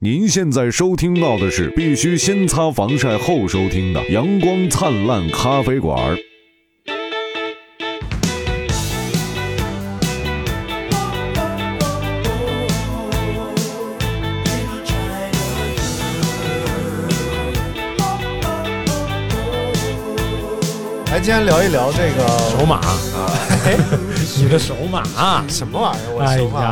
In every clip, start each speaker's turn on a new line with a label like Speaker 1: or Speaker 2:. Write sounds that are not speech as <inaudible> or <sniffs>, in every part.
Speaker 1: 您现在收听到的是必须先擦防晒后收听的《阳光灿烂咖啡馆》。
Speaker 2: 来，今天聊一聊这个
Speaker 3: 手马，哎你的手马，
Speaker 2: 什么玩意儿？我
Speaker 3: 哎
Speaker 2: 手马
Speaker 3: 呀，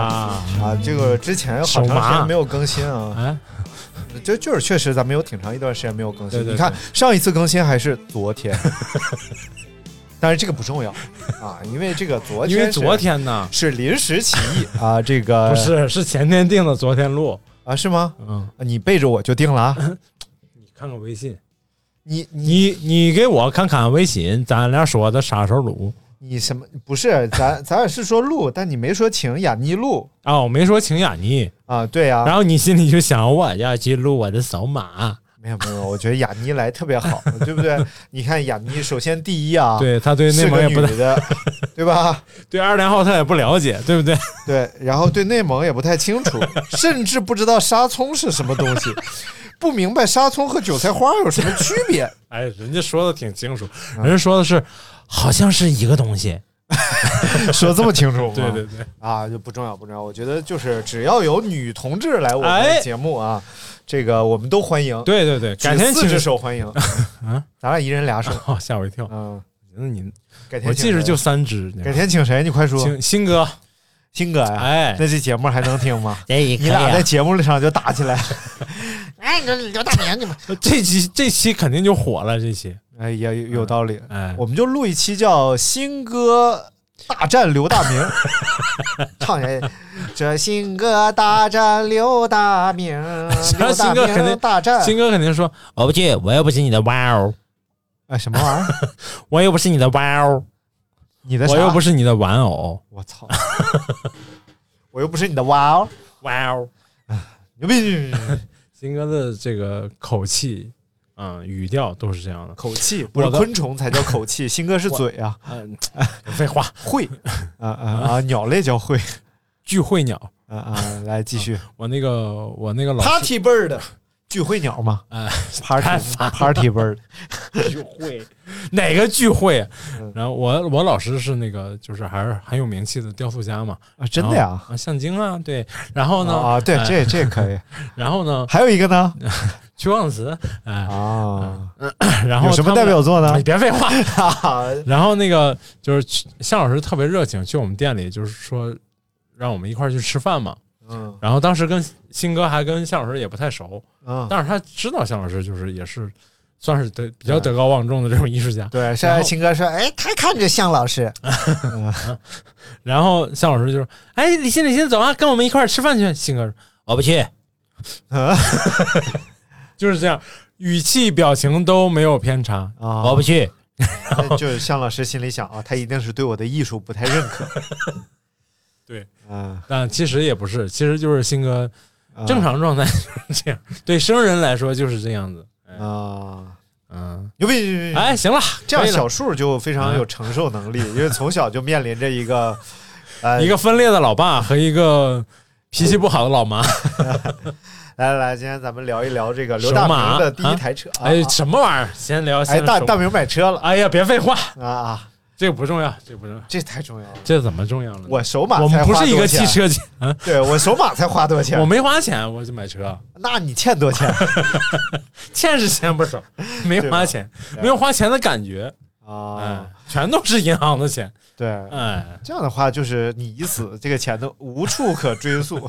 Speaker 2: 啊，这个之前有好
Speaker 3: 手
Speaker 2: 长时
Speaker 3: 麻
Speaker 2: 间没有更新啊，
Speaker 3: 哎，
Speaker 2: 就就是确实咱们有挺长一段时间没有更新。
Speaker 3: 对对
Speaker 2: 你看上一次更新还是昨天， <laughs> 但是这个不重要啊，因为这个昨
Speaker 3: 因
Speaker 2: 天
Speaker 3: 为
Speaker 2: 是
Speaker 3: 昨天呢，
Speaker 2: 是临时起
Speaker 3: <laughs>
Speaker 2: 意啊，这个
Speaker 3: 不是是前天定的，昨天录，
Speaker 2: 啊是吗？
Speaker 3: 嗯，
Speaker 2: 啊你背着我就定了
Speaker 3: <laughs>
Speaker 2: 啊，
Speaker 3: 你看看微信，
Speaker 2: 你你
Speaker 3: 你你给我看看微信，咱俩说的啥时候录
Speaker 2: 你什么？不是咱咱俩是说录，但你没说请雅妮录
Speaker 3: 啊？我没说请雅妮，
Speaker 2: 啊，对呀、
Speaker 3: 然后你心里就想我要去录我的手马，
Speaker 2: 没有没有，我觉得雅妮来特别好，对不对？你看雅妮，首先第一啊，
Speaker 3: 对他对内
Speaker 2: 是
Speaker 3: 蒙
Speaker 2: 个
Speaker 3: 也
Speaker 2: 女
Speaker 3: 不太，
Speaker 2: 的，
Speaker 3: <laughs>
Speaker 2: 对吧？
Speaker 3: 对二连浩他也不了解，对不对？
Speaker 2: 对，然后对内蒙也不太清楚，甚至不知道沙葱是什么东西，不明白沙葱和韭菜花有什么区别。
Speaker 3: <laughs> 哎，人家说的挺清楚，嗯人家说的是好像是一个东西，
Speaker 2: 说这么清楚吗？
Speaker 3: 对对对，
Speaker 2: 啊，就不重要不重要。我觉得就是只要有女同志来我们
Speaker 3: 哎
Speaker 2: 的节目啊，这个我们都欢迎，
Speaker 3: 对对对，
Speaker 2: 举
Speaker 3: 改天
Speaker 2: 四
Speaker 3: 请
Speaker 2: 只手欢迎。
Speaker 3: <laughs> 啊，
Speaker 2: 咱俩一人
Speaker 3: <laughs>
Speaker 2: 俩手。
Speaker 3: 哦，吓我一跳，
Speaker 2: 嗯，
Speaker 3: 那你
Speaker 2: 改天
Speaker 3: 我记着
Speaker 2: 请
Speaker 3: 就
Speaker 2: 谁
Speaker 3: 三只，
Speaker 2: 改天请谁？你快说，
Speaker 3: 请新哥，
Speaker 2: 新哥呀。
Speaker 3: 哎，
Speaker 2: 那这节目还能听吗？
Speaker 3: 这一
Speaker 2: 你俩在节目上就打起来， <laughs>
Speaker 4: 哎，刘刘大明，你们
Speaker 3: 这期这期肯定就火了，这期
Speaker 2: 哎，也有有道理。
Speaker 3: 哎，
Speaker 2: 我们就录一期叫《新歌大战刘大明》， <laughs> 唱哎，这新歌大战刘大明，刘大
Speaker 3: 新歌肯定
Speaker 2: 明大战
Speaker 3: 新哥肯定说我不去，我又不是你的哇哦，
Speaker 2: 哎什么玩意儿？
Speaker 3: 我又不是你的哇哦，
Speaker 2: 你的啥
Speaker 3: 我又不是你的玩偶，
Speaker 2: 我操！ <laughs> 我又不是你的哇哦，
Speaker 3: 哇哦。
Speaker 2: 牛逼！
Speaker 3: <laughs>
Speaker 2: 牛逼牛逼
Speaker 3: 新哥的这个口气，嗯，语调都是这样的。
Speaker 2: 口气不是
Speaker 3: 我的
Speaker 2: 昆虫才叫口气，新哥是嘴啊，
Speaker 3: 嗯，废话， <laughs>
Speaker 2: 喙啊啊啊！鸟类叫喙
Speaker 3: 聚会鸟，
Speaker 2: 啊啊！来继续
Speaker 3: 我那个我那个老师
Speaker 2: ，Party Bird 聚会鸟嘛
Speaker 3: 哎太
Speaker 2: ，Party
Speaker 3: 烦
Speaker 2: Party Bird
Speaker 3: <laughs> 聚会哪个聚会啊
Speaker 2: 嗯？
Speaker 3: 然后我我老师是那个就是还是很有名气的雕塑家嘛，
Speaker 2: 啊，真的呀
Speaker 3: 然后？啊，橡筋啊，对，然后呢
Speaker 2: 啊，对
Speaker 3: 哎，
Speaker 2: 这这可以。
Speaker 3: 然后呢，
Speaker 2: 还有一个呢，
Speaker 3: 屈光子，哎，
Speaker 2: 啊，
Speaker 3: 然后
Speaker 2: 有什么
Speaker 3: 他们
Speaker 2: 代表作
Speaker 3: <laughs>
Speaker 2: 呢
Speaker 3: 你？别废话。
Speaker 2: 啊
Speaker 3: 然后那个就是去向老师特别热情，去我们店里就是说让我们一块儿去吃饭嘛。
Speaker 2: <laughs> 嗯
Speaker 3: 然后当时跟新哥还跟向老师也不太熟，
Speaker 2: 嗯，
Speaker 3: 但是他知道向老师就是也是算是德比
Speaker 2: 嗯
Speaker 3: 较德高望重的这种艺术家。
Speaker 2: 对，现在
Speaker 3: 然后
Speaker 2: 秦哥说，哎，他看着像老师，
Speaker 3: 然后向老师就说：“哎，李欣，李欣，走啊，跟我们一块儿吃饭去。”新哥说：“我不去。
Speaker 2: 啊”
Speaker 3: 就是这样，语气表情都没有偏差。我不去。
Speaker 2: 哦那就是向老师心里想啊，他一定是对我的艺术不太认可。
Speaker 3: <laughs> 对，
Speaker 2: 嗯，
Speaker 3: 但啊其实也不是，其实就是新哥
Speaker 2: 啊
Speaker 3: 正常状态就是这样。 <laughs> 对生人来说就是这样子。
Speaker 2: 啊，
Speaker 3: 嗯，
Speaker 2: 牛逼！牛逼
Speaker 3: 哎，，行了，
Speaker 2: 这样
Speaker 3: 可以了啊
Speaker 2: 小树就非常有承受能力，因 <laughs> 为从小就面临着一
Speaker 3: <laughs>
Speaker 2: 个。呃，
Speaker 3: 一个分裂的老爸和一个脾气不好的老妈，
Speaker 2: 哦来来来，今天咱们聊一聊这个刘
Speaker 3: 手
Speaker 2: 大
Speaker 3: 马
Speaker 2: 明的第一
Speaker 3: 啊
Speaker 2: 台车。啊
Speaker 3: 哎，
Speaker 2: 啊
Speaker 3: 什么玩意儿？先聊，
Speaker 2: 哎，
Speaker 3: 先
Speaker 2: 大
Speaker 3: 说
Speaker 2: 大，明买车了
Speaker 3: 哎呀，别废话，
Speaker 2: 啊啊，
Speaker 3: 这个不重要，这个不重要，
Speaker 2: 这太重要了。
Speaker 3: 这怎么重要了呢？
Speaker 2: 我手马
Speaker 3: 我
Speaker 2: 才
Speaker 3: 们不
Speaker 2: 花
Speaker 3: 是一
Speaker 2: 多
Speaker 3: 个
Speaker 2: 钱
Speaker 3: 汽，
Speaker 2: <laughs>
Speaker 3: 车界，啊，
Speaker 2: 对我手马才花多少钱？
Speaker 3: 我没花钱，我就买车，
Speaker 2: <laughs> 那你欠多少钱
Speaker 3: <laughs> 欠是欠不少，没花
Speaker 2: <laughs>
Speaker 3: 钱，没有花钱的感觉，哎
Speaker 2: 啊？，
Speaker 3: 全都是银行的钱，
Speaker 2: 对，
Speaker 3: 哎，
Speaker 2: 这样的话就是你已死，这个钱都无处可追
Speaker 3: <laughs>
Speaker 2: 溯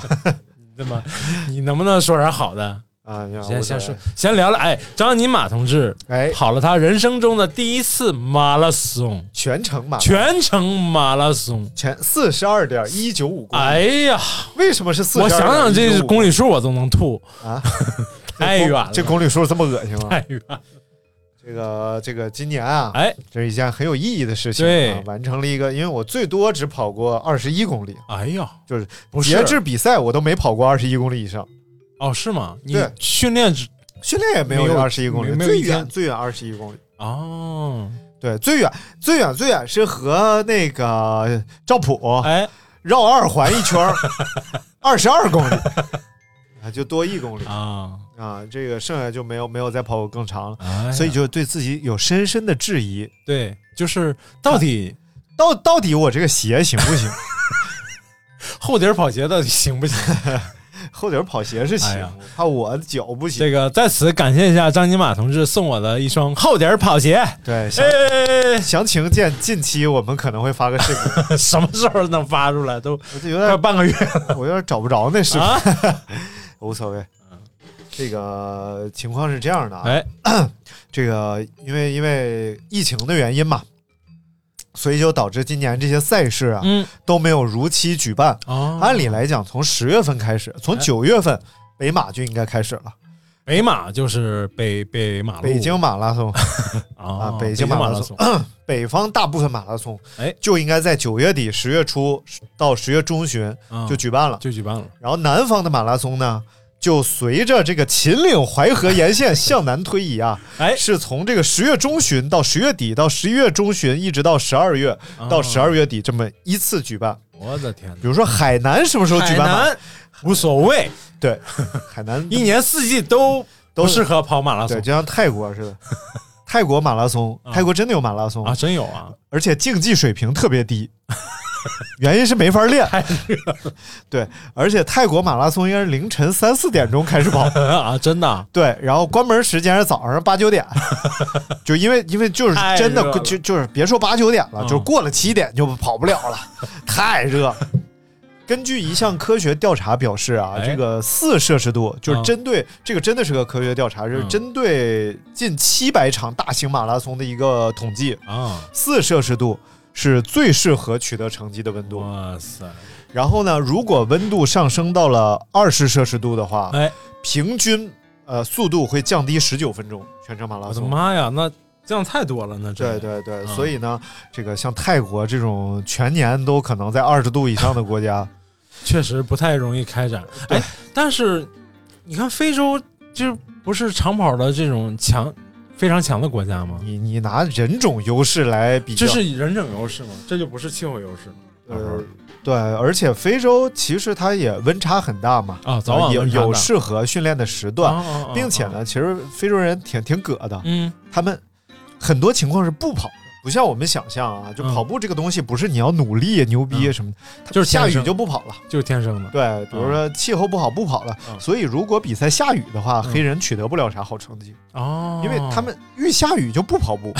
Speaker 3: 那么你能不能说点好的？
Speaker 2: 啊。要
Speaker 3: 先
Speaker 2: 无所
Speaker 3: 先
Speaker 2: 谓
Speaker 3: 说，，先聊聊，哎，张尼玛同志
Speaker 2: 哎，
Speaker 3: 跑了他人生中的第一次马拉松。
Speaker 2: 全程马
Speaker 3: 全程马拉松。
Speaker 2: 全四十二点一九五公里，
Speaker 3: 哎呀，
Speaker 2: 为什么是四？
Speaker 3: 我想想这是公里数我都能吐，
Speaker 2: 啊，
Speaker 3: 太远了，
Speaker 2: 这公里数这么恶心吗？
Speaker 3: 太远。
Speaker 2: 这个这个今年啊，
Speaker 3: 哎，
Speaker 2: 这是一件很有意义的事情
Speaker 3: 对
Speaker 2: 啊，完成了一个，因为我最多只跑过二十一公里，
Speaker 3: 哎呀，
Speaker 2: 就是
Speaker 3: 不是
Speaker 2: 截至比赛我都没跑过二十一公里以上，
Speaker 3: 哦，是吗？你
Speaker 2: 对
Speaker 3: 训练只
Speaker 2: 训练也没
Speaker 3: 没
Speaker 2: 有
Speaker 3: 有
Speaker 2: 二十一公里，
Speaker 3: 没有
Speaker 2: 最
Speaker 3: 一天
Speaker 2: 远最远二十一公里。
Speaker 3: 哦，
Speaker 2: 对，最远最远最远是和那个赵普
Speaker 3: 哎， <laughs>
Speaker 2: 绕二环一圈，二十二公里。啊就多一公里
Speaker 3: 啊，
Speaker 2: 啊，这个剩下就没有没有再跑过更长了，
Speaker 3: 哎呀
Speaker 2: 所以就对自己有深深的质疑，
Speaker 3: 对，就是到底
Speaker 2: 到到底我这个鞋行不行？ <laughs>
Speaker 3: 后底儿跑鞋到底行不行？
Speaker 2: 后底儿跑鞋是行
Speaker 3: 哎呀，
Speaker 2: 我怕我的脚不行。
Speaker 3: 这个在此感谢一下张金马同志送我的一双后底儿跑鞋。
Speaker 2: 对，详
Speaker 3: 哎，
Speaker 2: 详情见近期我们可能会发个
Speaker 3: <laughs>
Speaker 2: 视频，
Speaker 3: 什么时候能发出来？都
Speaker 2: 我就有
Speaker 3: 快
Speaker 2: 点
Speaker 3: 半个月
Speaker 2: 我有点找不着那视频，
Speaker 3: 啊！
Speaker 2: 无所谓。这个情况是这样的啊，
Speaker 3: 哎，
Speaker 2: 这个因为因为疫情的原因嘛，所以就导致今年这些赛事啊、
Speaker 3: 嗯，
Speaker 2: 都没有如期举办。
Speaker 3: 哦，
Speaker 2: 按理来讲，从十月份开始，从
Speaker 3: 哎
Speaker 2: 九月份北马就应该开始了，
Speaker 3: 北马就是北北马路，
Speaker 2: 北京马拉
Speaker 3: <laughs>
Speaker 2: 松，
Speaker 3: 啊
Speaker 2: 啊，
Speaker 3: 北
Speaker 2: 北京马
Speaker 3: 马
Speaker 2: 拉
Speaker 3: 松，
Speaker 2: 北方大部分马拉松，
Speaker 3: 哎
Speaker 2: 就应该在九月底、十月初到十月中旬
Speaker 3: 啊
Speaker 2: 就举办了。
Speaker 3: <coughs> 就举办了。
Speaker 2: 然后南方的马拉松呢，就随着这个秦岭淮河沿
Speaker 3: <laughs>
Speaker 2: 线向南推移啊，
Speaker 3: 哎，
Speaker 2: 是从这个十月中旬到十月底，到十一月中旬，一直到十二月，
Speaker 3: 哦哎
Speaker 2: 到十二月底这么依次举办。
Speaker 3: 嗯我的天
Speaker 2: 比如说海南什么时候
Speaker 3: 哪！
Speaker 2: 举
Speaker 3: 海
Speaker 2: 办马？
Speaker 3: 南无所 <laughs> 谓，
Speaker 2: 对，海南
Speaker 3: 一年四季都
Speaker 2: 都
Speaker 3: 不适合跑马拉松
Speaker 2: 对，就像泰国似的，泰国马拉松，
Speaker 3: 啊
Speaker 2: 泰国真的有马拉松
Speaker 3: 啊，，真有啊！
Speaker 2: 而且竞技水平特别
Speaker 3: <laughs>
Speaker 2: 低。原因是没法练，对，而且泰国马拉松应该是凌晨三四点钟开始跑，
Speaker 3: <laughs> 啊，真的啊
Speaker 2: 对，然后关门时间是早上八九
Speaker 3: <laughs>
Speaker 2: 点，就因为因为就是
Speaker 3: 太
Speaker 2: 真的
Speaker 3: 热了
Speaker 2: 就就是别说八九点了，
Speaker 3: 嗯
Speaker 2: 就是过了七点就跑不了了，
Speaker 3: <laughs>
Speaker 2: 太热了。根据一项科学调查表示啊，
Speaker 3: 哎
Speaker 2: 这个四摄氏度就是
Speaker 3: 嗯
Speaker 2: 针对、这个真的是个科学调查，就是
Speaker 3: 嗯
Speaker 2: 针对近七百场大型马拉松的一个统计，
Speaker 3: 啊！
Speaker 2: 四摄氏度是最适合取得成绩的温度。
Speaker 3: 哇塞，
Speaker 2: 然后呢，如果温度上升到了二十摄氏度的话，
Speaker 3: 哎，
Speaker 2: 平均呃速度会降低十九分钟全程马拉
Speaker 3: 我的
Speaker 2: 松。
Speaker 3: 妈呀，那降太多了，
Speaker 2: 对
Speaker 3: 那真的
Speaker 2: 对对，
Speaker 3: 嗯
Speaker 2: 所以呢，这个像泰国这种全年都可能在二十度以上的国家，
Speaker 3: 确实不太容易开展。哎，但是你看非洲，这不是长跑的这种强非常强的国家吗？
Speaker 2: 你你拿人种优势来比较，
Speaker 3: 嗯这是人种优势吗？这就不是气候优势吗？
Speaker 2: 呃对，而且非洲其实它也温差很大嘛，呃
Speaker 3: 啊，早晚
Speaker 2: 有
Speaker 3: 温差
Speaker 2: 有
Speaker 3: 大
Speaker 2: 适合训练的时段，
Speaker 3: 啊啊啊
Speaker 2: 并且
Speaker 3: 啊
Speaker 2: 呢，其实非洲人挺挺葛的，
Speaker 3: 嗯，
Speaker 2: 他们很多情况是不跑的，不像我们想象啊，就
Speaker 3: 嗯
Speaker 2: 跑步这个东西不是你要努力牛逼
Speaker 3: 嗯
Speaker 2: 什么的，他
Speaker 3: 就是
Speaker 2: 下
Speaker 3: 天
Speaker 2: 雨
Speaker 3: 生
Speaker 2: 就不跑了。
Speaker 3: 就是天生的。
Speaker 2: 对，比如说气候不好不跑了，
Speaker 3: 嗯
Speaker 2: 所以如果比赛下雨的话，
Speaker 3: 嗯
Speaker 2: 黑人取得不了啥好成绩，
Speaker 3: 哦，
Speaker 2: 因为他们遇下雨就不跑
Speaker 3: <laughs>
Speaker 2: 步。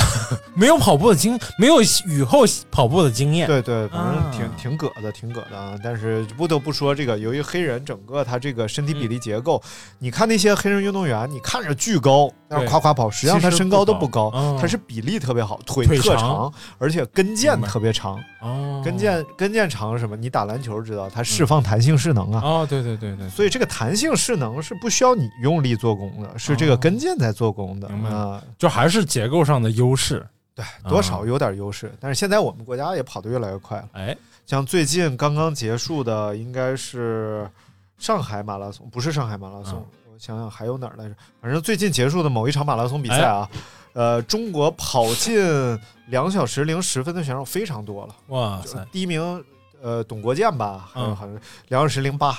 Speaker 3: 没有跑步的经，没有雨后跑步的经验。
Speaker 2: 对对，反正挺
Speaker 3: 啊
Speaker 2: 挺葛的，挺葛的啊。但是不得不说，这个由于黑人整个他这个身体比
Speaker 3: 嗯
Speaker 2: 例结构，你看那些黑人运动员，你看着巨高，但是
Speaker 3: 对
Speaker 2: 夸夸跑，实际上他
Speaker 3: 其实
Speaker 2: 身高都
Speaker 3: 不
Speaker 2: 不
Speaker 3: 高
Speaker 2: 高
Speaker 3: 哦，
Speaker 2: 他是比例特别好，腿
Speaker 3: 腿
Speaker 2: 特
Speaker 3: 长
Speaker 2: 长，而且跟腱
Speaker 3: 明白
Speaker 2: 特别长。
Speaker 3: 哦，
Speaker 2: 跟腱跟腱长是什么？你打篮球知道，
Speaker 3: 嗯
Speaker 2: 它释放弹性势能啊。
Speaker 3: 哦，对对对对，
Speaker 2: 所以这个弹性势能是不需要你用力做功的，是这个跟腱在做功的
Speaker 3: 哦明白
Speaker 2: 啊、
Speaker 3: 就还是结构上的优势。啊
Speaker 2: 对，多少有点优势。但是现在我们国家也跑得越来越快了，
Speaker 3: 哎，
Speaker 2: 像最近刚刚结束的应该是上海马拉松，不是上海马拉
Speaker 3: 啊
Speaker 2: 松，我想想还有哪儿来着？反正最近结束的某一场马拉松比
Speaker 3: 哎
Speaker 2: 赛啊，呃，中国跑进两小时零十分的选手非常多了，
Speaker 3: 哇
Speaker 2: 就是
Speaker 3: 塞，
Speaker 2: 第一名。呃，董国建吧，还有
Speaker 3: 嗯
Speaker 2: 好像是两小时零八，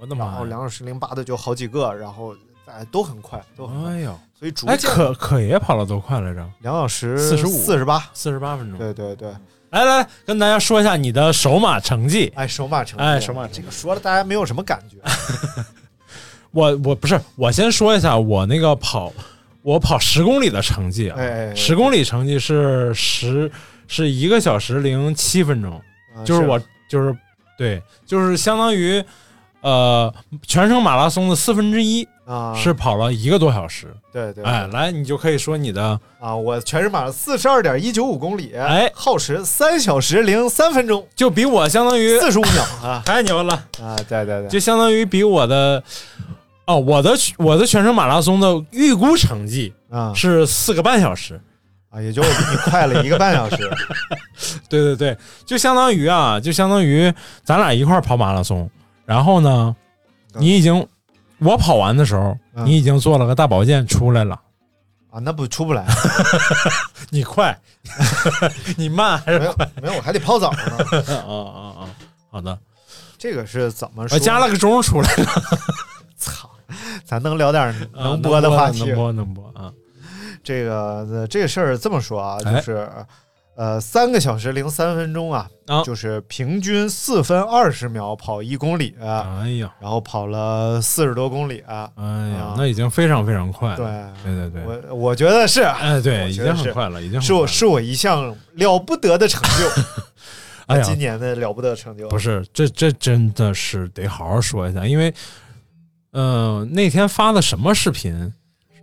Speaker 3: 我的
Speaker 2: 然后
Speaker 3: 妈呀！
Speaker 2: 两小时零八的就好几个，然后哎都很快，都很快，
Speaker 3: 哎呦，
Speaker 2: 所以逐
Speaker 3: 哎，
Speaker 2: 渐
Speaker 3: 可可爷跑了多快来着？
Speaker 2: 两小时
Speaker 3: 45
Speaker 2: 四十八，
Speaker 3: 四十嗯八分钟。
Speaker 2: 对对对，
Speaker 3: 来来，来跟大家说一下你的首马成绩。
Speaker 2: 哎，手马成绩，
Speaker 3: 哎手马成哎绩
Speaker 2: 这个说了大家没有什么感觉，
Speaker 3: 我我不是，我先说一下我那个跑，我跑十公里的成绩啊，
Speaker 2: 哎，
Speaker 3: 十公里成绩是十是一个小时零七分钟，
Speaker 2: 嗯
Speaker 3: 就是我就是对，就是相当于呃全程马拉松的四分之一
Speaker 2: 啊，
Speaker 3: 是跑了一个多小时。
Speaker 2: 对对，
Speaker 3: 哎，来你就可以说你的
Speaker 2: 啊，我全是马了四十二点一九五公里，
Speaker 3: 哎
Speaker 2: 耗时三小时零三分钟
Speaker 3: 就比我相当于
Speaker 2: 四十五秒
Speaker 3: <laughs>
Speaker 2: 啊
Speaker 3: 太牛了，
Speaker 2: 啊，对对对，
Speaker 3: 就相当于比我的哦我的我的全程马拉松的预估成绩
Speaker 2: 啊
Speaker 3: 是四个半小时。
Speaker 2: 啊，也就比你快了一个半小时，
Speaker 3: 对对对，就相当于啊，就相当于咱俩一块儿跑马拉松，然后呢，
Speaker 2: 嗯
Speaker 3: 你已经我跑完的时候，
Speaker 2: 嗯
Speaker 3: <laughs> 你已经做了个大保健出来了，
Speaker 2: 啊，那不出不来，
Speaker 3: 你快，你慢还是
Speaker 2: 没有没有，我还得泡澡呢，
Speaker 3: 啊啊啊！好的，
Speaker 2: 这个是怎么
Speaker 3: 我 <laughs>
Speaker 2: 说？
Speaker 3: 加了个钟出来，
Speaker 2: 操，咱能聊点儿
Speaker 3: 啊
Speaker 2: 能播的话题
Speaker 3: 能。播能播啊，
Speaker 2: 这个呃这个事儿这么说啊，
Speaker 3: 哎
Speaker 2: 就是呃三个小时零三分钟啊
Speaker 3: 啊，
Speaker 2: 就是平均四分二十秒跑一公里啊，
Speaker 3: 哎呀
Speaker 2: 然后跑了四十多公里啊。
Speaker 3: 哎呀
Speaker 2: 啊，
Speaker 3: 那已经非常非常快了，
Speaker 2: 对，
Speaker 3: 对对哎对，
Speaker 2: 我我觉得是
Speaker 3: 哎
Speaker 2: 我
Speaker 3: 对，已
Speaker 2: 觉
Speaker 3: 经
Speaker 2: 得
Speaker 3: 很
Speaker 2: 是
Speaker 3: 快了，已经很
Speaker 2: 是我
Speaker 3: 快了
Speaker 2: 是我一项了不得的成就，
Speaker 3: <laughs> 哎呀
Speaker 2: 今年的了不得的成就
Speaker 3: 不是，这这真的是得好好说一下，因为，呃，那天发的什么视频？
Speaker 2: 嗯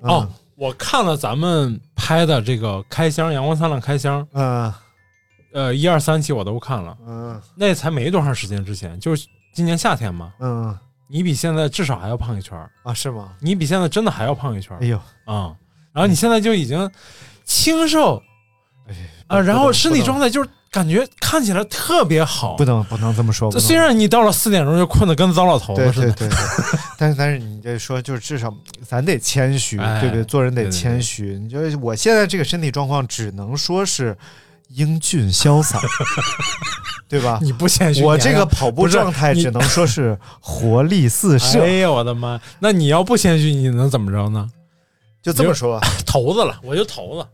Speaker 3: 哦，我看了咱们拍的这个开箱《阳光灿烂开箱》，
Speaker 2: 嗯
Speaker 3: 呃，一二三期我都看了，
Speaker 2: 嗯
Speaker 3: 那才没多长时间之前，就是今年夏天嘛。
Speaker 2: 嗯嗯
Speaker 3: 你比现在至少还要胖一圈儿，
Speaker 2: 啊，是吗？
Speaker 3: 你比现在真的还要胖一圈儿
Speaker 2: 哎呦，
Speaker 3: 啊、然后你现在就已经清瘦
Speaker 2: 哎
Speaker 3: 啊，然后身体
Speaker 2: 不能
Speaker 3: 状态就是感觉看起来特别好
Speaker 2: 不。能不能这么说，不能
Speaker 3: 虽然你到了四点钟就困得跟糟老头
Speaker 2: 对
Speaker 3: 子
Speaker 2: 对
Speaker 3: 似
Speaker 2: 对 <laughs>
Speaker 3: 的，
Speaker 2: 对，
Speaker 3: <laughs>
Speaker 2: 但是但是你这说就是至少咱得谦虚，
Speaker 3: 哎
Speaker 2: 对不对？做人
Speaker 3: 对
Speaker 2: 得
Speaker 3: 对对
Speaker 2: 谦虚。你就是我现在这个身体状况，只能说是英俊潇
Speaker 3: <laughs>
Speaker 2: 洒，对吧？
Speaker 3: 你不谦虚，
Speaker 2: 我
Speaker 3: 你还
Speaker 2: 这
Speaker 3: 要
Speaker 2: 个跑步
Speaker 3: 不是
Speaker 2: 状态
Speaker 3: 你
Speaker 2: 只能说是活力四射
Speaker 3: 哎，呀，我的妈！那你要不谦虚，你能怎么着呢？
Speaker 2: 就这么说吧。啊
Speaker 3: 头子了，我就头子。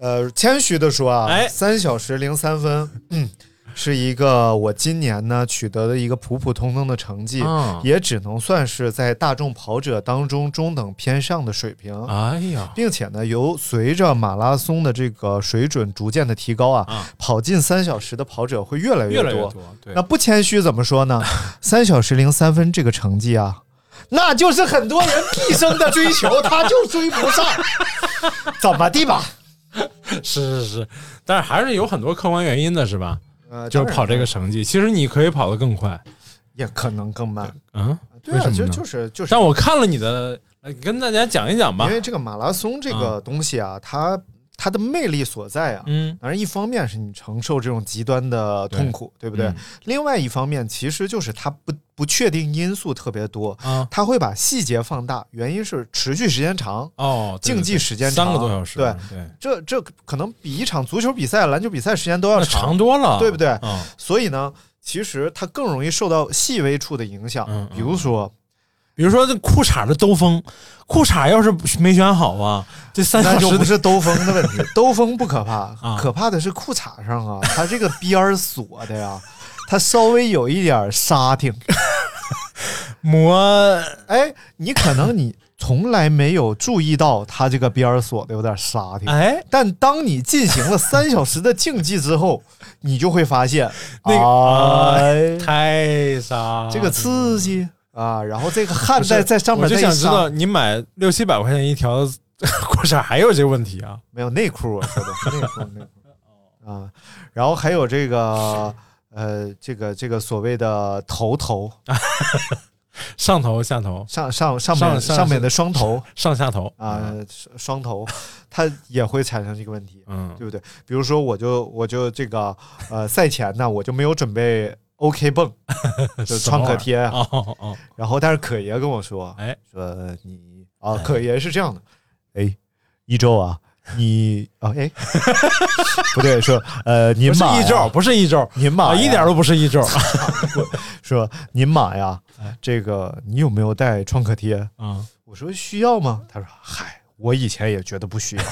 Speaker 2: 呃，谦虚的说啊，
Speaker 3: 哎
Speaker 2: 三小时零三分，嗯，是一个我今年呢取得的一个普普通通的成绩，
Speaker 3: 嗯，
Speaker 2: 也只能算是在大众跑者当中中等偏上的水平。
Speaker 3: 哎呀，
Speaker 2: 并且呢，由随着马拉松的这个水准逐渐的提高啊，
Speaker 3: 啊，
Speaker 2: 跑进三小时的跑者会越来多。
Speaker 3: 越来越多，啊对
Speaker 2: 那，不谦虚怎么说
Speaker 3: <laughs>
Speaker 2: 呢？三小时零三分这个成绩啊，那就是很多人毕生的追求，他就追不
Speaker 3: <laughs>
Speaker 2: 上，怎么地吧？
Speaker 3: 是是是，但是还是有很多客观原因的，是吧？
Speaker 2: 呃，
Speaker 3: 就
Speaker 2: 当
Speaker 3: 是
Speaker 2: 然
Speaker 3: 跑这个成绩，其实你可以跑得更快。
Speaker 2: 也可能更慢。
Speaker 3: 嗯，
Speaker 2: 对啊，
Speaker 3: 为什
Speaker 2: 就
Speaker 3: 么呢
Speaker 2: 就是就是，
Speaker 3: 但我看了你的，呃跟大家讲一讲吧
Speaker 2: 因。为这个马拉松这个东西啊，它它的魅力所在啊，
Speaker 3: 嗯，
Speaker 2: 当然一方面是你承受这种极端的痛苦，对不对？
Speaker 3: 嗯
Speaker 2: 另外一方面，其实就是它不不确定因素特别多，
Speaker 3: 啊，
Speaker 2: 它会把细节放大，原因是持续时间长，
Speaker 3: 哦，对对
Speaker 2: 竞技
Speaker 3: 对
Speaker 2: 时间
Speaker 3: 三
Speaker 2: 长
Speaker 3: 个多小时，
Speaker 2: 对
Speaker 3: 对，
Speaker 2: 这这可能比一场足球比赛、篮球比赛时间都要
Speaker 3: 那
Speaker 2: 长，
Speaker 3: 长多了，
Speaker 2: 对不对？
Speaker 3: 嗯
Speaker 2: 所以呢，其实它更容易受到细微处的影响，
Speaker 3: 嗯嗯
Speaker 2: 比如
Speaker 3: <laughs>
Speaker 2: 说，
Speaker 3: 比如说这裤衩的兜风，裤衩要是没选好啊，这三
Speaker 2: 那
Speaker 3: 小
Speaker 2: 就
Speaker 3: 时
Speaker 2: 不是兜风的问
Speaker 3: <laughs>
Speaker 2: 题，兜风不可怕，
Speaker 3: 啊
Speaker 2: 可怕的是裤衩上啊，它这个边儿锁的呀，它稍微有一点沙挺。
Speaker 3: 磨
Speaker 2: 哎，你可能你从来没有注意到它这个边儿锁的有点沙挺，
Speaker 3: 哎。
Speaker 2: 但当你进行了三小时的竞技之后，你就会发现，
Speaker 3: <laughs> 那个啊
Speaker 2: 哎，
Speaker 3: 太傻，
Speaker 2: <laughs> 这个刺激啊，然后这个汗
Speaker 3: 不是
Speaker 2: 在在上面
Speaker 3: 我就
Speaker 2: 再一
Speaker 3: 想知
Speaker 2: 杀
Speaker 3: 道你买六七百块钱一条 <laughs> 裤衩还有这问题啊？
Speaker 2: 没有内裤，我说的是内裤内
Speaker 3: <laughs>
Speaker 2: 裤啊，然后还有这个呃，这个这个所谓的头头
Speaker 3: 上头、下头、
Speaker 2: 上上上面
Speaker 3: 上上嗯
Speaker 2: 面的双头
Speaker 3: 上下头
Speaker 2: 啊，，双双头，它也会产生这个问题。
Speaker 3: 嗯，
Speaker 2: 对不对？比如说，我就我就这个呃，赛前呢，我就没有准
Speaker 3: <laughs>
Speaker 2: 备 OK 泵，
Speaker 3: 嗯
Speaker 2: 就创可贴。啊
Speaker 3: 哦哦哦，
Speaker 2: 然后，但是可爷跟我说，
Speaker 3: 哎，
Speaker 2: 说你啊，可爷是这样的，哎，一周啊，你啊，哎， <laughs> 不对，说呃，您
Speaker 3: 不是
Speaker 2: 马
Speaker 3: 一
Speaker 2: 呀
Speaker 3: 周，，不是一周
Speaker 2: 您马
Speaker 3: 啊，
Speaker 2: 哎呀
Speaker 3: 一点都不是一周。
Speaker 2: <laughs> 说您马呀
Speaker 3: 哎，
Speaker 2: 这个你有没有带创可贴？
Speaker 3: 嗯，
Speaker 2: 我说需要吗？他说嗨，我以前也觉得不需要。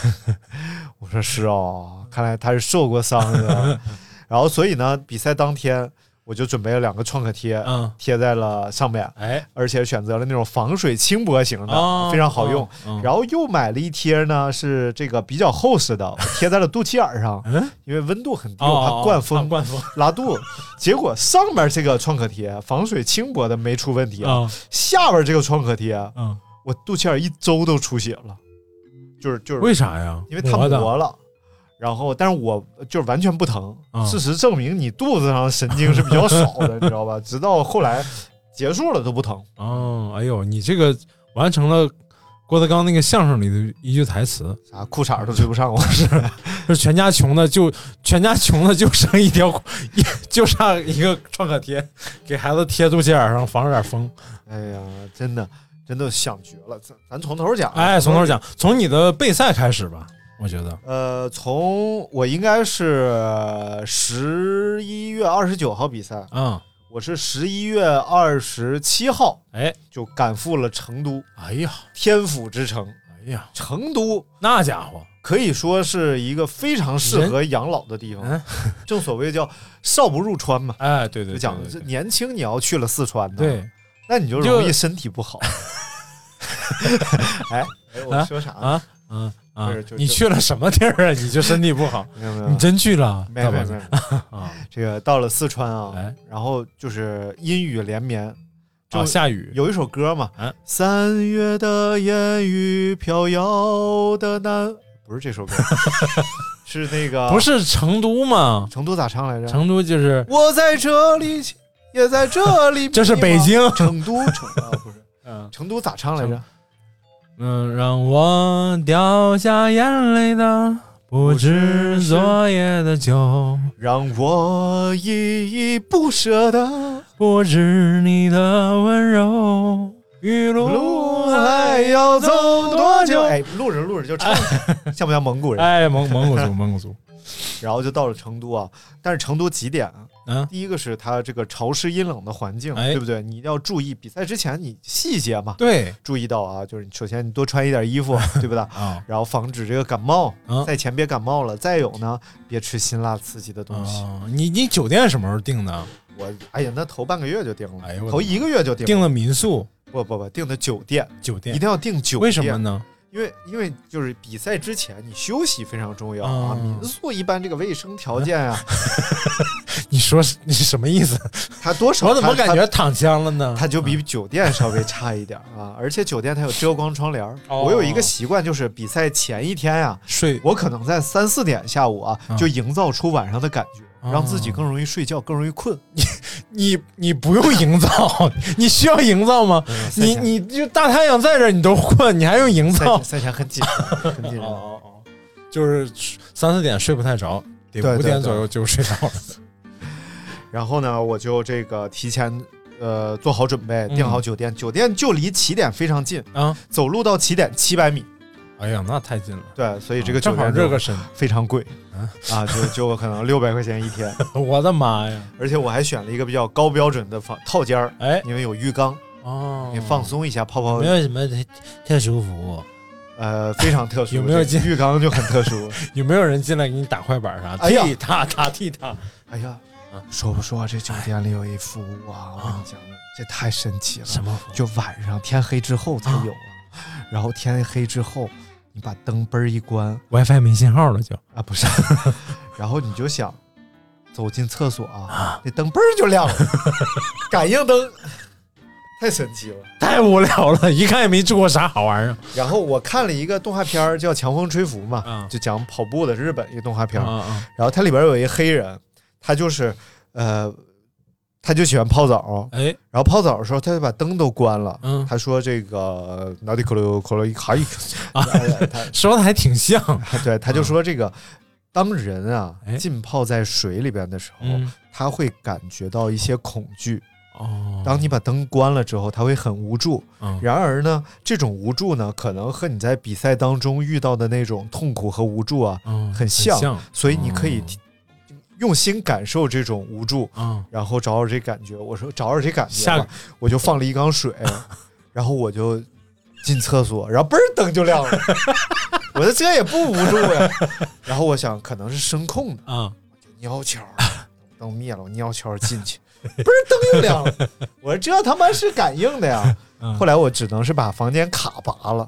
Speaker 2: <laughs> 我说是哦，看来他是受过伤的。 <laughs> 然后所以呢，比赛当天我就准备了两个创可贴，
Speaker 3: 嗯，
Speaker 2: 贴在了上面，
Speaker 3: 哎，
Speaker 2: 而且选择了那种防水轻薄型的，
Speaker 3: 啊
Speaker 2: 非常好用。。
Speaker 3: 嗯
Speaker 2: 然后又买了一贴呢，是这个比较厚实的，我贴在了肚脐眼儿上，
Speaker 3: 嗯，
Speaker 2: <laughs> 因为温度很低，
Speaker 3: 哦
Speaker 2: 我怕
Speaker 3: 哦
Speaker 2: 灌
Speaker 3: 怕
Speaker 2: 风
Speaker 3: 灌风
Speaker 2: 拉肚子。结果上面这个创可贴防水轻薄的没出问题，
Speaker 3: 啊，
Speaker 2: 下边这个创可贴
Speaker 3: 嗯，
Speaker 2: 我肚脐眼一周都出血了，就是就是
Speaker 3: 为啥呀？
Speaker 2: 因为它
Speaker 3: 的
Speaker 2: 磨了，然后但是我就是完全不疼。
Speaker 3: 嗯
Speaker 2: 事实证明，你肚子上神经是比较少的， <laughs> 你知道吧？直到后来结束了都不疼。
Speaker 3: 哦，哎呦，你这个完成了郭德纲那个相声里的一句台词，
Speaker 2: 啥裤衩都追不
Speaker 3: <laughs>
Speaker 2: 上我，是
Speaker 3: 就是全家穷的就全家穷的就剩一条裤， <laughs> 一就剩一个创可贴，给孩子贴肚脐眼上防着点风。
Speaker 2: 哎呀，真的真的想绝了。咱咱从头讲，啊
Speaker 3: 哎，从头。讲，从你的备赛开始吧，我觉得。
Speaker 2: 呃，从我应该是十一月二十九号比赛，
Speaker 3: 嗯
Speaker 2: 我是十一月二十七号
Speaker 3: 哎，
Speaker 2: 就赶赴了成都，
Speaker 3: 哎呀，
Speaker 2: 天府之城。
Speaker 3: 哎呀，
Speaker 2: 成都
Speaker 3: 那家伙，
Speaker 2: 可以说是一个非常适合养老的地
Speaker 3: 嗯
Speaker 2: 方， <laughs> 正所谓叫少不入川嘛，
Speaker 3: 哎，对
Speaker 2: 就
Speaker 3: 对，对
Speaker 2: 讲
Speaker 3: 对
Speaker 2: 这
Speaker 3: 对
Speaker 2: 年轻你要去了四川呢，
Speaker 3: 对
Speaker 2: 那你就
Speaker 3: 就
Speaker 2: 容易身体不好。 <laughs> 哎哎，我说啥？
Speaker 3: 啊，嗯啊
Speaker 2: 不是就，
Speaker 3: 你
Speaker 2: 就
Speaker 3: 去了什么地
Speaker 2: <laughs>
Speaker 3: 儿啊？你就身体不好，
Speaker 2: 没有没有
Speaker 3: 你真去了？
Speaker 2: 没有没
Speaker 3: 大
Speaker 2: 有
Speaker 3: 宝
Speaker 2: 没有，
Speaker 3: 啊，
Speaker 2: 这个到了四川啊
Speaker 3: 哎，
Speaker 2: 然后就是阴雨连绵，就
Speaker 3: 啊下雨，
Speaker 2: 有一首歌嘛
Speaker 3: 嗯，
Speaker 2: 三月的烟雨飘摇的南，不是这
Speaker 3: <laughs>
Speaker 2: 首歌，是那个
Speaker 3: 不是成都吗？
Speaker 2: 成都咋唱来着？
Speaker 3: 成都就是
Speaker 2: 我在这里，也在这里迷茫，
Speaker 3: 这是北京，
Speaker 2: 成都成啊，不是
Speaker 3: <laughs> 嗯
Speaker 2: 成都咋唱来着？
Speaker 3: 嗯，让我掉下眼泪的不
Speaker 2: 不
Speaker 3: 止
Speaker 2: 是
Speaker 3: 昨夜的酒，
Speaker 2: 让我依依不舍的
Speaker 3: 不止你的温柔。雨
Speaker 2: 路
Speaker 3: 露
Speaker 2: 还
Speaker 3: 还
Speaker 2: 要
Speaker 3: 要
Speaker 2: 走多
Speaker 3: 走多
Speaker 2: 久？
Speaker 3: 久？
Speaker 2: 哎，录着录着就唱，像不像蒙
Speaker 3: <laughs>
Speaker 2: 古人？
Speaker 3: 哎，蒙蒙古族，蒙古族，
Speaker 2: 然后就到了成都啊，但是成都几点啊？
Speaker 3: 嗯
Speaker 2: 第一个是它这个潮湿阴冷的环境，
Speaker 3: 哎
Speaker 2: 对不对？你一定要注意，比赛之前你细节嘛，
Speaker 3: 对
Speaker 2: 注意到啊，就是你首先你多穿一点衣服，对不对？
Speaker 3: 啊，
Speaker 2: 然后防止这个感冒，
Speaker 3: 嗯
Speaker 2: 赛前别感冒了。再有呢，别吃辛辣刺激的东西。
Speaker 3: 啊你你酒店什么时候订的？
Speaker 2: 我哎呀，那头半个月就定了，
Speaker 3: 哎呦我的
Speaker 2: 头一个月就定
Speaker 3: 订
Speaker 2: 了。
Speaker 3: 了民宿
Speaker 2: 不不不，定的酒店，
Speaker 3: 酒
Speaker 2: 一
Speaker 3: 店，
Speaker 2: 定要定酒店。
Speaker 3: 为什么？呢？ <laughs>
Speaker 2: 因为因为就是比赛之前你休息非常重要啊。
Speaker 3: 嗯
Speaker 2: 民宿一般这个卫生条件啊， <laughs>
Speaker 3: 你说是你是什么意思？
Speaker 2: 它多少
Speaker 3: 我怎么
Speaker 2: 它
Speaker 3: 感觉躺枪了呢
Speaker 2: 它？它就比酒店稍微差一点啊？ <laughs> 而且酒店它有遮光窗帘儿。
Speaker 3: 哦
Speaker 2: 我有一个习惯，就是比赛前一天呀、啊
Speaker 3: 睡
Speaker 2: 我可能在三四点下午啊，
Speaker 3: 嗯
Speaker 2: 就营造出晚上的感觉，
Speaker 3: 哦
Speaker 2: 让自己更容易睡觉，更容易困。
Speaker 3: 你你不用营造， <laughs> 你需要营造吗？嗯
Speaker 2: <laughs>
Speaker 3: 你
Speaker 2: 赛前
Speaker 3: 你就大太阳在这儿，你都困，你还用营
Speaker 2: 赛
Speaker 3: 造
Speaker 2: 前？赛前很
Speaker 3: <laughs>
Speaker 2: 紧张，很紧张。
Speaker 3: 哦哦，就是三四点睡不太着，得
Speaker 2: 对
Speaker 3: 五
Speaker 2: 对
Speaker 3: 点
Speaker 2: 对
Speaker 3: 左右就睡着了。
Speaker 2: 然后呢，我就这个提前呃做好准备，
Speaker 3: 嗯
Speaker 2: 订好酒店，酒店就离起点非常近，
Speaker 3: 啊，
Speaker 2: 走路到起点七百米。
Speaker 3: 哎呀，那太近了。啊
Speaker 2: 对，所以这个酒
Speaker 3: 哦正好
Speaker 2: 店
Speaker 3: 热个
Speaker 2: 就
Speaker 3: 身， <laughs>
Speaker 2: 非常贵
Speaker 3: 嗯
Speaker 2: 啊，就就可能六百块钱一
Speaker 3: <laughs>
Speaker 2: 天，
Speaker 3: 我的妈呀！
Speaker 2: 而且我还选了一个比较高标准的房套间儿，
Speaker 3: 哎，
Speaker 2: 因为有浴缸，
Speaker 3: 哦，
Speaker 2: 你放松一下泡泡
Speaker 3: 没，有什么特特殊服务，
Speaker 2: 呃，非常特殊。
Speaker 3: 有没有
Speaker 2: 这
Speaker 3: 进
Speaker 2: 浴缸就很特殊？
Speaker 3: 有没有人进来给你打快板啥？
Speaker 2: 哎呀
Speaker 3: 踢踏踏踢踏，
Speaker 2: 哎呀
Speaker 3: 啊，
Speaker 2: 说不说这酒店里有一服务啊？我跟你讲，这太神奇了。
Speaker 3: 么
Speaker 2: 就晚上天黑之后才有啊。然后天黑之后，你把灯嘣儿一关
Speaker 3: WiFi 没信号了就？
Speaker 2: 啊，不是，然后你就想走进厕所啊，那灯嘣儿就亮了，感应灯，太神奇了。
Speaker 3: 太无聊了，一看也没住过啥好玩意儿
Speaker 2: 然后我看了一个动画片儿叫《强风吹拂》嘛
Speaker 3: 啊，
Speaker 2: 就讲跑步的日本一个动画片儿。
Speaker 3: 啊啊！
Speaker 2: 然后它里边有一黑人，他就是呃，他就喜欢泡澡，
Speaker 3: 哎，
Speaker 2: 然后泡澡的时候，他就把灯都关了。
Speaker 3: 嗯
Speaker 2: 他说这个脑里可噜可噜一卡一，
Speaker 3: <laughs> 啊
Speaker 2: 哎他
Speaker 3: 说的还挺像。
Speaker 2: 对，他就说这个，当人啊
Speaker 3: 哎
Speaker 2: 浸泡在水里边的时候，
Speaker 3: 嗯，
Speaker 2: 他会感觉到一些恐惧。
Speaker 3: 哦，
Speaker 2: 当你把灯关了之后，他会很无助。
Speaker 3: 嗯
Speaker 2: 然而呢，这种无助呢，可能和你在比赛当中遇到的那种痛苦和无助啊，
Speaker 3: 嗯
Speaker 2: 很像
Speaker 3: 像
Speaker 2: 所以你可以
Speaker 3: 嗯
Speaker 2: 体用心感受这种无助。
Speaker 3: 啊。
Speaker 2: 然后找找这感觉。我说找找这感觉
Speaker 3: 下
Speaker 2: 吧，我就放了一缸
Speaker 3: <laughs>
Speaker 2: 水，然后我就进厕所，然后嘣儿灯就亮了。 <laughs> 我说这也不无助呀。然后我想可能是声控的，
Speaker 3: 啊，
Speaker 2: 尿悄
Speaker 3: <laughs>
Speaker 2: 儿，灯灭了，我尿悄儿进去，嘣儿灯又亮了。我说这他妈是感应的呀。
Speaker 3: 嗯
Speaker 2: 后来我只能是把房间卡拔
Speaker 3: <laughs>
Speaker 2: 了。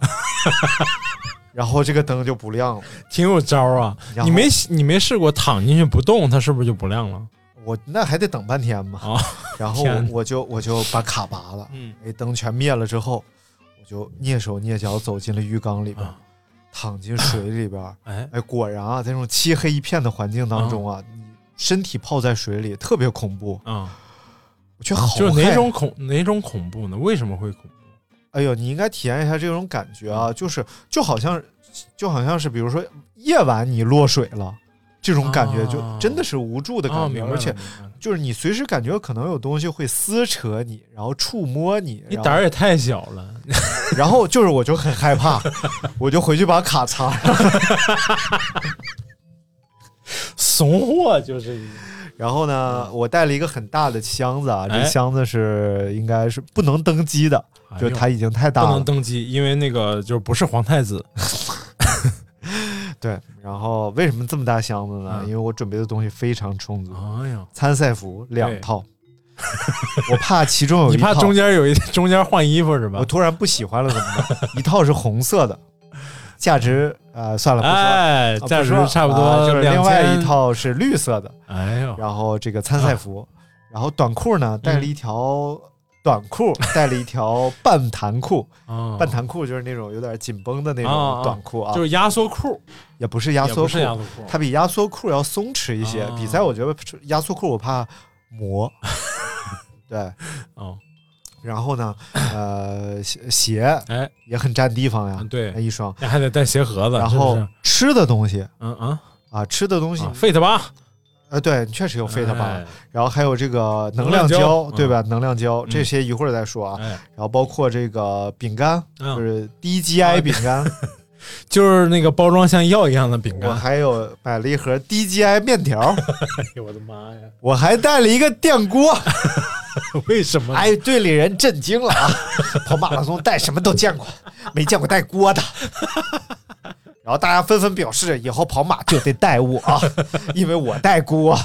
Speaker 2: 然后这个灯就不亮了，
Speaker 3: 挺有招儿啊！
Speaker 2: 然后
Speaker 3: 你没你没试过躺进去不动，它是不是就不亮了？
Speaker 2: 我那还得等半天嘛。
Speaker 3: 啊
Speaker 2: 然后
Speaker 3: 天
Speaker 2: 我
Speaker 3: 哪
Speaker 2: 我就我就把卡拔了，
Speaker 3: 嗯
Speaker 2: 哎，灯全灭了之后，我就蹑手蹑脚走进了浴缸里边，
Speaker 3: 啊，
Speaker 2: 躺进水里边。
Speaker 3: 哎，
Speaker 2: 哎，果然啊，在这种漆黑一片的环境当中啊，你身体泡在水里特别恐怖，
Speaker 3: 啊，
Speaker 2: 我觉得好
Speaker 3: 就是
Speaker 2: 害
Speaker 3: 哪
Speaker 2: 怕
Speaker 3: 种恐哪种恐怖呢？为什么会恐怖？
Speaker 2: 哎呦，你应该体验一下这种感觉
Speaker 3: 嗯
Speaker 2: 啊，就是就好像就好像是，比如说夜晚你落水了。这种感觉就
Speaker 3: 啊
Speaker 2: 真的是无助的
Speaker 3: 啊，
Speaker 2: 感
Speaker 3: 明
Speaker 2: 觉，
Speaker 3: 白了
Speaker 2: 而且
Speaker 3: 明白了
Speaker 2: 就是你随时感觉可能有东西会撕扯你，然后触摸你，
Speaker 3: 你
Speaker 2: 然后
Speaker 3: 胆儿也太小了， <laughs>
Speaker 2: 然后就是我就很害怕，我就回去把卡擦上，
Speaker 3: 怂货就是一个
Speaker 2: 然后呢，我带了一个很大的箱子啊，这
Speaker 3: 嗯哎
Speaker 2: 箱子是应该是不能登机的，
Speaker 3: 哎
Speaker 2: 就
Speaker 3: 呦
Speaker 2: 它已经太
Speaker 3: 不
Speaker 2: 大
Speaker 3: 能
Speaker 2: 了。
Speaker 3: 登基，因为那个就是不是皇太子，
Speaker 2: 对，然后为什么这么大箱子呢？
Speaker 3: 嗯
Speaker 2: 因为我准备的东西非常充足，
Speaker 3: 哎呀，
Speaker 2: 参赛服两
Speaker 3: 对
Speaker 2: 套，我怕其中有
Speaker 3: <laughs> 你
Speaker 2: 一
Speaker 3: 怕
Speaker 2: 套
Speaker 3: 中间有一中间换衣服是吧
Speaker 2: 我？突然不喜欢了怎么办？一套是红色的，价值呃算了不说了。
Speaker 3: 哎，
Speaker 2: 啊
Speaker 3: 价
Speaker 2: 不
Speaker 3: 值
Speaker 2: 说了
Speaker 3: 差不
Speaker 2: 啊
Speaker 3: 多
Speaker 2: 就是另外一
Speaker 3: 2000
Speaker 2: 套是绿色的，
Speaker 3: 哎呦，
Speaker 2: 然后这个参赛
Speaker 3: 啊
Speaker 2: 服，然后短裤呢带
Speaker 3: 嗯
Speaker 2: 了一条短裤，带了一条半弹裤，
Speaker 3: 哦
Speaker 2: 半弹裤就是那种有点紧绷的那
Speaker 3: 啊
Speaker 2: 种
Speaker 3: 啊
Speaker 2: 短裤啊
Speaker 3: 就，是压缩裤，
Speaker 2: 也不是压
Speaker 3: 也不
Speaker 2: 缩裤
Speaker 3: 是，压缩裤，
Speaker 2: 它比压缩裤要松弛一些
Speaker 3: 啊。
Speaker 2: 比赛我觉得压缩裤我怕
Speaker 3: <laughs>
Speaker 2: 磨，对，
Speaker 3: 哦，
Speaker 2: 然后呢，呃，鞋鞋
Speaker 3: 哎，
Speaker 2: 也很占地方呀
Speaker 3: 嗯，对
Speaker 2: 那，一双，
Speaker 3: 那还得带鞋盒子，
Speaker 2: 啊哎然
Speaker 3: 是不
Speaker 2: 后
Speaker 3: 是
Speaker 2: 吃的东西
Speaker 3: 嗯嗯
Speaker 2: 啊，吃的东西
Speaker 3: 啊，Fit 八
Speaker 2: 呃，对，确实有 Fit 八。
Speaker 3: 哎
Speaker 2: 然后还有这个能
Speaker 3: 能
Speaker 2: 量
Speaker 3: 量
Speaker 2: 胶，
Speaker 3: 胶
Speaker 2: 对吧？能量胶
Speaker 3: 嗯
Speaker 2: 这些一会儿再说啊。
Speaker 3: 哎，
Speaker 2: 然后包括这个饼干，就
Speaker 3: 嗯，
Speaker 2: 是低 GI 饼
Speaker 3: <laughs>
Speaker 2: 干，
Speaker 3: 就是那个包装像药一样的饼
Speaker 2: 我
Speaker 3: 干，
Speaker 2: 还有买了一盒低 GI 面条，
Speaker 3: 哎呦 <laughs> 我的妈呀，
Speaker 2: 我还带了一个电
Speaker 3: <laughs>
Speaker 2: 锅。
Speaker 3: 为什么？
Speaker 2: 哎，队里人震惊了啊！ <laughs> 跑马拉松带什么都见过，没见过带锅
Speaker 3: <laughs>
Speaker 2: 的。然后大家纷纷表示，以后跑马就得带我啊， <laughs> 因为我带锅，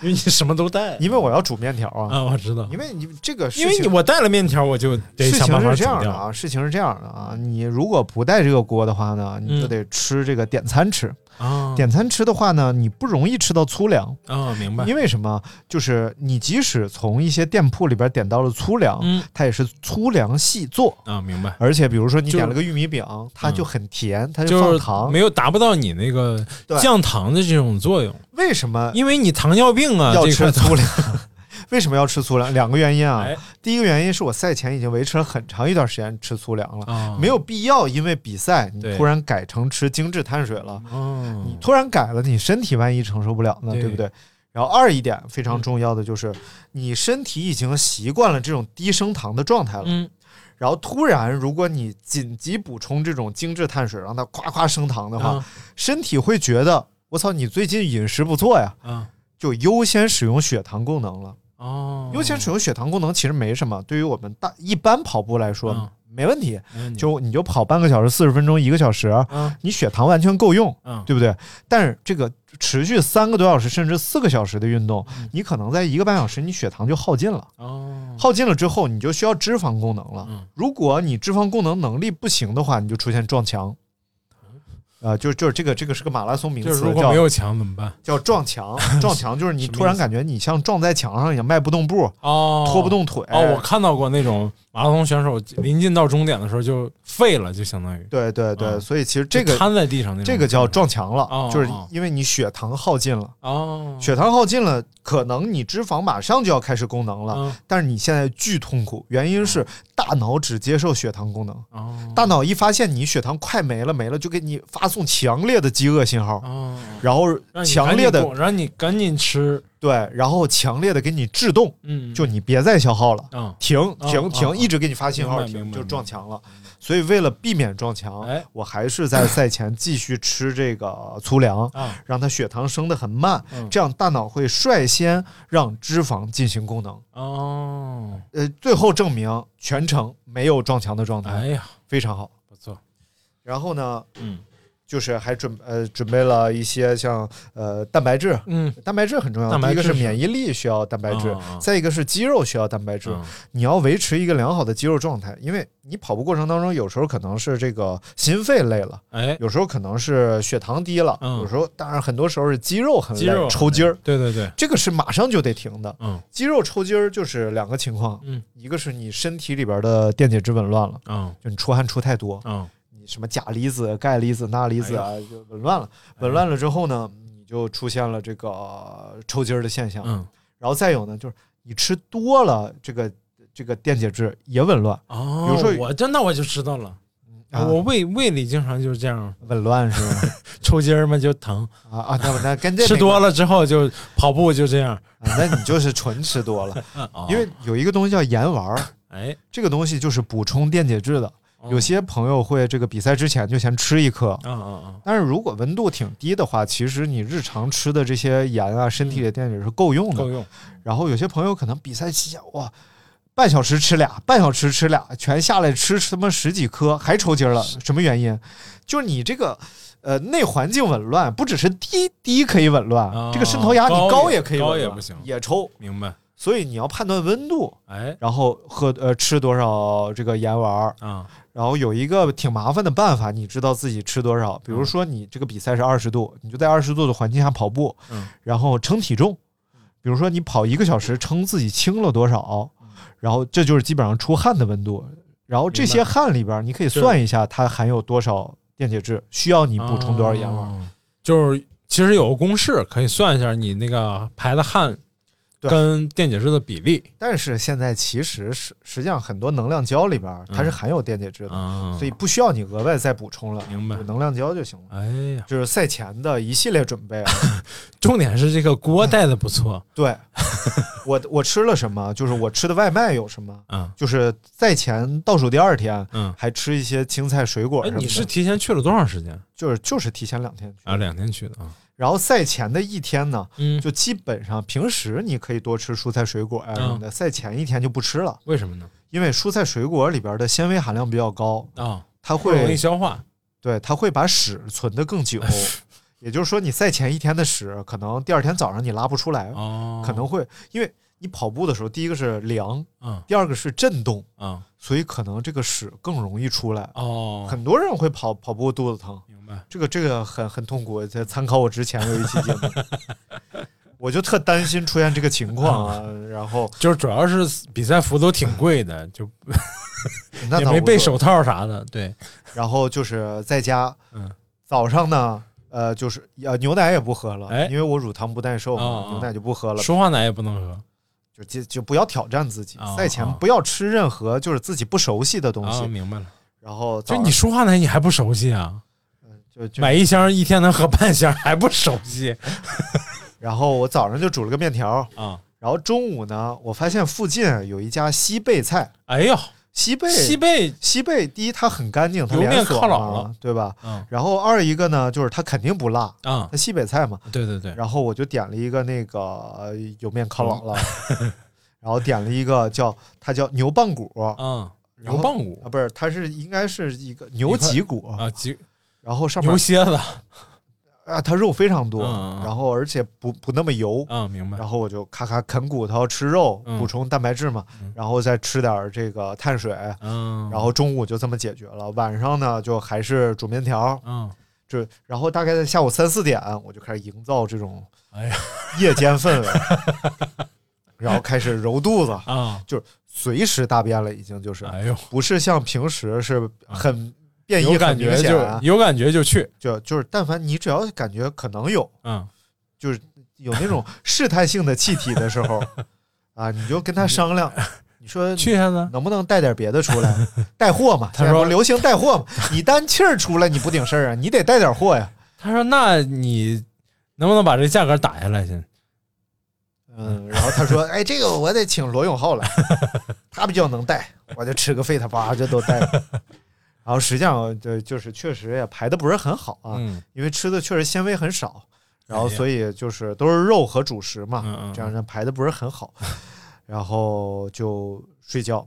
Speaker 3: 因为你什么都带
Speaker 2: 因为我要煮面条啊。
Speaker 3: 啊，我知道，
Speaker 2: 因为你这个事
Speaker 3: 因为
Speaker 2: 情
Speaker 3: 你我带了面条，我就
Speaker 2: 事
Speaker 3: 得想
Speaker 2: 情
Speaker 3: 办法
Speaker 2: 是
Speaker 3: 煮
Speaker 2: 这样的
Speaker 3: 掉。
Speaker 2: 啊，事情是这样的啊，你如果不带这个锅的话呢，你就
Speaker 3: 嗯
Speaker 2: 得吃这个点餐吃。
Speaker 3: 啊，
Speaker 2: 点餐吃的话呢，你不容易吃到粗粮，
Speaker 3: 啊，明白。
Speaker 2: 因为什么？就是你即使从一些店铺里边点到了粗粮，
Speaker 3: 嗯
Speaker 2: 它也是粗粮细做。
Speaker 3: 啊，明白。
Speaker 2: 而且，比如说你
Speaker 3: 就是嗯
Speaker 2: 点了个玉米饼，它就很甜，它
Speaker 3: 就
Speaker 2: 放
Speaker 3: 是
Speaker 2: 糖。
Speaker 3: 没有达不到你那个
Speaker 2: 对
Speaker 3: 降糖的这种作用，
Speaker 2: 为什么
Speaker 3: 因为你糖尿病啊，
Speaker 2: 要
Speaker 3: 这
Speaker 2: 吃
Speaker 3: 个
Speaker 2: 粗
Speaker 3: <laughs>
Speaker 2: 粮？为什么要吃粗粮？两个原因啊。
Speaker 3: 哎
Speaker 2: 第一个原因是我赛前已经维持了很长一段时间吃粗粮了，
Speaker 3: 啊
Speaker 2: 没有必要，因为比赛你
Speaker 3: 对
Speaker 2: 突然改成吃精致碳水了，你
Speaker 3: 嗯
Speaker 2: 突然改了，你身体万一承受不了呢，
Speaker 3: 对嗯
Speaker 2: 对不对？然后二一点非常重要的就是，你身体已经习惯了这种低升糖的状态了，
Speaker 3: 嗯
Speaker 2: 然后突然如果你紧急补充这种精致碳水，让它夸夸升糖的话，
Speaker 3: 啊
Speaker 2: 身体会觉得我操，你最近饮食不错呀，
Speaker 3: 啊
Speaker 2: 就优先使用血糖功能了。
Speaker 3: 哦，
Speaker 2: 优先使用血糖功能其实没什么，对于我们大一般跑步来说、
Speaker 3: 嗯
Speaker 2: 没问题，
Speaker 3: 哎你
Speaker 2: 就你就跑半个小时、四十分钟、一个小时，
Speaker 3: 啊
Speaker 2: 你血糖完全够用，
Speaker 3: 啊
Speaker 2: 对不对？但是这个持续三个多小时甚至四个小时的运动，
Speaker 3: 嗯
Speaker 2: 你可能在一个半小时你血糖就耗尽了，
Speaker 3: 哦
Speaker 2: 耗尽了之后你就需要脂肪功能了。
Speaker 3: 嗯
Speaker 2: 如果你脂肪功能能力不行的话，你就出现撞墙。呃，就就是这个这个是个马拉松名
Speaker 3: 就是
Speaker 2: 词
Speaker 3: 如，果
Speaker 2: 叫
Speaker 3: 没有墙怎么办？
Speaker 2: 叫撞墙。撞墙就是你
Speaker 3: 什么
Speaker 2: 突然
Speaker 3: 意思
Speaker 2: 感觉你像撞在墙上一样，迈不动步，
Speaker 3: 哦，
Speaker 2: 拖不动腿。
Speaker 3: 哦，我看到过那种马拉松选手临近到终点的时候就废了，就相当于
Speaker 2: 对对对，
Speaker 3: 嗯
Speaker 2: 所以其实这个
Speaker 3: 就瘫在地上那种。
Speaker 2: 这个叫撞墙了
Speaker 3: 哦，
Speaker 2: 就是
Speaker 3: 哦
Speaker 2: 因为你血糖耗尽了，
Speaker 3: 哦，
Speaker 2: 血糖耗尽了，可能你脂肪马上就要开始功能了，
Speaker 3: 嗯
Speaker 2: 但是你现在巨痛苦，原因是大脑只接受血糖功能，
Speaker 3: 哦
Speaker 2: 大脑一发现你血糖快没了没了，就给你发送强烈的饥饿信号，
Speaker 3: 哦，
Speaker 2: 然后
Speaker 3: 让你
Speaker 2: 强烈
Speaker 3: 赶紧
Speaker 2: 的
Speaker 3: 过让你赶紧吃，
Speaker 2: 对，然后强烈的给你制动，
Speaker 3: 嗯，
Speaker 2: 就你别再消耗了。
Speaker 3: 啊，
Speaker 2: 停停
Speaker 3: 哦
Speaker 2: 停，
Speaker 3: 哦
Speaker 2: 一直给你发信号，
Speaker 3: 明白
Speaker 2: 停
Speaker 3: 明白
Speaker 2: 就
Speaker 3: 明白
Speaker 2: 撞墙了。所以为了避免撞墙
Speaker 3: 哎，
Speaker 2: 我还是在赛前继续吃这个粗粮，
Speaker 3: 啊，
Speaker 2: 让它血糖升得很慢，
Speaker 3: 嗯
Speaker 2: 这样大脑会率先让脂肪进行功能。
Speaker 3: 哦，
Speaker 2: 呃，最后证明全程没有撞墙的状态，
Speaker 3: 哎呀，
Speaker 2: 非常好。
Speaker 3: 不错，
Speaker 2: 然后呢，
Speaker 3: 嗯
Speaker 2: 就是还准呃准备了一些像呃蛋白质，
Speaker 3: 嗯，
Speaker 2: 蛋白质很重要，
Speaker 3: 蛋白质
Speaker 2: 第一个是
Speaker 3: 是
Speaker 2: 免疫力需要蛋白质，
Speaker 3: 啊啊
Speaker 2: 再一个是肌肉需要蛋白质。
Speaker 3: 嗯
Speaker 2: 你要维持一个良好的肌肉状态，因为你跑步过程当中，有时候可能是这个心肺累了，
Speaker 3: 哎，
Speaker 2: 有时候可能是血糖低了，
Speaker 3: 嗯
Speaker 2: 有时候当然很多时候是肌肉很
Speaker 3: 肌
Speaker 2: 累
Speaker 3: 肉嗯
Speaker 2: 抽筋儿，
Speaker 3: 对对对，
Speaker 2: 这个是马上就得停的。
Speaker 3: 嗯
Speaker 2: 肌肉抽筋儿就是两个情况，
Speaker 3: 嗯
Speaker 2: 一个是你身体里边的电解质紊乱了，
Speaker 3: 嗯
Speaker 2: 就你出汗出太多，
Speaker 3: 嗯，
Speaker 2: 你什么钾离子、钙离子、钠离子啊，就紊乱了。紊乱了之后呢，你就出现了这个呃抽筋儿的现象。
Speaker 3: 嗯
Speaker 2: 然后再有呢，就是你吃多了这个这个电解质也紊乱，
Speaker 3: 哦，
Speaker 2: 比如说
Speaker 3: 我真的我就知道了，
Speaker 2: 啊、
Speaker 3: 我胃胃里经常就是这样
Speaker 2: 紊乱是吧？
Speaker 3: 抽筋儿嘛，就疼，
Speaker 2: 啊啊，那那跟这
Speaker 3: 吃
Speaker 2: 没
Speaker 3: 多
Speaker 2: 关
Speaker 3: 了之后就跑步就这样，
Speaker 2: 系、啊那你就是纯吃多了，
Speaker 3: 哦
Speaker 2: <laughs> 因为有一个东西叫盐丸儿，
Speaker 3: 哎，
Speaker 2: 这个东西就是补充电解质的。
Speaker 3: 哦
Speaker 2: 有些朋友会这个比赛之前就先吃一颗，
Speaker 3: 嗯嗯
Speaker 2: 但是如果温度挺低的话，其实你日常吃的这些盐啊，身体里的电解是够用
Speaker 3: 嗯，
Speaker 2: 的
Speaker 3: 够。用。
Speaker 2: 然后有些朋友可能比赛期间哇，半小时吃俩，半小时吃俩，全下来吃他妈十几颗，还抽筋儿了，什么原因？就是你这个呃内环境紊乱，不只是低低可以紊乱，
Speaker 3: 啊
Speaker 2: 这个渗透压你
Speaker 3: 高
Speaker 2: 高
Speaker 3: 也
Speaker 2: 可以
Speaker 3: 高
Speaker 2: 紊乱，
Speaker 3: 也不行
Speaker 2: 也抽。
Speaker 3: 明白？
Speaker 2: 所以你要判断温度，
Speaker 3: 哎，
Speaker 2: 然后喝呃吃多少这个盐丸儿，
Speaker 3: 啊，
Speaker 2: 然后有一个挺麻烦的办法，你知道自己吃多少。比
Speaker 3: 嗯
Speaker 2: 如说你这个比赛是二十度，你就在二十度的环境下跑步，
Speaker 3: 嗯
Speaker 2: 然后称体重。比如说你跑一个小时，称自己轻了多少，
Speaker 3: 嗯
Speaker 2: 然后这就是基本上出汗的温度。然后这些
Speaker 3: 明白
Speaker 2: 汗里边，你可以算一下它含有多少电解质，需要你补充多少盐丸。
Speaker 3: 哦就是其实有个公式可以算一下你那个排的汗
Speaker 2: 对
Speaker 3: 跟电解质的比例
Speaker 2: 但是现在其实是实际上很多能量胶里边
Speaker 3: 嗯
Speaker 2: 它是含有电解质的，
Speaker 3: 啊
Speaker 2: 所以不需要你额外再补充了，
Speaker 3: 明白
Speaker 2: 有能量胶就行了。
Speaker 3: 哎呀，
Speaker 2: 就是赛前的一系列准备啊，
Speaker 3: 重点是这个锅带的不错，
Speaker 2: 对， <laughs> 我我吃了什么？就是我吃的外卖有什么？
Speaker 3: 嗯
Speaker 2: 就是在前倒数第二天，
Speaker 3: 嗯。
Speaker 2: 还吃一些青菜水果
Speaker 3: 哎
Speaker 2: 什，么的。
Speaker 3: 你是提前去了多长时间
Speaker 2: 就是就是提前两天去，
Speaker 3: 啊？两天去的啊？
Speaker 2: 然后赛前的一天呢，
Speaker 3: 嗯，
Speaker 2: 就基本上平时你可以多吃蔬菜水果呀、啊什么
Speaker 3: 嗯
Speaker 2: 的，赛前一天就不吃了，
Speaker 3: 为什么呢？
Speaker 2: 因为蔬菜水果里边的纤维含量比较高，
Speaker 3: 啊，
Speaker 2: 它
Speaker 3: 不容易
Speaker 2: 会
Speaker 3: 消化，
Speaker 2: 对它会把屎存得
Speaker 3: <laughs>
Speaker 2: 更久，也就是说你赛前一天的屎，可能第二天早上你拉不出来，
Speaker 3: 哦，
Speaker 2: 可能会因为你跑步的时候，第一个是凉，
Speaker 3: 嗯
Speaker 2: 第二个是震动。
Speaker 3: 嗯
Speaker 2: 所以可能这个屎更容易出来。
Speaker 3: 哦，
Speaker 2: 很多人会跑跑步肚子疼，
Speaker 3: 明白。
Speaker 2: 这个这个很很痛苦。在参考我之前有一期节
Speaker 3: <laughs>
Speaker 2: 目，我就特担心出现这个情况啊。
Speaker 3: 哦
Speaker 2: 然后
Speaker 3: 就是主要是比赛服都挺贵的，就
Speaker 2: 嗯那
Speaker 3: 也
Speaker 2: 倒
Speaker 3: 没
Speaker 2: 无
Speaker 3: 备
Speaker 2: 所
Speaker 3: 手
Speaker 2: 谓，
Speaker 3: 套啥的。对，
Speaker 2: 然后就是在家，
Speaker 3: 嗯
Speaker 2: 早上呢，呃，就是呃牛奶也不喝了，
Speaker 3: 哎
Speaker 2: 因为我乳糖不耐受嘛，
Speaker 3: 哦哦
Speaker 2: 牛奶就不喝了，
Speaker 3: 舒化奶也不能啊喝
Speaker 2: 就就就不要挑战自己，
Speaker 3: 哦
Speaker 2: 赛前
Speaker 3: 哦
Speaker 2: 不要吃任何就是自己不熟悉的东西。
Speaker 3: 啊，明白了。
Speaker 2: 然后早
Speaker 3: 就
Speaker 2: 上
Speaker 3: 你舒化奶你还不熟悉啊？
Speaker 2: 就就
Speaker 3: 买一箱一天能喝半箱还不熟
Speaker 2: <laughs>
Speaker 3: 悉
Speaker 2: 然后我早上就煮了个面条，
Speaker 3: 啊？
Speaker 2: 然后中午呢，我发现附近有一家西贝菜，
Speaker 3: 哎呦，
Speaker 2: 西贝
Speaker 3: 西贝，
Speaker 2: 西贝第一它很干净，它
Speaker 3: 油面
Speaker 2: 连锁
Speaker 3: 靠
Speaker 2: 嘛
Speaker 3: 拢了，
Speaker 2: 对吧？
Speaker 3: 嗯
Speaker 2: 然后二一个呢，就是它肯定不辣，
Speaker 3: 啊，
Speaker 2: 它西北菜嘛。
Speaker 3: 对对对，
Speaker 2: 然后我就点了一个那个呃油面靠拢
Speaker 3: <laughs>
Speaker 2: 了，然后点了一个叫它叫牛棒骨
Speaker 3: 嗯，
Speaker 2: 然后
Speaker 3: 牛棒骨
Speaker 2: 啊，不是，它是应该是一个牛脊骨，
Speaker 3: 啊，鸡
Speaker 2: 然后上面
Speaker 3: 牛蝎子
Speaker 2: 啊它肉非常多，
Speaker 3: 嗯嗯嗯
Speaker 2: 然后而且不不那么油，
Speaker 3: 啊，明白
Speaker 2: 然后我就咔咔啃骨头吃肉，
Speaker 3: 嗯
Speaker 2: 补充蛋白质嘛，
Speaker 3: 嗯
Speaker 2: 然后再吃点儿这个碳水，
Speaker 3: 嗯，
Speaker 2: 然后中午就这么解决了。晚上呢，就还是煮面条，
Speaker 3: 嗯，
Speaker 2: 这然后大概在下午三四点，我就开始营造这种
Speaker 3: 哎呀
Speaker 2: 夜间氛围， <laughs> 然后开始揉肚子，
Speaker 3: 啊，
Speaker 2: 随时大便了，已经就是
Speaker 3: 哎呦，
Speaker 2: 不是像平时是很变异
Speaker 3: 有
Speaker 2: 很
Speaker 3: 感
Speaker 2: 明
Speaker 3: 觉
Speaker 2: 显
Speaker 3: 就
Speaker 2: 啊，
Speaker 3: 有感觉就去，
Speaker 2: 就就是但凡你只要感觉可能有
Speaker 3: 嗯，
Speaker 2: 有那
Speaker 3: <laughs>
Speaker 2: 种试探性的气体的时候啊，你就跟他商量，你说
Speaker 3: 去一下子，
Speaker 2: 能不能带点别的出来？
Speaker 3: <laughs>
Speaker 2: 带货嘛，
Speaker 3: 他
Speaker 2: 现在不
Speaker 3: 说
Speaker 2: 流行带货嘛，你单气儿出来你不顶事儿啊，你得带点货呀。
Speaker 3: 他说：“那你能不能把这价格打下来先？
Speaker 2: 嗯，然后他说，哎，这个我得请罗永浩来，他比较能带，我就吃个费他巴就都带了。然后实际上就就是确实也排的不是很好啊，
Speaker 3: 嗯
Speaker 2: 因为吃的确实纤维很少，然后
Speaker 3: 哎呀
Speaker 2: 所以就是都是肉和主食嘛，
Speaker 3: 嗯嗯，
Speaker 2: 啊这样人排的不是很
Speaker 3: <laughs>
Speaker 2: 好，然后就睡觉，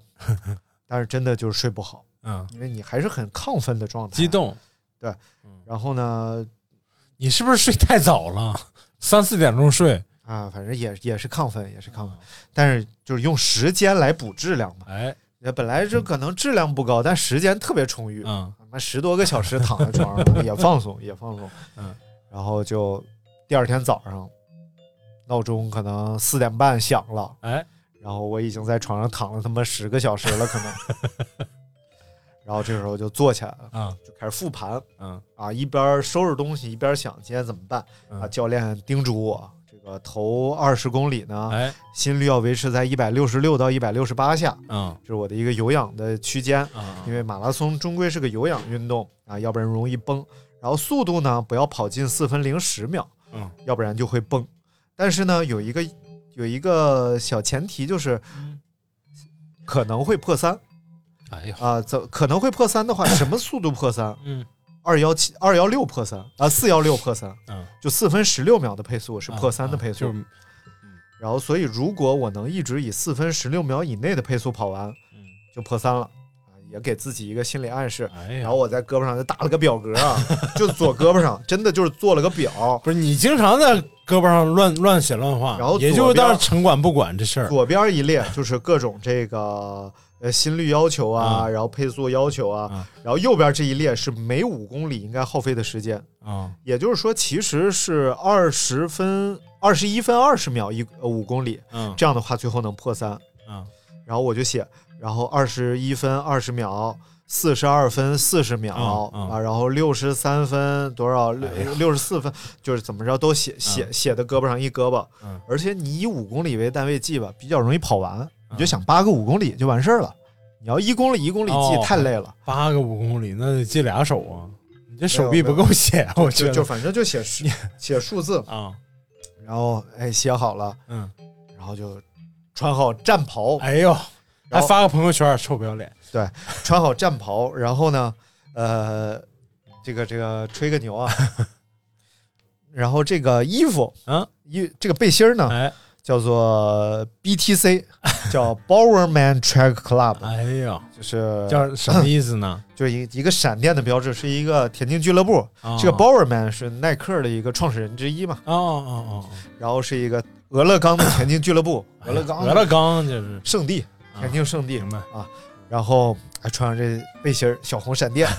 Speaker 2: 但是真的就是睡不好，
Speaker 3: 嗯，
Speaker 2: 因为你还是很亢奋的状态，
Speaker 3: 激。动。
Speaker 2: 然后呢，
Speaker 3: 你是不是睡太早了？三四点钟睡，
Speaker 2: 啊，反正也也是亢奋，也是亢奋，但是就是用时间来补质量嘛。
Speaker 3: 哎，
Speaker 2: 也本来这可能质量不高，但时间特别充裕，
Speaker 3: 嗯
Speaker 2: 他妈十多个小时躺在床
Speaker 3: <laughs>
Speaker 2: 上也放松，也放松。
Speaker 3: 嗯，
Speaker 2: 然后就第二天早上，闹钟可能四点半响了，
Speaker 3: 哎，
Speaker 2: 然后我已经在床上躺了他妈十个小时了，可能。然后这时候就坐起来了，
Speaker 3: 啊
Speaker 2: 就开始复盘
Speaker 3: 嗯
Speaker 2: 啊，一边收拾东西一边想今天怎么办啊。
Speaker 3: 嗯，
Speaker 2: 教练叮嘱我，这个头二十公里呢，
Speaker 3: 哎
Speaker 2: 心率要维持在一百六十六到一百六十八下，
Speaker 3: 嗯
Speaker 2: 这是我的一个有氧的区间。因
Speaker 3: 嗯
Speaker 2: 为马拉松终归是个有氧运动啊，要不然容易崩。然后速度呢，不要跑进四分零十秒，
Speaker 3: 嗯，
Speaker 2: 要不然就会崩。但是呢，有一个有一个小前提就是
Speaker 3: 嗯
Speaker 2: 可能会破三，
Speaker 3: 哎呀，
Speaker 2: 啊，怎可能会破三的话， <coughs> 什么速度破三？
Speaker 3: 嗯
Speaker 2: 二幺七、二幺六破三啊，四幺六破三，
Speaker 3: 嗯，
Speaker 2: 就四分十六秒的配速是破三的配速。嗯
Speaker 3: 啊就是
Speaker 2: 然后，所以如果我能一直以四分十六秒以内的配速跑完，
Speaker 3: 嗯，
Speaker 2: 就破三了啊，也给自己一个心理暗示。
Speaker 3: 哎呀，
Speaker 2: 然后我在胳膊上就打了个表格
Speaker 3: <laughs>
Speaker 2: 啊，就左胳膊上真的就是做了个表，
Speaker 3: 不是你经常在胳膊上乱乱写乱画，
Speaker 2: 然后
Speaker 3: 也就
Speaker 2: 左
Speaker 3: 是
Speaker 2: 边
Speaker 3: 当城管不管这事儿，
Speaker 2: 左边一列就是各种这个呃心率要求啊，然后配速要求啊，
Speaker 3: 啊
Speaker 2: 然后右边这一列是每五公里应该耗费的时间，
Speaker 3: 啊
Speaker 2: 也就是说其实是二十分、二十一分二十秒一呃五公里，
Speaker 3: 嗯
Speaker 2: 这样的话最后能破三。
Speaker 3: 嗯
Speaker 2: 然后我就写，然后二十一分二十秒。四十二分四十秒、
Speaker 3: 嗯嗯
Speaker 2: 啊，然后六十三分多少六
Speaker 3: 哎呀
Speaker 2: 六十四分，就是怎么着都写写、写的胳膊上一胳膊，
Speaker 3: 嗯
Speaker 2: 而且你以五公里为单位记吧，比较容易跑完。你就想八个五公里就完事儿了。你要一公里一公里
Speaker 3: 哦
Speaker 2: 记太累了，
Speaker 3: 八个五公里，那得记俩手啊，你这手臂不够写啊，我觉
Speaker 2: 就就
Speaker 3: 得
Speaker 2: 反正就写 <laughs> 数写数字，
Speaker 3: 啊，
Speaker 2: 然后哎写好了，
Speaker 3: 嗯，
Speaker 2: 然后就穿好战袍，
Speaker 3: 哎呦，还
Speaker 2: 然后
Speaker 3: 发个朋友圈，臭不要脸，
Speaker 2: 穿好战袍，然后呢，呃，这个这个吹个牛啊， <laughs> 然后这个衣服
Speaker 3: 嗯，
Speaker 2: 衣这个背心儿呢
Speaker 3: 哎
Speaker 2: 叫做
Speaker 3: <laughs>
Speaker 2: BTC，叫 Bowerman Track Club，
Speaker 3: 哎呦，
Speaker 2: 就是
Speaker 3: 叫什么意思
Speaker 2: <laughs>
Speaker 3: 呢？
Speaker 2: 就是一一个闪电的标志，是一个田径俱乐部，
Speaker 3: 啊
Speaker 2: 这个 Bowerman 是耐克的一个创始人之一嘛，
Speaker 3: 哦哦哦哦，
Speaker 2: 然后是一个俄勒冈的田径俱乐部，
Speaker 3: 哎
Speaker 2: 俄
Speaker 3: 呀
Speaker 2: 勒冈
Speaker 3: 俄勒冈就是
Speaker 2: 圣地，
Speaker 3: 啊
Speaker 2: 田径圣地
Speaker 3: 明白
Speaker 2: 啊。然后还穿上这背心儿，小红闪
Speaker 3: <laughs>
Speaker 2: 电，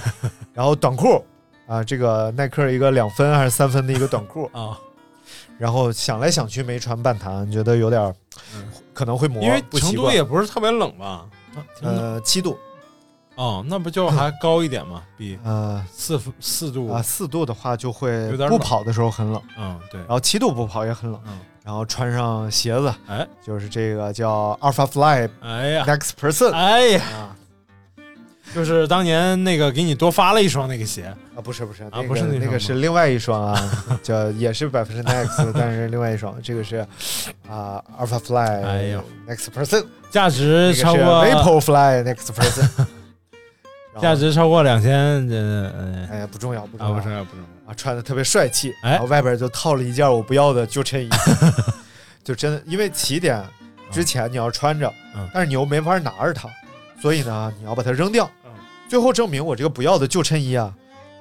Speaker 2: 然后短裤啊，这个耐克一个两分还是三分的一个短裤，
Speaker 3: 啊，
Speaker 2: 然后想来想去没穿半弹，觉得有点儿
Speaker 3: 嗯
Speaker 2: 可能会磨，
Speaker 3: 因为
Speaker 2: 不
Speaker 3: 成
Speaker 2: 习
Speaker 3: 都
Speaker 2: 惯。
Speaker 3: 也不是特别冷吧？啊挺冷
Speaker 2: 呃，七度，
Speaker 3: 哦，那不就还高一点嘛，比
Speaker 2: 呃
Speaker 3: 四四度
Speaker 2: 啊，四度的话就会
Speaker 3: 有点
Speaker 2: 不
Speaker 3: 冷
Speaker 2: 跑的时候很冷，
Speaker 3: 嗯，对
Speaker 2: 然，后七度不跑也很冷，
Speaker 3: 嗯，
Speaker 2: 然后穿上鞋子，
Speaker 3: 哎，
Speaker 2: 就是这个叫 Alpha Fly
Speaker 3: 哎呀，
Speaker 2: Next Person
Speaker 3: 哎呀，
Speaker 2: 啊
Speaker 3: 就是当年那个给你多发了一双那个鞋，
Speaker 2: 啊，不是不是，那
Speaker 3: 啊
Speaker 2: 个、
Speaker 3: 不是那
Speaker 2: 那
Speaker 3: 双吗
Speaker 2: 个是另外一双啊， <laughs> 叫也是百分之 Next，但 <laughs> 是另外一双，这个是啊 Alpha Fly
Speaker 3: 哎呦
Speaker 2: Next Person，
Speaker 3: 价
Speaker 2: 那
Speaker 3: 值
Speaker 2: 个是
Speaker 3: 超过
Speaker 2: Maple Fly Next
Speaker 3: <laughs>
Speaker 2: Person，然后
Speaker 3: 价值超过两千，呃，
Speaker 2: 哎呀不重要不重
Speaker 3: 啊，
Speaker 2: 要
Speaker 3: 不重要，不重要，
Speaker 2: 啊穿的特别帅气，
Speaker 3: 哎
Speaker 2: 然后外边就套了一件我不要的旧
Speaker 3: <laughs>
Speaker 2: 衬衣，就真的因为起点之前你要穿着，
Speaker 3: 嗯
Speaker 2: 但是你又没法拿着它，所以呢你要把它扔掉，
Speaker 3: 嗯
Speaker 2: 最后证明我这个不要的旧衬衣啊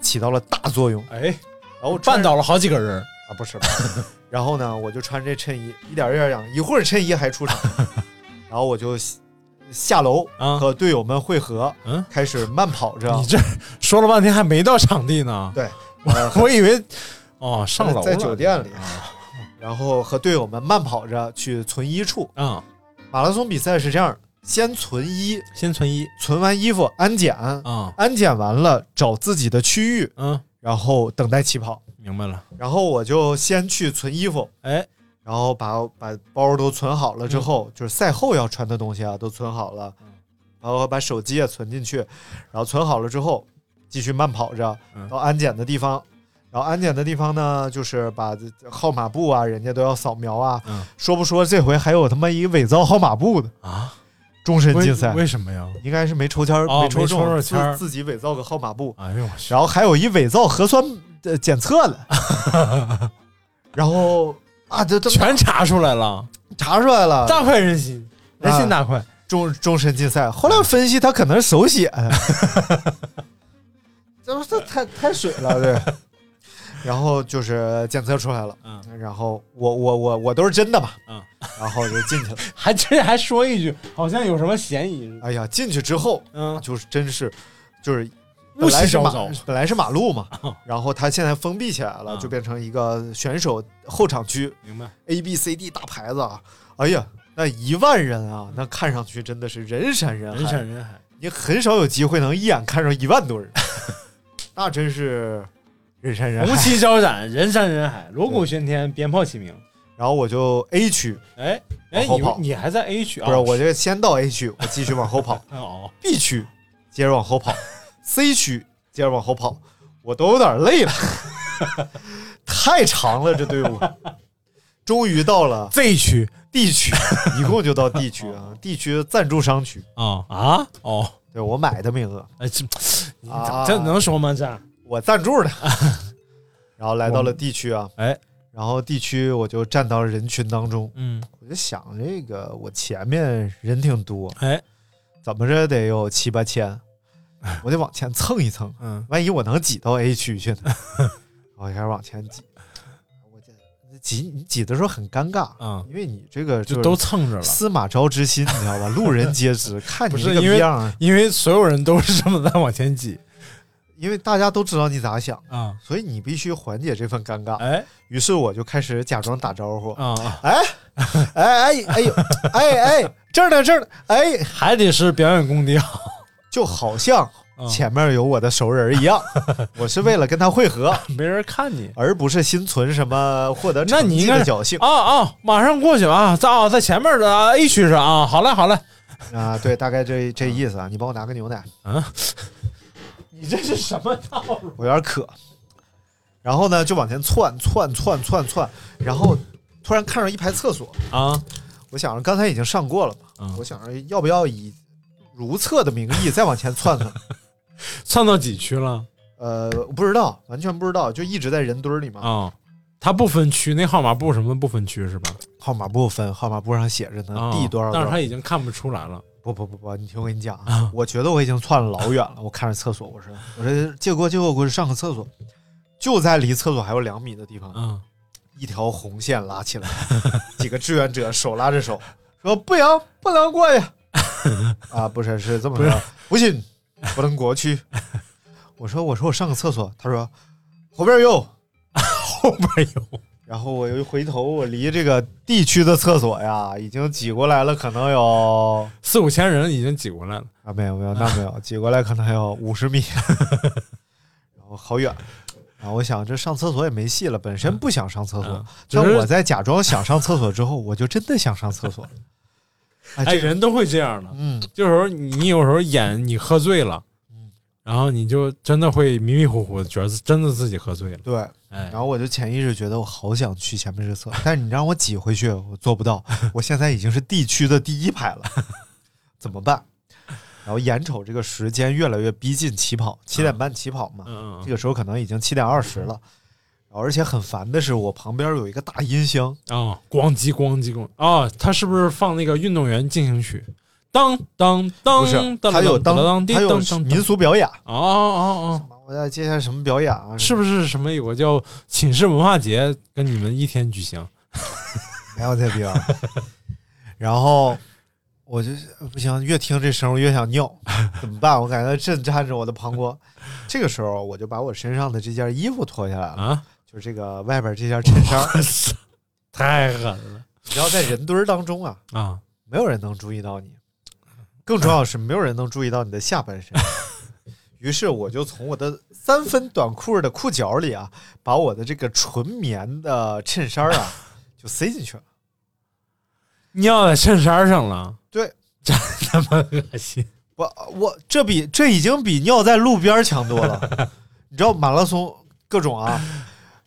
Speaker 2: 起到了大作用，
Speaker 3: 哎，
Speaker 2: 然后
Speaker 3: 绊
Speaker 2: 穿上
Speaker 3: 倒了好几个人，
Speaker 2: 啊，不是。不是 <laughs> 然后呢，我就穿这衬衣，一点儿一点儿养，一会儿衬衣还出场。 <laughs> 然后我就下下楼
Speaker 3: 啊
Speaker 2: 和队友们汇合，
Speaker 3: 嗯
Speaker 2: 开始慢跑着。
Speaker 3: 你这说了半天还没到场地呢，
Speaker 2: 对，
Speaker 3: 我我以为哦 <laughs> 上楼了
Speaker 2: 呃在酒店里
Speaker 3: 啊
Speaker 2: 然后和队友们慢跑着去存衣处。
Speaker 3: 啊，
Speaker 2: 马拉松比赛是这样的：先存衣，
Speaker 3: 先存一
Speaker 2: 存完衣服安检，
Speaker 3: 啊，
Speaker 2: 安检完了找自己的区域，
Speaker 3: 嗯，
Speaker 2: 然后等待起跑。
Speaker 3: 明白了，
Speaker 2: 然后我就先去存衣服，
Speaker 3: 哎，
Speaker 2: 然后把把包都存好了之
Speaker 3: 嗯
Speaker 2: 后，就是赛后要穿的东西啊都存好了，然后把手机也存进去，然后存好了之后继续慢跑着
Speaker 3: 嗯
Speaker 2: 到安检的地方。然后安检的地方呢，就是把这号码布啊，人家都要扫描啊。
Speaker 3: 嗯
Speaker 2: 说不说这回还有他妈一伪造号码布的
Speaker 3: 啊，
Speaker 2: 终身
Speaker 3: 为
Speaker 2: 禁赛？
Speaker 3: 为什么呀？
Speaker 2: 应该是没抽签儿，
Speaker 3: 哦
Speaker 2: 抽
Speaker 3: 没
Speaker 2: 中，
Speaker 3: 抽着
Speaker 2: 自
Speaker 3: 签儿
Speaker 2: 自己伪造个号码布。
Speaker 3: 哎呦我去，
Speaker 2: 然后还有一伪造核酸呃检测
Speaker 3: <laughs>
Speaker 2: 的，然后啊，这这
Speaker 3: 全查出来了，
Speaker 2: 查出来了，
Speaker 3: 大快人心，人心
Speaker 2: 啊
Speaker 3: 大快，
Speaker 2: 终终身禁赛。后来分析，他可能是手 <laughs> 写，这不这太太水了，对。然后就是检测出来了，
Speaker 3: 嗯，
Speaker 2: 然后我我我我都是真的嘛，
Speaker 3: 嗯，
Speaker 2: <laughs> 然后就进去了。
Speaker 3: 还这还说一句，好像有什么嫌疑似的。
Speaker 2: 哎呀，进去之后
Speaker 3: 嗯，
Speaker 2: 就是真是就是。啊
Speaker 3: 雾
Speaker 2: 本
Speaker 3: 气
Speaker 2: 来是
Speaker 3: 昭
Speaker 2: 马
Speaker 3: 昭，
Speaker 2: 本来是马路嘛，然后它现在封闭起来了，
Speaker 3: 嗯
Speaker 2: 就变成一个选手候场区
Speaker 3: 明白。
Speaker 2: A B C D 大牌子啊！哎呀，那一万人啊，那看上去真的是人山人海，
Speaker 3: 人山人海，
Speaker 2: 你很少有机会能一眼看上一万多人，那真是人山人
Speaker 3: 红
Speaker 2: 海。
Speaker 3: 旗招展，人山人海，锣鼓喧天，鞭炮齐鸣。
Speaker 2: 然后我就 A 区，
Speaker 3: 哎
Speaker 2: 往
Speaker 3: 哎，
Speaker 2: 后
Speaker 3: 你
Speaker 2: 跑
Speaker 3: 你还在 A 区啊？
Speaker 2: 哦不是，我这先到 A 区，我继续往后
Speaker 3: <laughs>
Speaker 2: 跑
Speaker 3: 哦，
Speaker 2: ；B 区接着往后跑；C 区接着往后跑，我都有点累了， <laughs> 太长了这队伍。终于到了
Speaker 3: Z 区
Speaker 2: D 区，一共就到 D 区啊，D 区赞助商区。
Speaker 3: 啊啊哦，
Speaker 2: 对我买的名额，
Speaker 3: 哎，这你
Speaker 2: 啊
Speaker 3: 这能说吗？这
Speaker 2: 我赞助
Speaker 3: <laughs>
Speaker 2: 的。然后来到了地区啊，
Speaker 3: 哎，
Speaker 2: 然后地区我就站到人群当中，
Speaker 3: 嗯，
Speaker 2: 我就想这个我前面人挺多，
Speaker 3: 哎，
Speaker 2: 怎么着得有七八千，我得往前蹭一蹭，
Speaker 3: 嗯，
Speaker 2: 万一我能挤到 A 区
Speaker 3: <laughs>
Speaker 2: 去呢？我开始往前挤，我这挤你挤的时候很尴尬，
Speaker 3: 啊，
Speaker 2: 因为你这个
Speaker 3: 就是都蹭着了，
Speaker 2: 司马昭之心，你知
Speaker 3: <laughs>
Speaker 2: 道吧？路人皆知，看
Speaker 3: 不
Speaker 2: 你
Speaker 3: 是
Speaker 2: 这个
Speaker 3: 因为
Speaker 2: 样儿，
Speaker 3: 因为所有人都是这么在往前挤
Speaker 2: 因为大家都知道你咋想，
Speaker 3: 啊，
Speaker 2: 所以你必须缓解这份尴尬。
Speaker 3: 哎
Speaker 2: 于是我就开始假装打招呼，
Speaker 3: 啊，
Speaker 2: 哎哎哎呦，哎哎，这儿呢这儿呢，哎，
Speaker 3: 还得是表演功底啊好，
Speaker 2: 就好像
Speaker 3: 啊
Speaker 2: 前面有我的熟人一样，我是为了跟他会合，
Speaker 3: 没人看你。
Speaker 2: 而不是心存什么获得
Speaker 3: 那
Speaker 2: 成
Speaker 3: 你
Speaker 2: 绩
Speaker 3: 应该
Speaker 2: 的
Speaker 3: 是
Speaker 2: 侥幸
Speaker 3: 哦哦，马上过去啊，在啊在前面的啊 A 区是啊，好嘞好嘞，
Speaker 2: 啊。对，大概这这意思啊。你帮我拿个牛奶，
Speaker 3: 你这是什么套路？
Speaker 2: 我有点渴。然后呢，就往前窜窜窜窜窜，然后突然看上一排厕所，
Speaker 3: 啊，
Speaker 2: 我想着刚才已经上过了嘛，
Speaker 3: 嗯
Speaker 2: 我想着要不要以如厕的名义再往前窜 <laughs> 窜？
Speaker 3: 窜到几区了
Speaker 2: 呃，我不知道，完全不知道，就一直在人堆儿里嘛。
Speaker 3: 啊？它不分区，那号码布什么的不分区是吧？
Speaker 2: 号码不分，号码簿上写着呢
Speaker 3: 啊，
Speaker 2: 地多少多
Speaker 3: 但是
Speaker 2: 少
Speaker 3: 它。已经看不出来了。
Speaker 2: 不不不不，你听我跟你讲
Speaker 3: 啊
Speaker 2: 啊，我觉得我已经窜了老远了。我看着厕所，我说我说借过借过，我去上个厕所。就在离厕所还有两米的地方，
Speaker 3: 嗯，
Speaker 2: 一条红线拉起来， <laughs> 几个志愿者手拉着手说：“不行，不能过去。” <laughs> 啊，不是，是这么
Speaker 3: 不
Speaker 2: 说，不信不能过去。我说，我说我上个厕所。他说后边有。
Speaker 3: <laughs> 后边有
Speaker 2: 然后我又一回头，我离这个地区的厕所呀，已经挤过来了，可能
Speaker 3: <laughs>
Speaker 2: 有
Speaker 3: 四五千人已经挤过来了。
Speaker 2: 啊，没有没有，那没有，挤过来可能还有五十米， <laughs> 然后好远。然后我想，这上厕所也没戏了，本身不想上厕所，
Speaker 3: 嗯只
Speaker 2: 但
Speaker 3: 是
Speaker 2: 我在假装想上厕所之后，我就真的想上厕所了。哎，
Speaker 3: 哎，
Speaker 2: 这个
Speaker 3: 人都会这样的。
Speaker 2: 嗯，
Speaker 3: 有时候你有时候演你喝醉了
Speaker 2: 嗯，
Speaker 3: 然后你就真的会迷迷糊糊的，觉得真的自己喝醉了。
Speaker 2: 对。
Speaker 3: 哎
Speaker 2: 然，后我就潜意识觉得我好想去前面这厕所，但是你让我挤回去，我做不到。我现在已经是地区的第一排了， <laughs> 怎么办？然后眼瞅这个时间越来越逼近起跑，七点半起跑嘛，
Speaker 3: 嗯
Speaker 2: 这个时候可能已经七点二十了。而且很烦的是，我旁边有一个大音箱，
Speaker 3: 哦，咣叽咣叽咣哦，他是不是放那个运动员进行曲？当当当，
Speaker 2: 不是它有当
Speaker 3: 当
Speaker 2: 它有民俗表演。
Speaker 3: 哦哦哦，
Speaker 2: 我在接下来什么表演啊？
Speaker 3: 是不是什么有个叫寝室文化节，跟你们一天举行？
Speaker 2: 没有这地方。 <laughs> 然后我就呃不行，越听这声儿我越想尿，怎么办？我感觉震颤着我的膀胱。这个时候，我就把我身上的这件衣服脱下来了， <laughs>
Speaker 3: 啊，
Speaker 2: 就是这个外边这件衬衫。
Speaker 3: <laughs> 太狠了
Speaker 2: 你知道，在人堆儿当中啊，
Speaker 3: 啊！
Speaker 2: 没有人能注意到你，更重要的是，没有人能注意到你的下半身。于是我就从我的三分短裤的裤脚里啊，把我的这个纯棉的衬衫啊，就塞进去了。
Speaker 3: 尿在衬衫上了，
Speaker 2: 对，
Speaker 3: 真他妈恶心！
Speaker 2: 我我这比这已经比尿在路边儿强多
Speaker 3: <laughs>
Speaker 2: 了。你知道马拉松各种啊，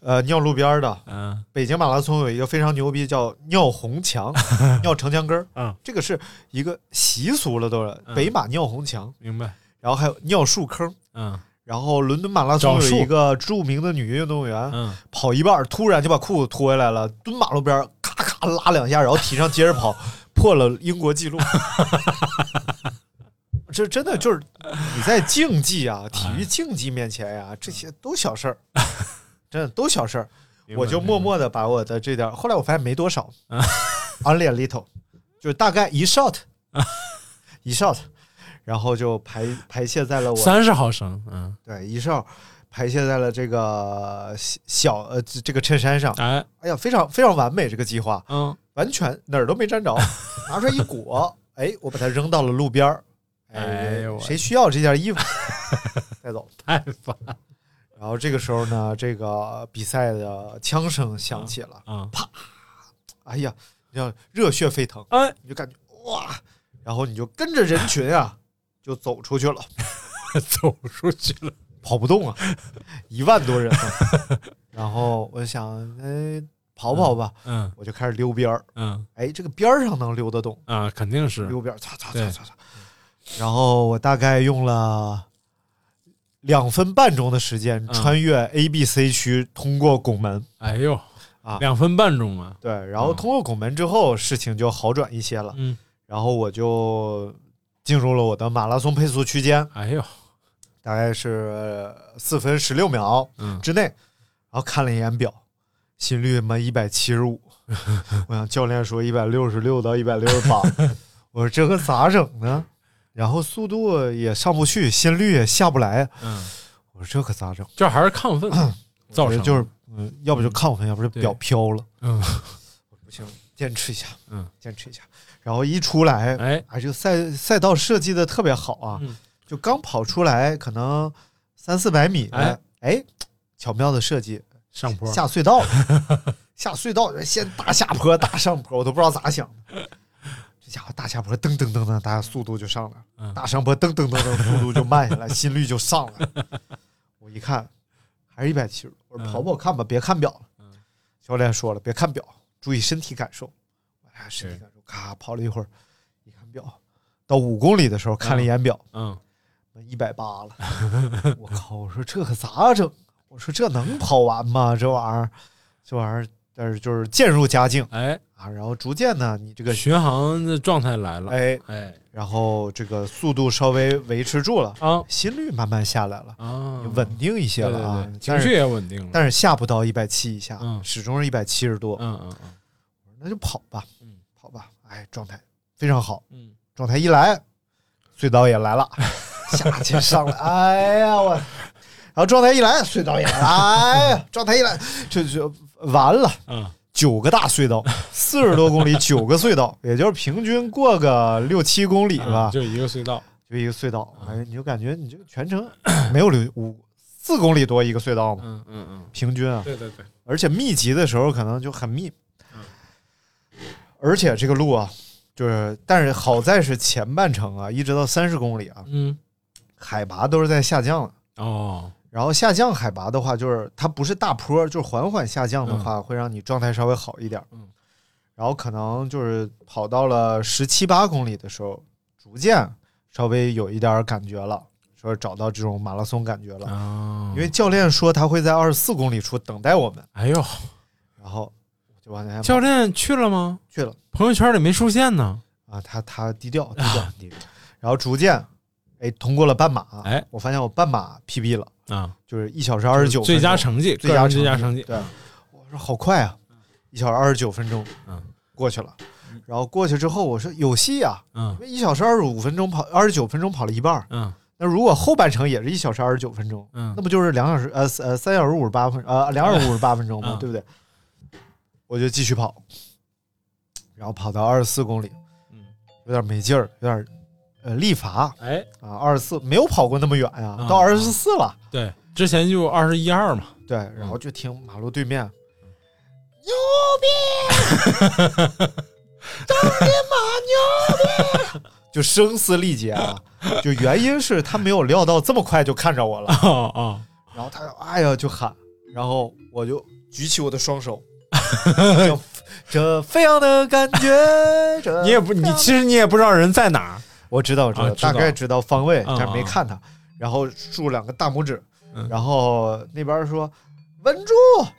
Speaker 2: 呃，尿路边儿的。
Speaker 3: 嗯
Speaker 2: 北京马拉松有一个非常牛逼，叫尿红墙，尿城墙根儿。
Speaker 3: <laughs> 嗯，
Speaker 2: 这个是一个习俗了，都是
Speaker 3: 嗯
Speaker 2: 北马尿红墙，
Speaker 3: 明白。
Speaker 2: 然后还有尿树坑。
Speaker 3: 嗯
Speaker 2: 然后伦敦马拉松
Speaker 3: 找树
Speaker 2: 有一个著名的女运动员，
Speaker 3: 嗯，
Speaker 2: 跑一半儿突然就把裤子脱下来了，蹲马路边儿咔咔拉两下，然后提上接着
Speaker 3: <laughs>
Speaker 2: 跑，破了英国纪录。这真的就是你在竞技啊、体育竞技面前呀、这些都小
Speaker 3: <laughs>
Speaker 2: 事儿，真的都小事儿。
Speaker 3: 明白
Speaker 2: 我就默默的把我的这点儿，后来我发现没多少 <laughs> ，only a little，就是大概一
Speaker 3: <laughs>
Speaker 2: shot，一 shot，然后就排排泄在了我
Speaker 3: 三十毫升，嗯，
Speaker 2: 对一哨排泄在了这个小小呃这这个衬衫上。
Speaker 3: 哎，
Speaker 2: 哎呀，非常非常完美，这个计划
Speaker 3: 嗯，
Speaker 2: 完全哪儿都没沾着，拿出来一裹，哎，我把它扔到了路边儿。
Speaker 3: 哎呦我
Speaker 2: 谁需要这件衣服？带走。
Speaker 3: 太烦
Speaker 2: 然后这个时候呢，这个比赛的枪声响起了，
Speaker 3: 啊！
Speaker 2: 哎呀，你要热血沸腾，
Speaker 3: 哎， <laughs>
Speaker 2: 你就感觉哇，然后你就跟着人群啊，就走出去了。
Speaker 3: 走出去了，
Speaker 2: 跑不动啊，一万多人啊。然后我想，哎，跑跑吧，
Speaker 3: 嗯
Speaker 2: 我就开始溜边儿。
Speaker 3: 嗯
Speaker 2: 哎，这个边儿上能溜得动，
Speaker 3: 啊，肯定是
Speaker 2: 溜边儿，擦擦
Speaker 3: 对
Speaker 2: 擦擦擦，然后我大概用了两分半钟的时间
Speaker 3: 嗯
Speaker 2: 穿越 A、B、C 区，通过拱门。
Speaker 3: 哎呦
Speaker 2: 啊
Speaker 3: 两分半钟啊，
Speaker 2: 对，然后
Speaker 3: 嗯
Speaker 2: 通过拱门之后，事情就好转一些了。
Speaker 3: 嗯，
Speaker 2: 然后我就进入了我的马拉松配速区间，
Speaker 3: 哎呦，
Speaker 2: 大概是四分十六秒
Speaker 3: 嗯，
Speaker 2: 之内。然后看了一眼表，心率嘛一百七十
Speaker 3: <laughs>
Speaker 2: 五，我想教练说一百六十六到一百六十
Speaker 3: <laughs>
Speaker 2: 八，我说这可咋整呢？然后速度也上不去，心率也下不来，
Speaker 3: <sniffs> 嗯，
Speaker 2: 我说这可咋整？
Speaker 3: 这还是亢奋 <sniffs> 造
Speaker 2: 我
Speaker 3: 成
Speaker 2: 说
Speaker 3: 的
Speaker 2: 就是，嗯，要不就亢奋，要不就
Speaker 3: 对
Speaker 2: 表飘了， <laughs>
Speaker 3: 嗯，
Speaker 2: 不行，坚持一下，
Speaker 3: 嗯，
Speaker 2: 坚持一下。然后一出来，
Speaker 3: 哎，
Speaker 2: 啊，这个赛赛道设计的特别好啊，
Speaker 3: 嗯
Speaker 2: 就刚跑出来可能三四百米，
Speaker 3: 哎
Speaker 2: 哎巧妙的设计，
Speaker 3: 上坡，
Speaker 2: 下隧道了，下隧道先大下坡大上坡，我都不知道咋想的。这家伙大下坡噔噔噔噔，大家速度就上来了；
Speaker 3: 嗯
Speaker 2: 大上坡噔噔噔噔，速度就慢下来，心率就上来了。我一看，还是一百七十，我说
Speaker 3: 嗯
Speaker 2: 跑跑看吧，别看表了
Speaker 3: 嗯。
Speaker 2: 教练说了，别看表，注意身体感受。哎呀，身体感受，咔跑了一会儿，一看表，到五公里的时候看了一眼表，
Speaker 3: 嗯，
Speaker 2: 一百八了，我靠！我说这可咋整？啊我说这能跑完吗？这玩意儿，这玩意儿，但是就是渐入佳境
Speaker 3: 哎，
Speaker 2: 啊，然后逐渐呢，你这
Speaker 3: 这个
Speaker 2: 个
Speaker 3: 巡航的状态来了，
Speaker 2: 哎，
Speaker 3: 哎，
Speaker 2: 然后这个速度稍微维持住了，
Speaker 3: 啊
Speaker 2: 心率慢慢下来了，
Speaker 3: 啊，
Speaker 2: 稳定一些
Speaker 3: 对对
Speaker 2: 了啊
Speaker 3: 对，，情
Speaker 2: 但
Speaker 3: 绪
Speaker 2: 是
Speaker 3: 也稳定了，
Speaker 2: 但是下不到一百七以下，
Speaker 3: 嗯
Speaker 2: 始终是一百七十多，
Speaker 3: 嗯嗯嗯
Speaker 2: 那就跑吧
Speaker 3: 嗯，
Speaker 2: 跑吧，哎，状态非常好，
Speaker 3: 嗯，
Speaker 2: 状态一来，隧道也来了，下去上来，哎呀我，然后状态一来，隧道也来了，哎呀，状态一来，就就完了，
Speaker 3: 嗯，
Speaker 2: 九个大隧道，四十多公里，九个隧道，也就是平均过个六七公里吧，
Speaker 3: 啊就一个隧道，
Speaker 2: 就一个隧道，哎，你就感觉你这个全程没有六五四公里多一个隧道嘛，
Speaker 3: 嗯嗯嗯，
Speaker 2: 平均啊，
Speaker 3: 对对对，
Speaker 2: 而且密集的时候可能就很密
Speaker 3: 嗯，
Speaker 2: 而且这个路啊。就是，但是好在是前半程啊，一直到三十公里啊，
Speaker 3: 嗯，
Speaker 2: 海拔都是在下降的。
Speaker 3: 哦，
Speaker 2: 然后下降海拔的话，就是它不是大坡，就是缓缓下降的话，会让你状态稍微好一点。
Speaker 3: 嗯，
Speaker 2: 然后可能就是跑到了十七八公里的时候，逐渐稍微有一点感觉了，说找到这种马拉松感觉了。
Speaker 3: 啊，
Speaker 2: 因为教练说他会在二十四公里处等待我们，
Speaker 3: 哎呦，
Speaker 2: 然后我就往前
Speaker 3: 教
Speaker 2: 跑
Speaker 3: 练去了吗？
Speaker 2: 去了
Speaker 3: 朋友圈里没出现呢，
Speaker 2: 啊，他他低调低
Speaker 3: 啊
Speaker 2: 调低调，然后逐渐哎通过了半马，
Speaker 3: 哎，
Speaker 2: 我发现我半马 PB 了，
Speaker 3: 啊，
Speaker 2: 就是一小时二十九，
Speaker 3: 最佳成绩，
Speaker 2: 最佳
Speaker 3: 个人最佳成绩，
Speaker 2: 对，我说好快啊，一小时二十九分钟，
Speaker 3: 嗯，
Speaker 2: 过去了。然后过去之后，我说有戏啊，
Speaker 3: 嗯
Speaker 2: 一小时二十五分钟跑二十九分钟跑了一半儿，
Speaker 3: 嗯
Speaker 2: 那如果后半程也是一小时二十九分钟，
Speaker 3: 嗯
Speaker 2: 那，不就是两小时呃呃三小时五十八分呃两小时五十八分钟吗？
Speaker 3: 嗯
Speaker 2: 对不对？我就继续跑，然后跑到二十四公里，
Speaker 3: 嗯
Speaker 2: 有点没劲儿，有点呃力乏
Speaker 3: 哎，
Speaker 2: 啊，二十四没有跑过那么远呀、
Speaker 3: 嗯
Speaker 2: 到二十四了，
Speaker 3: 对，之前就二十一二嘛，
Speaker 2: 对，然后就听马路对面
Speaker 4: 牛逼！
Speaker 2: 就声嘶力竭啊！就原因是他没有料到这么快就看着我了，
Speaker 3: <laughs> 哦哦，
Speaker 2: 然后他就哎呀就喊，然后我就举起我的双
Speaker 3: <laughs>
Speaker 2: 手，这这飞扬的感觉，这
Speaker 3: 你也
Speaker 2: 呃
Speaker 3: 不，你其实你也不知道人在哪儿，
Speaker 2: 我知道我知道、
Speaker 3: 啊知道
Speaker 2: 大概知道方位，
Speaker 3: 嗯
Speaker 2: 但是没看他，然后竖两个大拇指，
Speaker 3: 嗯
Speaker 2: 然后那边说稳住，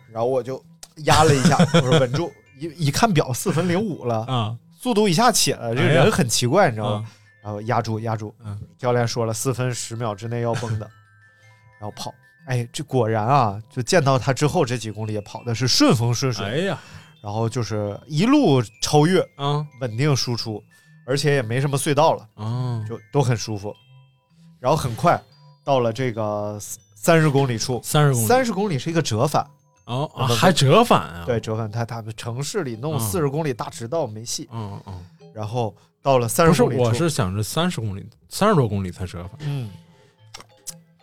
Speaker 2: 然后我就压了一
Speaker 3: <laughs>
Speaker 2: 下，我说稳住，一一看表四分零五了，
Speaker 3: 啊，
Speaker 2: 速度一下起来了，这个
Speaker 3: 哎呀
Speaker 2: 人很奇怪，你知道吗？
Speaker 3: 啊
Speaker 2: 然后压住压住，
Speaker 3: 嗯
Speaker 2: 教练说了四分十秒之内要崩的， <laughs> 然后跑，哎，这果然啊，就见到他之后这几公里也跑的是顺风顺水，
Speaker 3: 哎呀，
Speaker 2: 然后就是一路超越，
Speaker 3: 啊
Speaker 2: 稳定输出，而且也没什么隧道了，
Speaker 3: 啊，
Speaker 2: 就都很舒服，然后很快到了这个三十公里处，
Speaker 3: 三十公里，
Speaker 2: 三十公里是一个折返，
Speaker 3: 哦
Speaker 2: 我
Speaker 3: 啊，
Speaker 2: 们
Speaker 3: 还折返啊，
Speaker 2: 对，折返，他他们城市里弄
Speaker 3: 嗯
Speaker 2: 四十公里大直道没戏，
Speaker 3: 嗯，嗯嗯，
Speaker 2: 然后到了三
Speaker 3: 不
Speaker 2: 十
Speaker 3: 是，
Speaker 2: 公里处，
Speaker 3: 我是想着三十公里，三十多公里才折返，
Speaker 2: 嗯，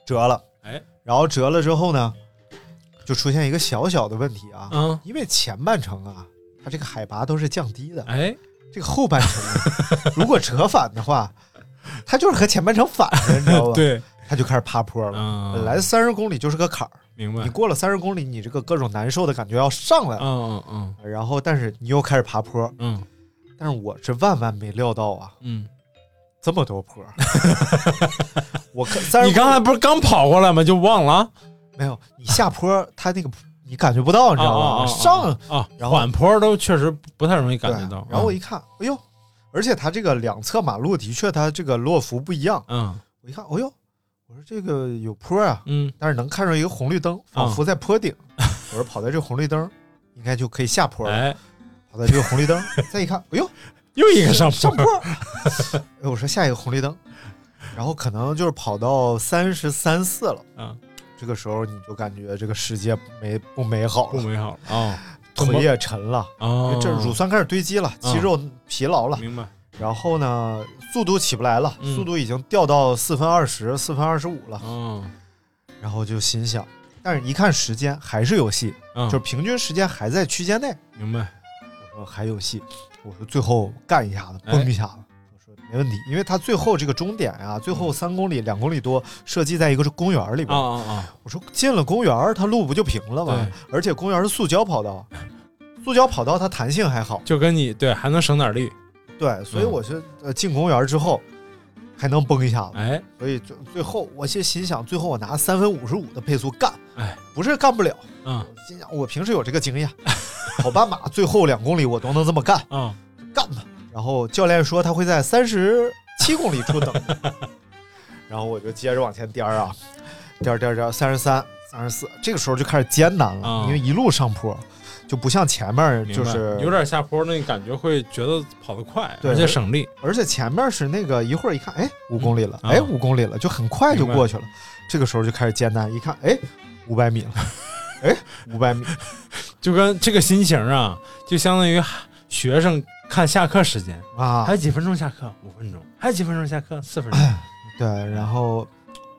Speaker 2: 折了。
Speaker 3: 哎，
Speaker 2: 然后折了之后呢，就出现一个小小的问题啊，
Speaker 3: 啊，
Speaker 2: 因为前半程啊，它这个海拔都是降低的，
Speaker 3: 哎，
Speaker 2: 这个后半程啊
Speaker 3: <laughs>
Speaker 2: 如果折返的话，它就是和前半程反着，你知道吧？，
Speaker 3: <laughs> 对，
Speaker 2: 它就开始爬坡了。
Speaker 3: 嗯，
Speaker 2: 本来三十公里就是个坎儿，
Speaker 3: 明白
Speaker 2: 你，过了三十公里，你这个各种难受的感觉要上来了，
Speaker 3: 嗯嗯
Speaker 2: 然后但是你又开始爬坡，
Speaker 3: 嗯 <laughs>
Speaker 2: 但是我是万万没料到啊，
Speaker 3: 嗯
Speaker 2: 这么多坡，我看三十
Speaker 3: 你刚才不是刚跑过来吗？就忘了，啊
Speaker 2: 没有，你下坡它那个你感觉不到，你知道
Speaker 3: 啊啊啊
Speaker 2: 吗？
Speaker 3: 啊
Speaker 2: 上
Speaker 3: 啊，
Speaker 2: 然后
Speaker 3: 缓坡都确实不太容易感
Speaker 2: 对
Speaker 3: 觉到。嗯
Speaker 2: 然后我一看，哎呦，而且它这个两侧马路的确它这个落幅不一样，
Speaker 3: 嗯
Speaker 2: 我一看，哎呦，我说这个有坡啊，
Speaker 3: 嗯
Speaker 2: 但是能看上一个红绿灯，仿佛在坡
Speaker 3: <laughs>
Speaker 2: 顶。我说跑在这红绿灯，应该就可以下坡
Speaker 3: 嗯，
Speaker 2: 了。
Speaker 3: 哎，
Speaker 2: 跑在这个红绿灯，再一看，哎呦，
Speaker 3: 又一个 <laughs> 上坡
Speaker 2: 上坡。 <laughs> 哎，我说下一个红绿灯，然后可能就是跑到三十三四了，
Speaker 3: 嗯，
Speaker 2: 这个时候你就感觉这个世界没不美好
Speaker 3: 不
Speaker 2: 了，
Speaker 3: 美好哦
Speaker 2: 腿也沉了，
Speaker 3: 哦，
Speaker 2: 哎
Speaker 3: 嗯
Speaker 2: 这乳酸开始堆积了，肌肉疲劳了，啊
Speaker 3: 明白，
Speaker 2: 然后呢，速度起不来了，
Speaker 3: 嗯
Speaker 2: 速度已经掉到四分二十、四分二十五了，
Speaker 3: 嗯
Speaker 2: 然后就心想，但是一看时间还是有戏，
Speaker 3: 嗯，
Speaker 2: 就是平均时间还在区间内。
Speaker 3: 明白，
Speaker 2: 我说还有戏，我说最后干一下子，
Speaker 3: 哎
Speaker 2: 崩一下子。我说没问题，因为它最后这个终点啊，最后三公里、两公里多设计在一个是公园里
Speaker 3: 嗯啊
Speaker 2: 边。
Speaker 3: 啊啊，
Speaker 2: 我说进了公园，它路不就平
Speaker 3: 哦
Speaker 2: 了吗？而且公园是塑胶跑道，塑胶跑道它弹性还好，
Speaker 3: 就跟你对还能省点力，
Speaker 2: 对，所以
Speaker 3: 嗯
Speaker 2: 我是呃进公园之后还能崩一下子，
Speaker 3: 哎
Speaker 2: 所以就最后我就心想，最后我拿三分五十五的配速干，
Speaker 3: 哎，
Speaker 2: 不是干不了，
Speaker 3: 嗯
Speaker 2: 我心想我平时有这个经
Speaker 3: <laughs>
Speaker 2: 验，跑半马最后两公里我都能这么干。
Speaker 3: 嗯，
Speaker 2: 干吧。然后教练说他会在三十七公里
Speaker 3: <laughs>
Speaker 2: 处等，然后我就接着往前颠儿啊，颠儿颠儿颠儿，三十三、三十四，这个时候就开始艰难了，
Speaker 3: 啊
Speaker 2: 因为一路上坡，就不像前面
Speaker 3: 明白
Speaker 2: 就是
Speaker 3: 有，点下坡，那感觉会觉得跑得快，
Speaker 2: 对
Speaker 3: 而且省力，
Speaker 2: 而且前面是那个一会儿一看，哎，五公里了，
Speaker 3: 嗯啊
Speaker 2: 哎，五公里了，就很快就过去了。这个时候就开始艰难，一看，哎，五百
Speaker 3: <laughs>
Speaker 2: 米了，哎，五百米，
Speaker 3: 就跟这个心情啊，就相当于学生看下课时间，
Speaker 2: 啊
Speaker 3: 还，有几分钟下课，五分钟，还有几分钟下课，四分
Speaker 2: <laughs>
Speaker 3: 钟，
Speaker 2: 对，然后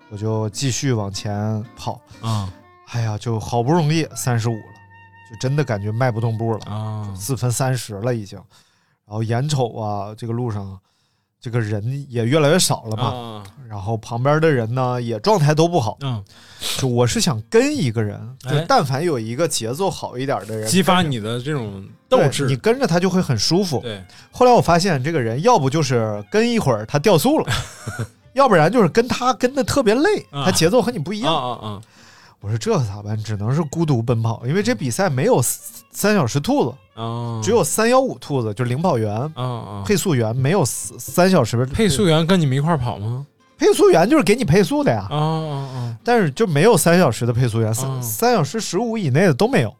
Speaker 2: 我就继续往前跑，
Speaker 3: 啊
Speaker 2: 哎呀，就好不容易三十五了，就真的感觉迈不动步了，
Speaker 3: 啊，
Speaker 2: 四分三十了已经。然后眼瞅啊，这个路上这个人也越来越少了嘛，
Speaker 3: 啊
Speaker 2: 然后旁边的人呢也状态都不好。
Speaker 3: 嗯，
Speaker 2: 就我是想跟一个人，就
Speaker 3: 哎
Speaker 2: 但凡有一个节奏好一点的人，
Speaker 3: 激发你的这种
Speaker 2: 对
Speaker 3: 斗
Speaker 2: 你
Speaker 3: 志，
Speaker 2: 跟着他就会很舒服。
Speaker 3: 对，
Speaker 2: 后来我发现这个人要不就是跟一会儿他掉
Speaker 3: <laughs>
Speaker 2: 速了，要不然就是跟他跟的特别累，
Speaker 3: 啊
Speaker 2: 他节奏和你不一样。
Speaker 3: 啊啊
Speaker 2: 我说这咋办？只能是孤独奔跑，因为这比赛没有三三小时兔子，
Speaker 3: 啊啊，
Speaker 2: 只有三幺五兔子，就是领跑员、
Speaker 3: 啊啊，
Speaker 2: 配速员，没有三三小时
Speaker 3: 配速员跟你们一块儿跑吗？
Speaker 2: 配速员就是给你配速的呀，
Speaker 3: 啊啊
Speaker 2: 但是就没有三小时的配速员，三
Speaker 3: 嗯
Speaker 2: 三小时十五以内的都
Speaker 3: <laughs>
Speaker 2: 没有。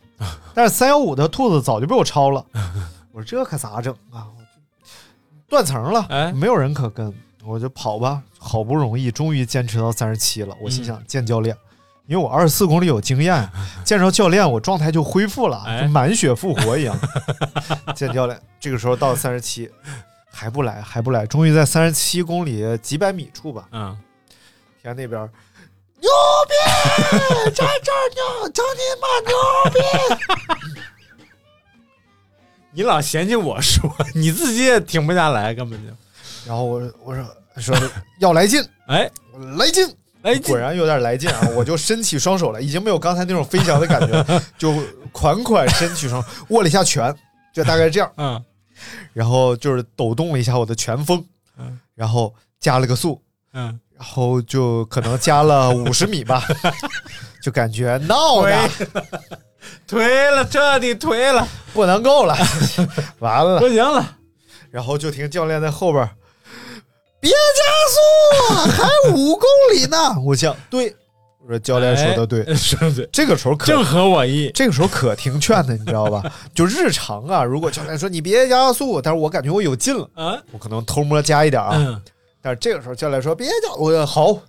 Speaker 2: 但是三幺五的兔子早就被我超了，
Speaker 3: 嗯
Speaker 2: 我说这可咋整啊？我就断层了，
Speaker 3: 哎
Speaker 2: 没有人可跟，我就跑吧，好不容易终于坚持到三十七了，我心
Speaker 3: 嗯
Speaker 2: 想见教练。因为我二十四公里有经
Speaker 3: <laughs>
Speaker 2: 验，见着教练我状态就恢复了，
Speaker 3: 哎
Speaker 2: 就满血复活
Speaker 3: <laughs>
Speaker 2: 一样。见教练，这个时候到三十七，还不来，还不来，终于在三十七公里几百米处吧，
Speaker 3: 啊啊，
Speaker 2: 天那边
Speaker 4: 牛逼，在这儿牛，操你妈牛逼！
Speaker 3: 你老嫌弃我说， <laughs> 你自己也停不下来，根本就，
Speaker 2: <laughs> 然后我我说说要来劲，
Speaker 3: 哎
Speaker 2: 来劲，
Speaker 3: 哎，这
Speaker 2: 果然有点来劲啊！我就伸起双手来，已经没有刚才那种飞翔的感觉，就款款伸起双，握了一下拳，就大概这样，
Speaker 3: 嗯
Speaker 2: 然后就是抖动了一下我的拳风
Speaker 3: 嗯，
Speaker 2: 然后加了个速，
Speaker 3: 嗯，
Speaker 2: 然后就可能加了五十米吧， <laughs> 就感觉闹的
Speaker 3: 推推了，彻底推 <laughs> 了，
Speaker 2: 不能够了， <laughs> 完了，
Speaker 3: 不行了，
Speaker 2: 然后就听教练在后边
Speaker 3: <laughs>
Speaker 2: 儿。别加速啊，还五公里
Speaker 3: <laughs>
Speaker 2: 呢！我想，对，我说教练说的对，
Speaker 3: 哎 <laughs> 说的对，
Speaker 2: 这个时候可
Speaker 3: 正合我意，
Speaker 2: 这个时候可听劝的，你知道
Speaker 3: <laughs>
Speaker 2: 吧？就日常啊，如果教练说你别加速，但是我感觉我有劲了，
Speaker 3: 啊
Speaker 2: 我可能偷摸加一点啊。
Speaker 3: 嗯，
Speaker 2: 但是这个时候教练说别加，我说
Speaker 3: <laughs>
Speaker 2: 好，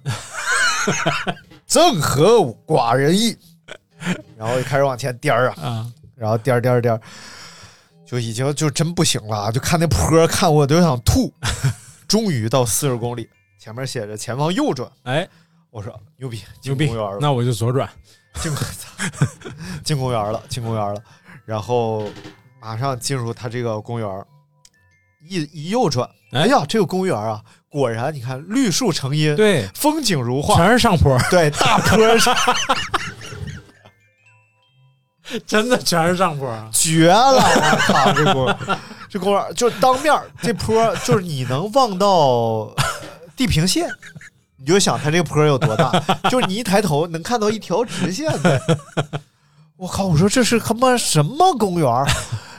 Speaker 2: 正合寡人意，然后就开始往前颠儿啊，
Speaker 3: 啊
Speaker 2: 然后颠儿颠儿颠儿，就已经就真不行了啊，就看那坡，看我都想
Speaker 3: <laughs>
Speaker 2: 吐。终于到四十公里，前面写着前方右转，
Speaker 3: 哎，
Speaker 2: 我说牛逼，
Speaker 3: 牛
Speaker 2: 进
Speaker 3: 逼
Speaker 2: 公园了，，
Speaker 3: 那我就左转，
Speaker 2: 进公进公园了，进公园了，然后马上进入他这个公园，一一右转，
Speaker 3: 哎
Speaker 2: 哎呀，这个公园啊，果然你看绿树成荫，
Speaker 3: 对，
Speaker 2: 风景如画，
Speaker 3: 全是上坡，
Speaker 2: 对，大坡上
Speaker 3: <laughs> 真的全是上坡，啊
Speaker 2: 绝了，我靠，这公园这公园就是当面儿这坡儿，就是你能望到地平线，你就想它这个坡儿有多大，就是你一抬头能看到一条直线的。我靠！我说这是他妈什么公园儿？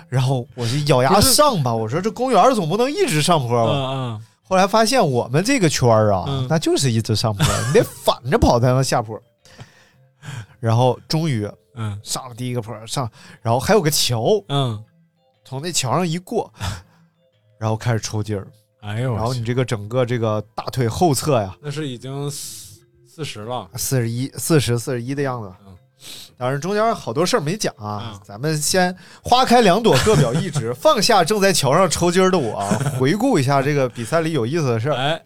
Speaker 2: 然后我就咬牙上吧，我说这公园儿总不能一直上坡吧？
Speaker 3: 嗯
Speaker 2: 后来发现我们这个圈儿啊，
Speaker 3: 嗯
Speaker 2: 那就是一直上坡，你得反着跑才能下坡。然后终于
Speaker 3: 嗯
Speaker 2: 上了第一个坡，上，然后还有个桥，
Speaker 3: 嗯，
Speaker 2: 从那桥上一
Speaker 3: <laughs>
Speaker 2: 过，然后开始抽筋儿，
Speaker 3: 哎呦，
Speaker 2: 然后
Speaker 3: 我去
Speaker 2: 你这个整个这个大腿后侧呀，
Speaker 3: 那是已经四四十了，
Speaker 2: 四十一、四十、四十一的样子
Speaker 3: 嗯。
Speaker 2: 当然中间好多事儿没讲啊
Speaker 3: 嗯，
Speaker 2: 咱们先花开两朵，各表一
Speaker 3: <laughs>
Speaker 2: 枝，放下正在桥上抽筋儿的我啊，回顾一下这个比赛里有意思的
Speaker 3: <laughs>
Speaker 2: 事儿。
Speaker 3: 哎，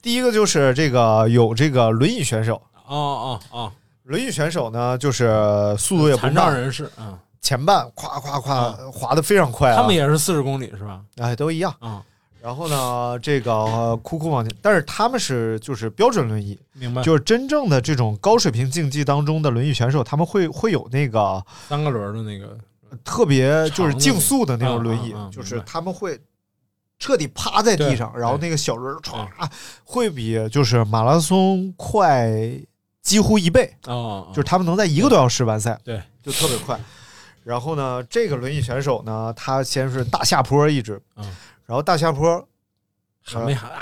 Speaker 2: 第一个就是这个有这个轮椅选手，
Speaker 3: 哦哦哦，
Speaker 2: 轮椅选手呢就是速度也不
Speaker 3: 残障
Speaker 2: 慢，
Speaker 3: 人士啊，
Speaker 2: 前半夸夸夸滑得非常快啊，
Speaker 3: 他们也是四十公里是吧？
Speaker 2: 哎都一样。
Speaker 3: 啊，
Speaker 2: 然后呢，这个呃酷酷往前，但是他们是就是标准轮椅，
Speaker 3: 明白，
Speaker 2: 就是真正的这种高水平竞技当中的轮椅选手，他们会会有那个
Speaker 3: 三个轮儿的那个，
Speaker 2: 特别就是竞速的那种轮椅
Speaker 3: 长的那个啊啊啊，
Speaker 2: 就是
Speaker 3: 明白
Speaker 2: 他们会彻底趴在地上，
Speaker 3: 对
Speaker 2: 然后那个小轮儿歘，会比就是马拉松快几乎一倍，
Speaker 3: 哦哦，
Speaker 2: 就是他们能在一个多小时完赛，
Speaker 3: 对，
Speaker 2: 就特别快。然后呢，这个轮椅选手呢，他先是大下坡一直，
Speaker 3: 嗯
Speaker 2: 然后大下坡
Speaker 3: 喊没喊啊？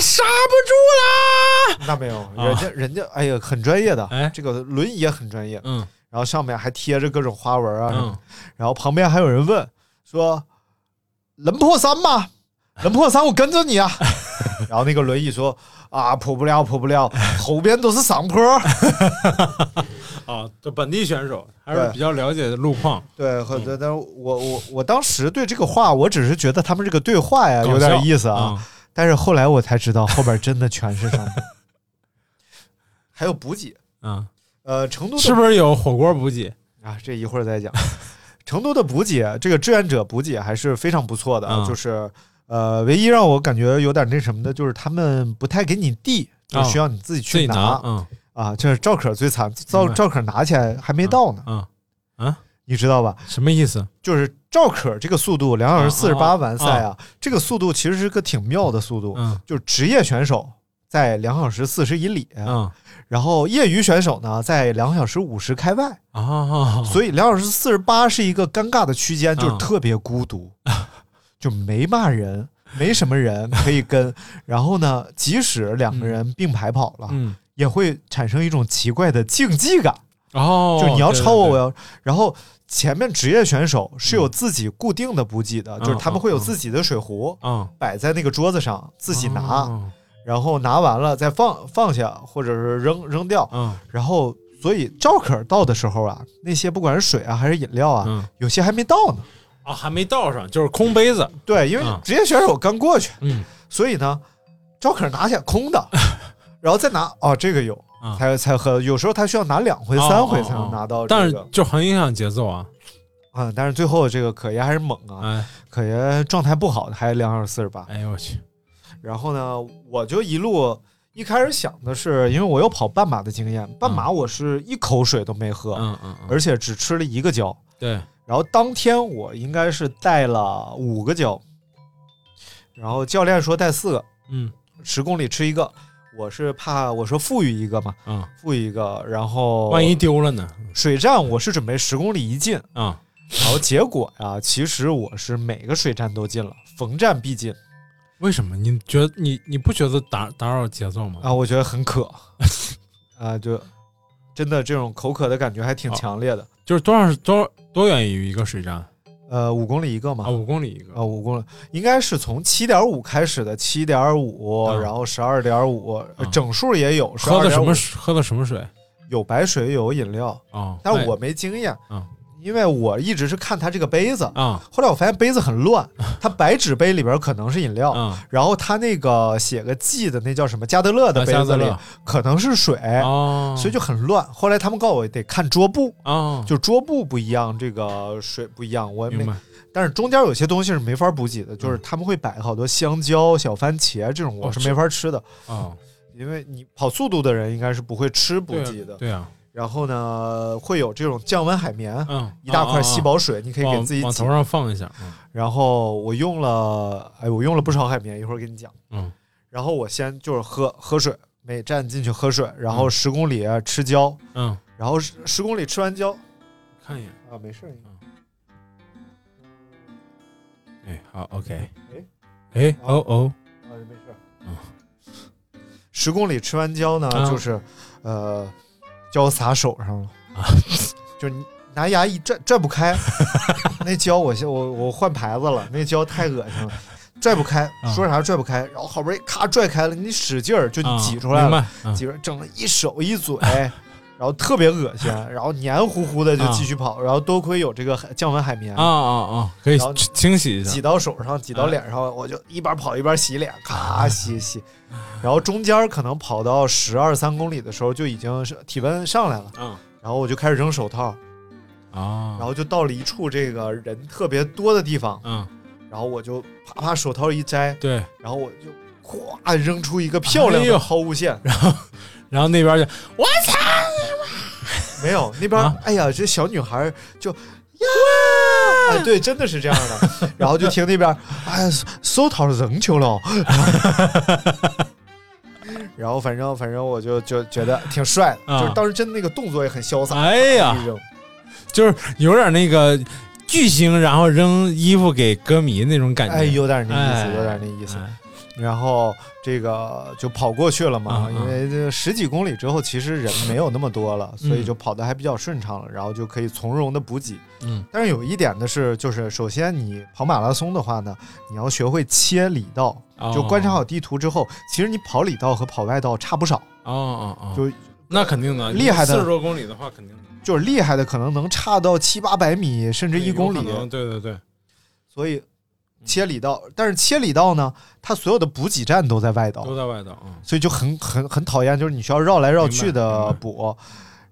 Speaker 3: 刹不住啦！啊
Speaker 2: 那没有，人家、人家哎呀，很专业的，
Speaker 3: 哎
Speaker 2: 这个轮椅也很专业，
Speaker 3: 嗯
Speaker 2: 然后上面还贴着各种花纹啊，
Speaker 3: 嗯，
Speaker 2: 然后旁边还有人问说：“能破三吗？能破三，我跟着你啊。”然后那个轮椅说：“啊，破不了，破不了，后边都是上坡。
Speaker 3: 啊，就本地选手还
Speaker 2: 对
Speaker 3: 是比较了解路况，”
Speaker 2: 对，和但
Speaker 3: 嗯
Speaker 2: 是我我我当时对这个话，我只是觉得他们这个对话呀有点意思啊，
Speaker 3: 啊，
Speaker 2: 但是后来我才知道后边真的全是上坡， <laughs> 还有补给。
Speaker 3: 嗯，
Speaker 2: 呃，成都的
Speaker 3: 是不是有火锅补给？
Speaker 2: 啊，这一会儿再讲。成都的补给，这个志愿者补给还是非常不错的，啊
Speaker 3: 嗯
Speaker 2: 就是呃，唯一让我感觉有点那什么的，就是他们不太给你地，就
Speaker 3: 啊
Speaker 2: 需要你自己
Speaker 3: 自
Speaker 2: 去
Speaker 3: 己
Speaker 2: 拿、
Speaker 3: 嗯
Speaker 2: 啊。就是赵可最惨，赵
Speaker 3: 明白
Speaker 2: 赵可拿起来还没到呢，
Speaker 3: 嗯，
Speaker 2: 你知道吧？
Speaker 3: 什么意思？
Speaker 2: 就是赵可这个速度，两小时四十
Speaker 3: 啊
Speaker 2: 八完赛啊，这个速度其实是个挺妙的速度，
Speaker 3: 嗯
Speaker 2: 就是职业选手在两小时四十以里，
Speaker 3: 嗯
Speaker 2: 然后业余选手呢在两小时五十开外。
Speaker 3: 啊，
Speaker 2: 所以两小时四十八是一个尴尬的区间，
Speaker 3: 嗯
Speaker 2: 就是特别孤独， <laughs> 就没骂人，没什么人可以跟。 <laughs> 然后呢，即使两个人并排跑了，
Speaker 3: 嗯
Speaker 2: 也会产生一种奇怪的竞技感，
Speaker 3: 哦，
Speaker 2: 就你要
Speaker 3: 对
Speaker 2: 超我，我
Speaker 3: 对对
Speaker 2: 要。然后前面职业选手是有自己固定的补给的，
Speaker 3: 嗯
Speaker 2: 就是他们会有自己的水壶。
Speaker 3: 嗯，
Speaker 2: 摆在那个桌子上自己拿，
Speaker 3: 哦，
Speaker 2: 然后拿完了再放放下，或者是扔扔掉。
Speaker 3: 嗯
Speaker 2: 然后，所以赵可儿到的时候啊，那些不管是水啊还是饮料啊，
Speaker 3: 嗯
Speaker 2: 有些还没到呢。
Speaker 3: 啊，还没倒上，就是空杯子，
Speaker 2: 对，因为
Speaker 3: 嗯
Speaker 2: 职业选手刚过去，
Speaker 3: 嗯
Speaker 2: 所以呢，赵可拿起来空
Speaker 3: <laughs>
Speaker 2: 的，然后再拿哦，这个有
Speaker 3: 啊，
Speaker 2: 才才喝。有时候他需要拿两回、
Speaker 3: 哦
Speaker 2: 三回才
Speaker 3: 哦
Speaker 2: 能
Speaker 3: 哦
Speaker 2: 拿到
Speaker 3: 但
Speaker 2: 这
Speaker 3: 是
Speaker 2: 个
Speaker 3: 就很影响节奏啊，
Speaker 2: 啊。但是最后这个可爷还是猛啊，
Speaker 3: 哎
Speaker 2: 可爷状态不好，还两小时四十八。
Speaker 3: 哎呦我去，
Speaker 2: 然后呢，我就一路。一开始想的是，因为我有跑半马的经验，半马我是一口水都没喝，
Speaker 3: 嗯嗯嗯，
Speaker 2: 而且只吃了一个胶。
Speaker 3: 对，
Speaker 2: 然后当天我应该是带了五个胶，然后教练说带四个，
Speaker 3: 嗯
Speaker 2: 十公里吃一个。我是怕我说富裕一个嘛，
Speaker 3: 嗯，
Speaker 2: 富裕一个，然后
Speaker 3: 万一丢了呢？
Speaker 2: 水站我是准备十公里一进，
Speaker 3: 啊
Speaker 2: 然后结果呀、其实我是每个水站都进了，逢站必进
Speaker 3: 为什么？你觉得你你不觉得打打扰节奏吗？
Speaker 2: 啊，我觉得很渴 <laughs> 啊，就真的这种口渴的感觉还挺强烈的。
Speaker 3: 就是多少多少多远于一个水站
Speaker 2: 呃，五公里一个嘛
Speaker 3: 啊？，五公里一个
Speaker 2: 啊，五公里应该是从七点五开始的，七点五，
Speaker 3: 嗯
Speaker 2: 然后十二点五，
Speaker 3: 嗯
Speaker 2: 整数也有。
Speaker 3: 喝的什
Speaker 2: 12.5？
Speaker 3: 么水喝的什么水
Speaker 2: 有白水，有饮料，
Speaker 3: 啊？
Speaker 2: 但是我没经验，
Speaker 3: 嗯
Speaker 2: 因为我一直是看他这个杯子。
Speaker 3: 啊
Speaker 2: 后来我发现杯子很乱，它白纸杯里边可能是饮料，
Speaker 3: 啊
Speaker 2: 然后它那个写个 G 的那叫什么加德乐的杯
Speaker 3: 加
Speaker 2: 子
Speaker 3: 子
Speaker 2: 里
Speaker 3: 乐
Speaker 2: 可能是水，
Speaker 3: 哦，
Speaker 2: 所以就很乱。后来他们告诉我得看桌布，
Speaker 3: 啊
Speaker 2: 就桌布不一样，这个水不一样。我也没
Speaker 3: 明白
Speaker 2: 但是中间有些东西是没法补给的，就是他们会摆好多香蕉、小番茄这种，我
Speaker 3: 嗯哦
Speaker 2: 是
Speaker 3: 是
Speaker 2: 没法吃的，
Speaker 3: 啊，
Speaker 2: 因为你跑速度的人应该是不会吃补给的。
Speaker 3: 对啊，
Speaker 2: 然后呢，会有这种降温海绵，
Speaker 3: 嗯，
Speaker 2: <laughs> 一大块
Speaker 3: 细
Speaker 2: 吸
Speaker 3: 胞
Speaker 2: 饱水，你可以给自己
Speaker 3: 往
Speaker 2: 挤
Speaker 3: 头。上放一下，嗯
Speaker 2: 然后我用了，哎，我用了不少海绵，一会儿给你讲。
Speaker 3: 嗯，
Speaker 2: 然后我先就是喝喝水，每站进去喝水，然后十公里啊吃胶，
Speaker 3: 嗯，
Speaker 2: 然后十十公里吃完胶
Speaker 3: 看一眼，
Speaker 2: 啊，没事儿，应该
Speaker 3: 哎，好，OK，哎，
Speaker 2: 啊
Speaker 3: 哦哦，
Speaker 2: 啊，没事儿
Speaker 3: 嗯。
Speaker 2: 十公里吃完胶呢，
Speaker 3: 啊
Speaker 2: 就是呃，胶撒手上了
Speaker 3: 啊，
Speaker 2: <laughs> 就是你拿牙一拽拽不开， <laughs> 那胶我现我我换牌子了，那胶太恶心了。拽不开，
Speaker 3: 啊
Speaker 2: 说啥拽不开，然后好不容易咔拽开了，你使劲儿就
Speaker 3: 啊
Speaker 2: 挤出来了，
Speaker 3: 明白嗯
Speaker 2: 挤出来整了一手一嘴，然后特别恶心，然后黏糊糊的
Speaker 3: 嗯
Speaker 2: 就继续跑，然后多亏有这个海降温海绵
Speaker 3: 啊啊啊，可以
Speaker 2: 然后
Speaker 3: 清清洗一
Speaker 2: 挤
Speaker 3: 下，
Speaker 2: 到手上，挤
Speaker 3: 啊
Speaker 2: 到脸上，我就一边跑一边洗脸，咔洗洗，然后中间可能跑到十二三公里的时候就已经是体温上来了，
Speaker 3: 嗯
Speaker 2: 然后我就开始扔手套，
Speaker 3: 啊，
Speaker 2: 然后就到了一处这个人特别多的地方，
Speaker 3: 嗯，
Speaker 2: 然后我就啪啪手套一摘，
Speaker 3: 对，
Speaker 2: 然后我就哗扔出一个漂亮
Speaker 3: 哎呦
Speaker 2: 的抛物线，
Speaker 3: 然后那边就
Speaker 2: 没有那边
Speaker 3: 啊
Speaker 2: 哎呀这小女孩就。呀，哎，对，真的是这样的。然后就听那边，哎，收讨扔球了。 <laughs> 然后反正反正我就就觉得挺帅的，
Speaker 3: 啊
Speaker 2: 就是当时真的那个动作也很潇洒。
Speaker 3: 哎呀，
Speaker 2: 一扔
Speaker 3: 就是有点那个巨星，然后扔衣服给歌迷那种感觉，
Speaker 2: 哎，有点那意
Speaker 3: 哎
Speaker 2: 思，有点那意思。
Speaker 3: 哎
Speaker 2: 然后这个就跑过去了嘛，
Speaker 3: 嗯嗯
Speaker 2: 因为这十几公里之后，其实人没有那么多了，所以就跑得还比较顺畅了，然后就可以从容的补给。
Speaker 3: 嗯
Speaker 2: 但是有一点的是，就是首先你跑马拉松的话呢，你要学会切里道，
Speaker 3: 哦
Speaker 2: 就观察好地图之后，其实你跑里道和跑外道差不少，
Speaker 3: 哦哦哦，
Speaker 2: 就
Speaker 3: 那肯定的，
Speaker 2: 厉害的
Speaker 3: 四十多公里的话，肯定的
Speaker 2: 就是厉害的可能能差到七八百米，甚至一公里
Speaker 3: 有。可能嗯对对对，
Speaker 2: 所以切里道，但是切里道呢，它所有的补给站都在外道，
Speaker 3: 都在外头啊，
Speaker 2: 所以就很很很讨厌，就是你需要绕来绕去
Speaker 3: 明白
Speaker 2: 的
Speaker 3: 明白
Speaker 2: 补，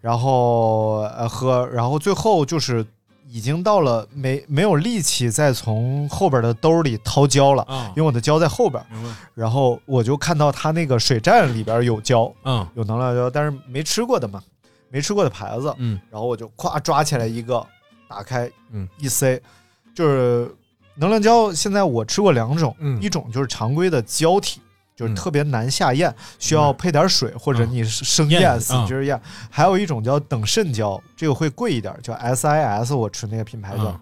Speaker 2: 然后呃喝，然后最后就是已经到了没没有力气再从后边的兜里掏胶了，
Speaker 3: 啊，
Speaker 2: 因为我的胶在后边，
Speaker 3: 明白，
Speaker 2: 然后我就看到他那个水站里边有胶，
Speaker 3: 嗯
Speaker 2: 有能量胶，但是没吃过的嘛，没吃过的牌子，
Speaker 3: 嗯，
Speaker 2: 然后我就咵抓起来一个，打开，
Speaker 3: 嗯，
Speaker 2: 一塞，就是能量胶。现在我吃过两种，
Speaker 3: 嗯
Speaker 2: 一种就是常规的胶体，就是特别难下咽，需要配点水或者你生
Speaker 3: 嗯
Speaker 2: 咽、
Speaker 3: 咽
Speaker 2: 死汁咽。还有一种叫等渗胶，这个会贵一点，叫 SIS，我吃那个品牌叫、
Speaker 3: 嗯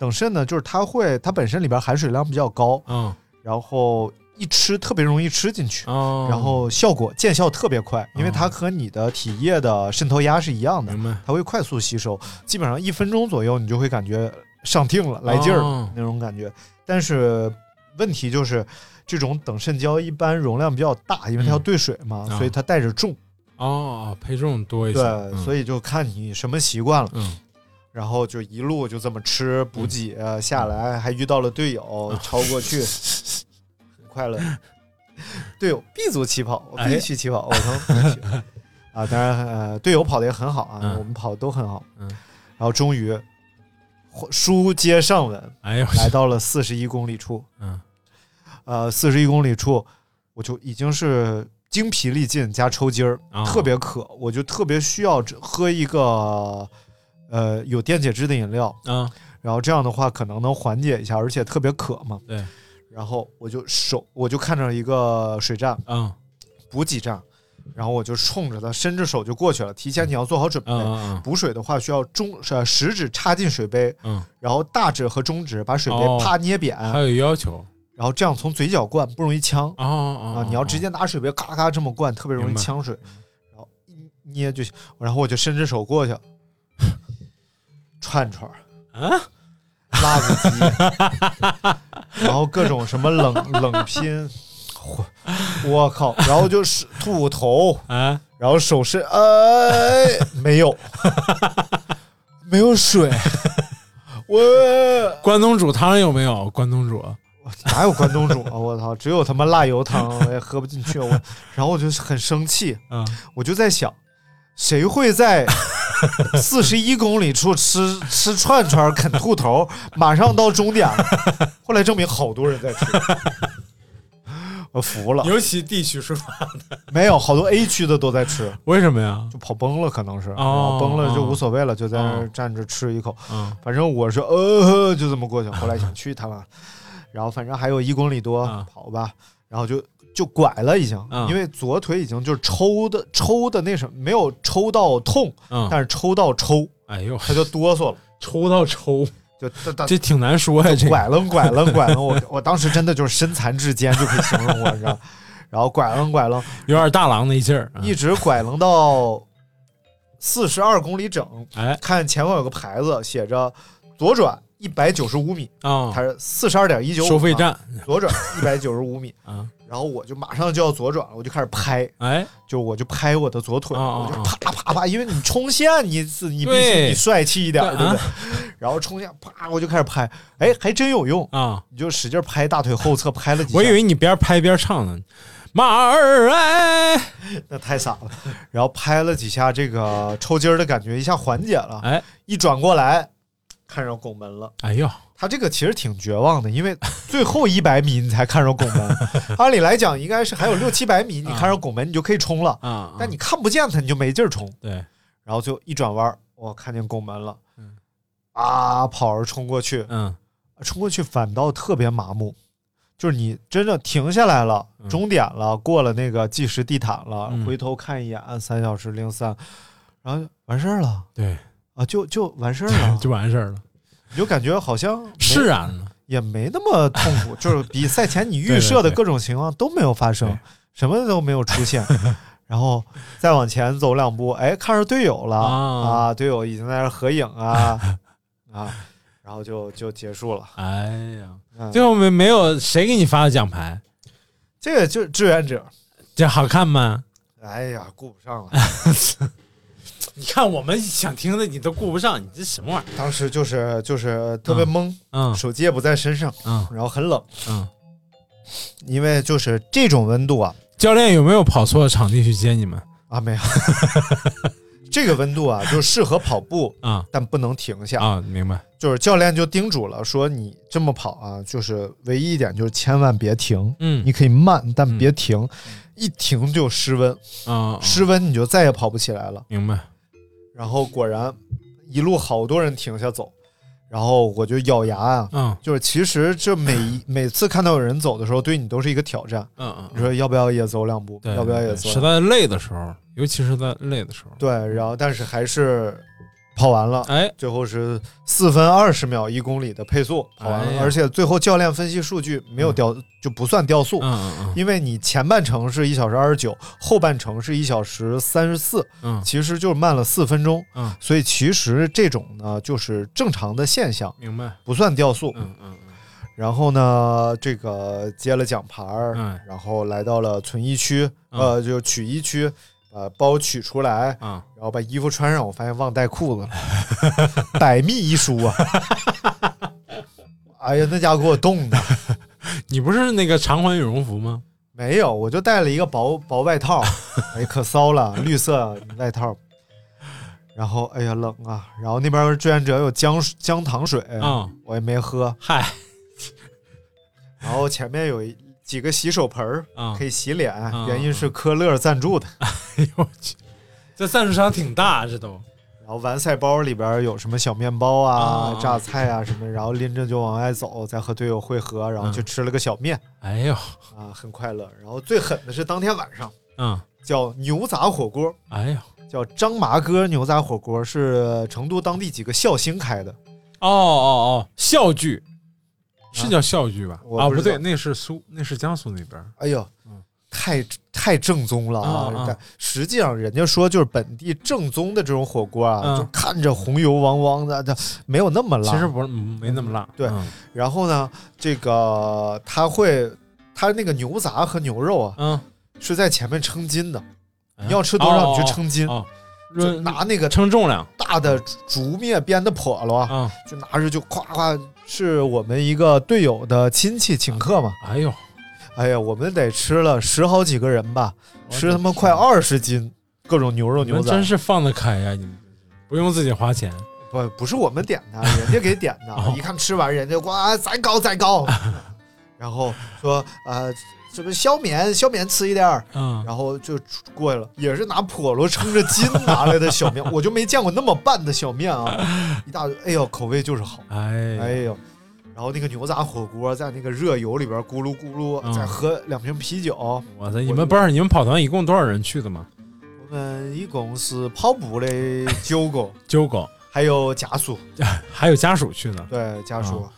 Speaker 2: 等渗呢，就是它会它本身里边含水量比较高，
Speaker 3: 嗯
Speaker 2: 然后一吃特别容易吃进去。
Speaker 3: 哦，
Speaker 2: 然后效果见效特别快，因为它
Speaker 3: 哦
Speaker 2: 和你的体液的渗透压是一样的，
Speaker 3: 明白，
Speaker 2: 它会快速吸收，基本上一分钟左右你就会感觉上腚了，来劲儿了
Speaker 3: 哦
Speaker 2: 那种感觉。但是问题就是，这种等渗胶一般容量比较大，因为它要
Speaker 3: 嗯
Speaker 2: 兑水嘛，
Speaker 3: 啊
Speaker 2: 所以它带着重，
Speaker 3: 哦哦，配重多一些，
Speaker 2: 对，
Speaker 3: 嗯
Speaker 2: 所以就看你什么习惯了。
Speaker 3: 嗯
Speaker 2: 然后就一路就这么吃补给、呃下来，还遇到了队
Speaker 3: 啊
Speaker 2: 友，超过去，很快乐。队友 B 组起跑，我必
Speaker 3: 哎
Speaker 2: 须去起跑，我从我去啊，当然呃，队友跑的也很好啊，
Speaker 3: 嗯
Speaker 2: 我们跑的都很好。
Speaker 3: 嗯
Speaker 2: 然后终于书接上文，
Speaker 3: <laughs> 哎呦，
Speaker 2: 来到了四十一公里处。
Speaker 3: 嗯
Speaker 2: 呃，四十一公里处，我就已经是精疲力尽加抽筋儿，
Speaker 3: 啊
Speaker 2: 特别渴，我就特别需要这喝一个呃有电解质的饮料，
Speaker 3: 啊，
Speaker 2: 然后这样的话可能能缓解一下，而且特别渴嘛。
Speaker 3: 对，
Speaker 2: 然后我就手我就看着一个水站
Speaker 3: 嗯
Speaker 2: 补给站，然后我就冲着它伸着手就过去了。提前你要做好准备，
Speaker 3: 嗯嗯
Speaker 2: 补水的话需要中呃食指插进水杯，
Speaker 3: 嗯
Speaker 2: 然后大指和中指把水杯
Speaker 3: 哦
Speaker 2: 啪捏扁，
Speaker 3: 嗯，还有要求
Speaker 2: 然后这样从嘴角灌不容易呛。
Speaker 3: 哦哦，
Speaker 2: 啊
Speaker 3: 哦，
Speaker 2: 你要直接拿水杯咔咔这么灌，特别容易
Speaker 3: 明白
Speaker 2: 呛水，然后一捏就行。然后我就伸只手过去，串串儿
Speaker 3: 啊，
Speaker 2: 辣子鸡，然后各种什么冷冷拼，我我靠，然后就是吐头，
Speaker 3: 啊，
Speaker 2: 然后手伸，哎，没有，没有水，我
Speaker 3: 关东煮汤有没有？关东煮，
Speaker 2: 哪有关东煮啊！我操，只有他妈辣油汤，我也喝不进去。我，然后我就很生气，
Speaker 3: 嗯
Speaker 2: 我就在想，谁会在四十一公里处吃吃串串啃兔头？马上到终点了。后来证明好多人在吃。我服了。
Speaker 3: 尤其 D 区是吧？
Speaker 2: 没有，好多 A 区的都在吃，
Speaker 3: 为什么呀？
Speaker 2: 就跑崩了，可能是，然后崩了就无所谓了，就在那儿站着吃一口。
Speaker 3: 嗯
Speaker 2: 反正我是呃，就这么过去。后来想去他妈，然后反正还有一公里多
Speaker 3: 啊，
Speaker 2: 跑吧，然后就就拐了，已经
Speaker 3: 啊，
Speaker 2: 因为左腿已经就是抽的抽的那什么，没有抽到痛，
Speaker 3: 嗯，
Speaker 2: 但是抽到抽，
Speaker 3: 哎呦，
Speaker 2: 他就哆嗦了，
Speaker 3: 抽到抽，
Speaker 2: 就哒哒
Speaker 3: <laughs> 这挺难说呀，这
Speaker 2: <laughs>
Speaker 3: 个
Speaker 2: 拐楞拐楞拐楞，我我当时真的就是身残志坚就可以形容我，你知道。然后拐楞拐楞，
Speaker 3: 有点大郎那劲儿。嗯
Speaker 2: 一直拐楞到四十二公里整，
Speaker 3: 哎
Speaker 2: 看前方有个牌子写着左转一百九十五米，
Speaker 3: 啊
Speaker 2: 它，是四十二点一九
Speaker 3: 收费，站
Speaker 2: 左转一百九十五
Speaker 3: <laughs>
Speaker 2: 米。
Speaker 3: 啊，
Speaker 2: 然后我就马上就要左转了，我就开始拍，
Speaker 3: 哎，
Speaker 2: 就我就拍我的左腿，
Speaker 3: 啊啊啊
Speaker 2: 我就啪啪啪，因为你冲线，你自你必须
Speaker 3: 对
Speaker 2: 你帅气一点，
Speaker 3: 对啊
Speaker 2: 对不对？ <laughs> 然后冲线，啪，我就开始拍，哎，还真有用，
Speaker 3: 啊！
Speaker 2: 你就使劲拍大腿后侧，拍了几下，
Speaker 3: 我以为你边拍边唱呢。马儿哎，
Speaker 2: 那太傻了。然后拍了几下，这个抽筋儿的感觉一下缓解了，
Speaker 3: 哎，
Speaker 2: 一转过来，看上拱门了。
Speaker 3: 哎呦，
Speaker 2: 他这个其实挺绝望的，因为最后一百米你才看上拱
Speaker 3: <laughs>
Speaker 2: 门，按理来讲应该是还有六七百米，你看上拱门你就可以冲了，
Speaker 3: 啊，
Speaker 2: 但
Speaker 3: 你
Speaker 2: 你看不见它，你就没劲儿冲。
Speaker 3: 对，
Speaker 2: 然后最后一转弯儿，我看见拱门了
Speaker 3: 嗯，
Speaker 2: 啊，跑着冲过去，
Speaker 3: 嗯
Speaker 2: 冲过去反倒特别麻木，就是你真正停下来了，
Speaker 3: 嗯
Speaker 2: 终点了，过了那个计时地毯了，
Speaker 3: 嗯
Speaker 2: 回头看一眼，啊三小时零三，然后就完事儿了
Speaker 3: 对，
Speaker 2: 啊，就就完事儿了，
Speaker 3: <laughs> 就完事儿了，
Speaker 2: 你就感觉好像没
Speaker 3: 释然了。
Speaker 2: 也没那么痛苦，就是比赛前你预设的各种情况都没有发生
Speaker 3: 对，
Speaker 2: 什么都没有出
Speaker 3: <laughs>
Speaker 2: 现。然后再往前走两步，哎，看着队友了
Speaker 3: 啊
Speaker 2: 啊，队友已经在那儿合影
Speaker 3: <laughs>
Speaker 2: 啊啊，然后就就结束了。
Speaker 3: 哎呀，
Speaker 2: 嗯
Speaker 3: 最后没没有谁给你发的奖牌，
Speaker 2: 这个就是志愿
Speaker 3: <laughs>
Speaker 2: 者，
Speaker 3: 这好看吗？
Speaker 2: 哎呀，顾不上了。
Speaker 3: <laughs> 你看我们想听的你都顾不上，你这什么玩意儿？
Speaker 2: 当时就是就是特别懵，
Speaker 3: 嗯
Speaker 2: 手机也不在身上，
Speaker 3: 嗯
Speaker 2: 然后很冷，
Speaker 3: 嗯，
Speaker 2: 因为就是这种温度啊
Speaker 3: 教练有没有跑错场地去接你们？
Speaker 2: 啊
Speaker 3: <laughs>
Speaker 2: 没有，这个温度啊就适合跑步，
Speaker 3: 啊
Speaker 2: 但不能停下。
Speaker 3: 啊，明白
Speaker 2: 就是教练就叮嘱了，说你这么跑啊，就是唯一一点就是千万别停，
Speaker 3: 嗯
Speaker 2: 你可以慢，但别停，一停就失温，
Speaker 3: 啊，
Speaker 2: 失温你就再也跑不起来了。
Speaker 3: 明白
Speaker 2: 然后果然一路好多人停下走，然后我就咬牙啊，
Speaker 3: 嗯
Speaker 2: 就是其实这每
Speaker 3: <laughs>
Speaker 2: 每次看到有人走的时候，对你都是一个挑战。
Speaker 3: 嗯
Speaker 2: 你说要不要也走两步？
Speaker 3: 对，
Speaker 2: 要不要也
Speaker 3: 对
Speaker 2: 走
Speaker 3: 实
Speaker 2: 两步？
Speaker 3: 在累的时候，尤其是在累的时候，
Speaker 2: 对，然后但是还是跑完了。
Speaker 3: 哎，
Speaker 2: 最后是四分二十秒一公里的配速跑完了，
Speaker 3: 哎呀
Speaker 2: 而且最后教练分析数据没有掉，就不算掉速，
Speaker 3: 嗯嗯
Speaker 2: 因为你前半程是一小时二十九，后半程是一小时三十四，
Speaker 3: 嗯
Speaker 2: 其实就是慢了四分钟。
Speaker 3: 嗯嗯，
Speaker 2: 所以其实这种呢就是正常的现象，
Speaker 3: 明白，
Speaker 2: 不算掉速。
Speaker 3: 嗯嗯嗯
Speaker 2: 然后呢，这个接了奖牌儿，
Speaker 3: 嗯
Speaker 2: 然后来到了存衣区，
Speaker 3: 嗯
Speaker 2: 呃，就取衣区，把包取出来，
Speaker 3: 啊，
Speaker 2: 然后把衣服穿上，我发现忘带裤子了，
Speaker 3: <laughs>
Speaker 2: 百密一疏啊！哎呀，那家给我冻的，
Speaker 3: 你不是那个长款羽绒服吗？
Speaker 2: 没有，我就带了一个薄薄外套，
Speaker 3: <laughs>
Speaker 2: 哎，可骚了，绿色外套。然后，哎呀，冷啊！然后那边志愿者有姜姜糖水，
Speaker 3: 啊，
Speaker 2: 我也没喝。
Speaker 3: 嗨
Speaker 2: 然后前面有一几个洗手盆儿，
Speaker 3: 啊
Speaker 2: 可，以洗脸，
Speaker 3: 啊
Speaker 2: 原因是科勒赞助的。
Speaker 3: 哎呦我去，这赞助商挺大，啊这都
Speaker 2: 然后完赛包里边有什么小面包啊、
Speaker 3: 啊
Speaker 2: 榨菜啊什么，然后拎着就往外走，再和队友会合，然后
Speaker 3: 嗯
Speaker 2: 去吃了个小面
Speaker 3: 哎呦，
Speaker 2: 啊，很快乐。然后最狠的是当天晚上
Speaker 3: 嗯，
Speaker 2: 叫牛杂火锅，
Speaker 3: 哎呦，
Speaker 2: 叫张麻哥牛杂火锅，是成都当地几个校星开的。
Speaker 3: 哦哦哦，校剧是叫校剧吧？
Speaker 2: 我
Speaker 3: 啊，
Speaker 2: 不知
Speaker 3: 不对，
Speaker 2: 道
Speaker 3: 那是苏，那是江苏那边儿。
Speaker 2: 哎呦
Speaker 3: 嗯，
Speaker 2: 太太正宗了啊！
Speaker 3: 啊啊
Speaker 2: 但实际上人家说就是本地正宗的这种火锅啊，
Speaker 3: 嗯
Speaker 2: 就看着红油汪汪的，它没有那么辣。
Speaker 3: 其实不是嗯没那么辣，
Speaker 2: 对
Speaker 3: 嗯
Speaker 2: 然后呢，这个他会，他那个牛杂和牛肉啊，
Speaker 3: 嗯，
Speaker 2: 是在前面称斤的，
Speaker 3: 哎呀
Speaker 2: 你要吃多少你去
Speaker 3: 哦
Speaker 2: 称斤，
Speaker 3: 哦哦
Speaker 2: 就
Speaker 3: 论
Speaker 2: 拿那个
Speaker 3: 称重量
Speaker 2: 大的竹篾编的笸箩啊，
Speaker 3: 啊，
Speaker 2: 就拿着就夸夸。是我们一个队友的亲戚请客嘛？
Speaker 3: 哎呦，
Speaker 2: 哎呀，我们得吃了十好几个人吧，吃他妈快
Speaker 3: 二
Speaker 2: 二十斤各种牛肉
Speaker 3: 你
Speaker 2: 牛
Speaker 3: 们
Speaker 2: 杂，
Speaker 3: 真是放得开呀，你们不用自己花钱，
Speaker 2: 不不是我们点的，人家给点的
Speaker 3: <laughs> 哦。 <laughs>
Speaker 2: 一看吃完，人家哇，咱高咱高。然后说呃，什么消免消免吃一点儿，
Speaker 3: 嗯，
Speaker 2: 然后就过去了，也是拿笸箩撑着筋拿来的小面，我就没见过那么拌的小面
Speaker 3: <laughs>
Speaker 2: 啊！一大堆，哎呦，口味就是好，哎
Speaker 3: 哎，
Speaker 2: 呦。然后那个牛杂火锅在那个热油里边咕噜咕噜，
Speaker 3: 嗯
Speaker 2: 再喝两瓶啤酒。
Speaker 3: 哇塞！你们不是你们跑团一共多少人去的吗？
Speaker 2: 我们一共是跑步的九
Speaker 3: <laughs>
Speaker 2: 个，
Speaker 3: 九狗，
Speaker 2: 还有家属，
Speaker 3: 还有家属去呢。
Speaker 2: 对家属，
Speaker 3: 啊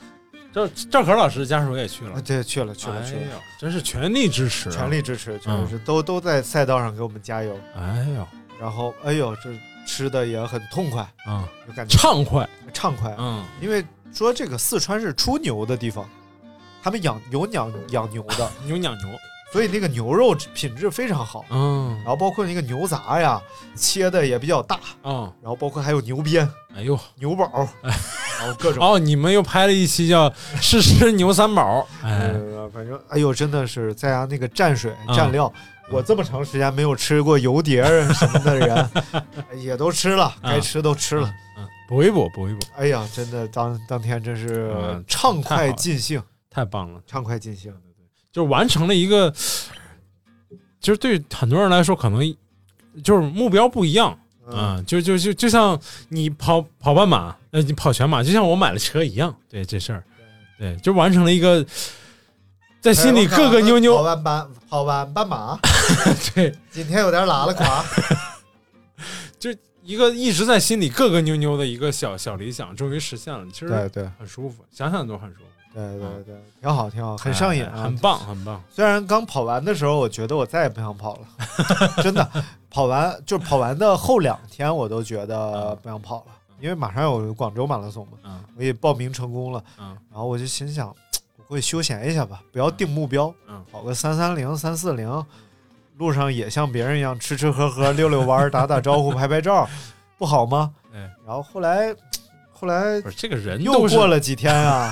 Speaker 3: 赵赵可老师家属也去
Speaker 2: 啊
Speaker 3: 了，
Speaker 2: 对，去了去了
Speaker 3: 哎嗯
Speaker 2: 去了，
Speaker 3: 呦，真是全力支持，啊
Speaker 2: 全。力支持，就是都都在赛道上给我们加油。
Speaker 3: 哎呦，
Speaker 2: 然后，哎呦，这吃的也很痛快，
Speaker 3: 嗯，
Speaker 2: 就感觉
Speaker 3: 畅快，
Speaker 2: 畅快。
Speaker 3: 嗯，
Speaker 2: 因为说这个四川是出牛的地方，他们养有养养牛
Speaker 3: <laughs>
Speaker 2: 的，
Speaker 3: 牛养牛，
Speaker 2: 所以那个牛肉品质非常好。
Speaker 3: 嗯
Speaker 2: 然后包括那个牛杂呀，切的也比较大，
Speaker 3: 嗯，
Speaker 2: 然后包括还有牛鞭、
Speaker 3: 哎呦，
Speaker 2: 牛
Speaker 3: <laughs>
Speaker 2: 宝，然后各种。
Speaker 3: 哦，你们又拍了一期 <laughs> 叫《试吃牛三宝》，哎，
Speaker 2: 呃，反正哎呦，真的是在家那个蘸水
Speaker 3: 嗯
Speaker 2: 蘸料，我这么长时间没有吃过油碟儿啊什么的人， <laughs> 也都吃了，该吃都吃了。
Speaker 3: 嗯，补一补，补一补，
Speaker 2: 哎呀，真的当当天真是
Speaker 3: 嗯
Speaker 2: 畅
Speaker 3: 太好
Speaker 2: 快
Speaker 3: 了
Speaker 2: 尽兴，
Speaker 3: 太棒了，
Speaker 2: 畅快尽兴。
Speaker 3: 就是完成了一个，就是对很多人来说，可能就是目标不一样，
Speaker 2: 嗯，
Speaker 3: 嗯，就就就就像你跑跑半马，呃，你跑全马，就像我买了车一样，对这事儿，对，就完成了一个在
Speaker 2: 在
Speaker 3: 心里各个妞
Speaker 2: 跑
Speaker 3: <laughs> 妞，
Speaker 2: 完啊斑跑完斑马，
Speaker 3: 对，
Speaker 2: 今天有点拉了
Speaker 3: <laughs>
Speaker 2: 垮。
Speaker 3: 一个一直在心里各个妞妞的一个小小理想，终于实现了，其实
Speaker 2: 对
Speaker 3: 很舒服，想想都很舒服，
Speaker 2: 对对对，嗯挺好挺好，很上瘾
Speaker 3: 哎
Speaker 2: 啊，
Speaker 3: 很棒，很棒，
Speaker 2: 虽然刚跑完的时候，我觉得我再也不想跑了， <laughs> 真的，跑完就跑完的后两天，我都觉得不想跑了，因为马上有广州马拉松嘛，
Speaker 3: 嗯
Speaker 2: 我也报名成功了，
Speaker 3: 嗯
Speaker 2: 然后我就心想，我过去休闲一下吧，不要定目标，
Speaker 3: 嗯
Speaker 2: 跑个三三零、三四零，路上也像别人一样吃吃喝喝、溜溜弯儿、 <laughs> 打打招呼、拍拍照，不好吗？
Speaker 3: 哎，
Speaker 2: 然后后来，后来
Speaker 3: 不是这个人
Speaker 2: 又
Speaker 3: 都是
Speaker 2: 过了几天
Speaker 3: <laughs>
Speaker 2: 啊，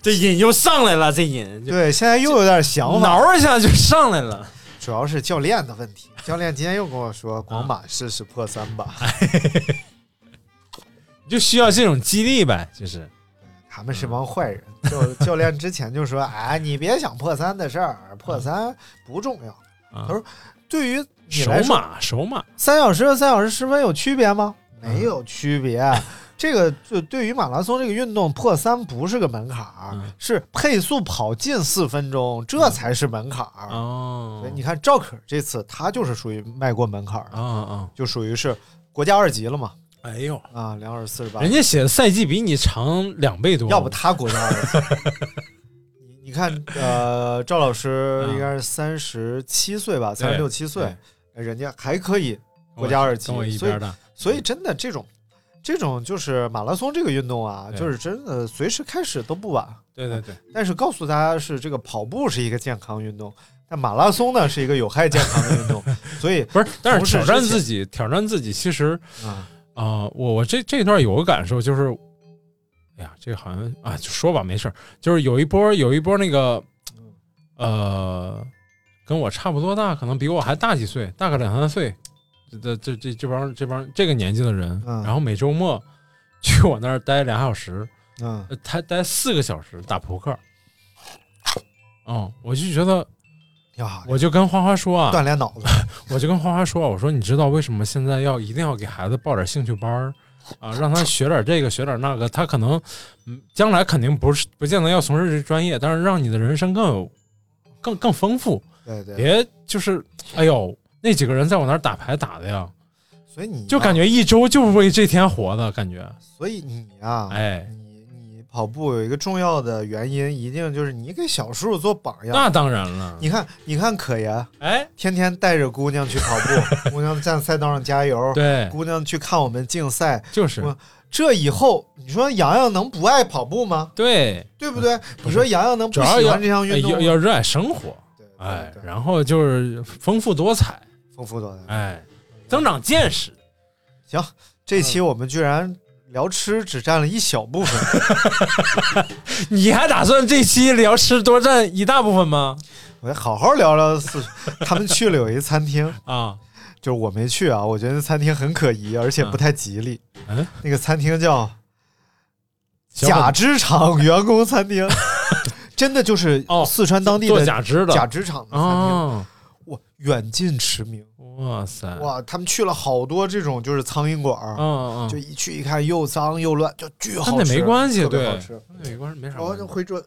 Speaker 3: 这瘾又上来了，这瘾就
Speaker 2: 对，现在又有点想法，
Speaker 3: 挠一下就上来了。
Speaker 2: 主要是教练的问 <laughs> 题。教练今天又跟我说，广马试试破三吧。
Speaker 3: 你就需要这种激励呗，就是
Speaker 2: 他们是帮坏人。 <laughs> 就教练之前就说：“哎，你别想破三的事儿，啊破三不重要。
Speaker 3: 啊
Speaker 2: 他说对于你
Speaker 3: 手
Speaker 2: 来说，
Speaker 3: 马手马，
Speaker 2: 三小时和三小时十分有区别吗？没有区别。 <laughs> 这个就对于马拉松这个运动，破三不是个门槛儿，
Speaker 3: 嗯
Speaker 2: 是配速跑进四分钟，这才是门槛儿。啊
Speaker 3: 哦
Speaker 2: 所以你看赵可这次他就是属于迈过门槛儿，
Speaker 3: 啊啊，
Speaker 2: 就属于是国家二级了嘛。”
Speaker 3: 哎呦，
Speaker 2: 啊，两小时四十八
Speaker 3: 人，家写的赛季比你长两倍多，
Speaker 2: 要不他国家的。你你看，呃，赵老师
Speaker 3: 啊
Speaker 2: 应该是三十七岁吧，三十六七岁，人家还可以国家二级
Speaker 3: 跟我，一
Speaker 2: 所以
Speaker 3: 边的，
Speaker 2: 所以真的这种这种就是马拉松这个运动啊，
Speaker 3: 对
Speaker 2: 就是真的随时开始都不晚。
Speaker 3: 对对对，
Speaker 2: 但是告诉大家是这个跑步是一个健康运动，但马拉松呢是一个有害健康的运
Speaker 3: <laughs>
Speaker 2: 动，所以
Speaker 3: 不是，但是
Speaker 2: 同事
Speaker 3: 挑战
Speaker 2: 之前
Speaker 3: 自己，挑战自己，其实
Speaker 2: 啊，
Speaker 3: 啊、我我这这段有个感受就是，哎呀，这好像啊，就说吧，没事儿，就是有一波有一波那个，呃，跟我差不多大，可能比我还大几岁，大个两三岁，这这这这帮这帮这个年纪的人，
Speaker 2: 嗯
Speaker 3: 然后每周末去我那儿待俩小时，
Speaker 2: 嗯
Speaker 3: 呃他待四个小时打扑克，嗯，我就觉得，
Speaker 2: 挺好的，
Speaker 3: 我就跟花花说啊，
Speaker 2: 嗯锻炼脑子，
Speaker 3: <laughs> 我就跟花花说，我说你知道为什么现在要一定要给孩子报点兴趣班儿啊，让他学点这个学点那个，他可能嗯将来肯定不是不见得要从事这专业，但是让你的人生更有更更丰富，
Speaker 2: 对对，
Speaker 3: 别就是哎呦那几个人在我那儿打牌打的呀，
Speaker 2: 所以你
Speaker 3: 就感
Speaker 2: 觉，
Speaker 3: 觉一周就为这天活的感觉，
Speaker 2: 所以你啊，
Speaker 3: 哎，
Speaker 2: 你你跑步有一个重要的原因，一定就是你给小叔叔做榜样。
Speaker 3: 那当然了，
Speaker 2: 你看，你看可爷
Speaker 3: 哎，
Speaker 2: 天天带着姑娘去跑步，姑娘站赛道上加油，
Speaker 3: <laughs> 对，
Speaker 2: 姑娘去看我们竞赛。
Speaker 3: 就是
Speaker 2: 我这以后，你说洋洋能不爱跑步吗？
Speaker 3: 对，
Speaker 2: 对不对？你说洋洋能
Speaker 3: 嗯主
Speaker 2: 不
Speaker 3: 要
Speaker 2: 喜
Speaker 3: 要
Speaker 2: 欢这项
Speaker 3: 哎
Speaker 2: 运动
Speaker 3: 要
Speaker 2: 吗？
Speaker 3: 要热爱生活，
Speaker 2: 对对
Speaker 3: 哎，
Speaker 2: 对
Speaker 3: 然后就是丰富多彩，
Speaker 2: 丰富多彩。
Speaker 3: 哎，增长见识。
Speaker 2: 这期我们居然聊吃只占了一小部
Speaker 3: <laughs>
Speaker 2: 分，
Speaker 3: 你还打算这期聊吃多占一大部分吗？
Speaker 2: 我得好好聊聊四。他们去了有一餐厅，
Speaker 3: 啊，
Speaker 2: 就是我没去啊，我觉得那餐厅很可疑，而且不太吉利。
Speaker 3: 嗯，
Speaker 2: 那
Speaker 3: <laughs>
Speaker 2: 个餐厅叫“假肢厂员工餐厅”，真的就是
Speaker 3: 哦
Speaker 2: 四川当地
Speaker 3: 做
Speaker 2: 的
Speaker 3: 假肢的
Speaker 2: 假肢厂的餐厅，
Speaker 3: 啊，
Speaker 2: 哇，远近驰名，
Speaker 3: 哇塞，
Speaker 2: 哇，他们去了好多这种就是苍蝇馆
Speaker 3: 嗯
Speaker 2: 儿，
Speaker 3: 嗯，
Speaker 2: 就一去一看又脏又乱，就巨好
Speaker 3: 跟
Speaker 2: 吃，
Speaker 3: 那没关系，
Speaker 2: 特别
Speaker 3: 对嗯
Speaker 2: 好吃。，
Speaker 3: 没关系，没啥
Speaker 2: 然后
Speaker 3: 关
Speaker 2: 就
Speaker 3: 系。
Speaker 2: 回转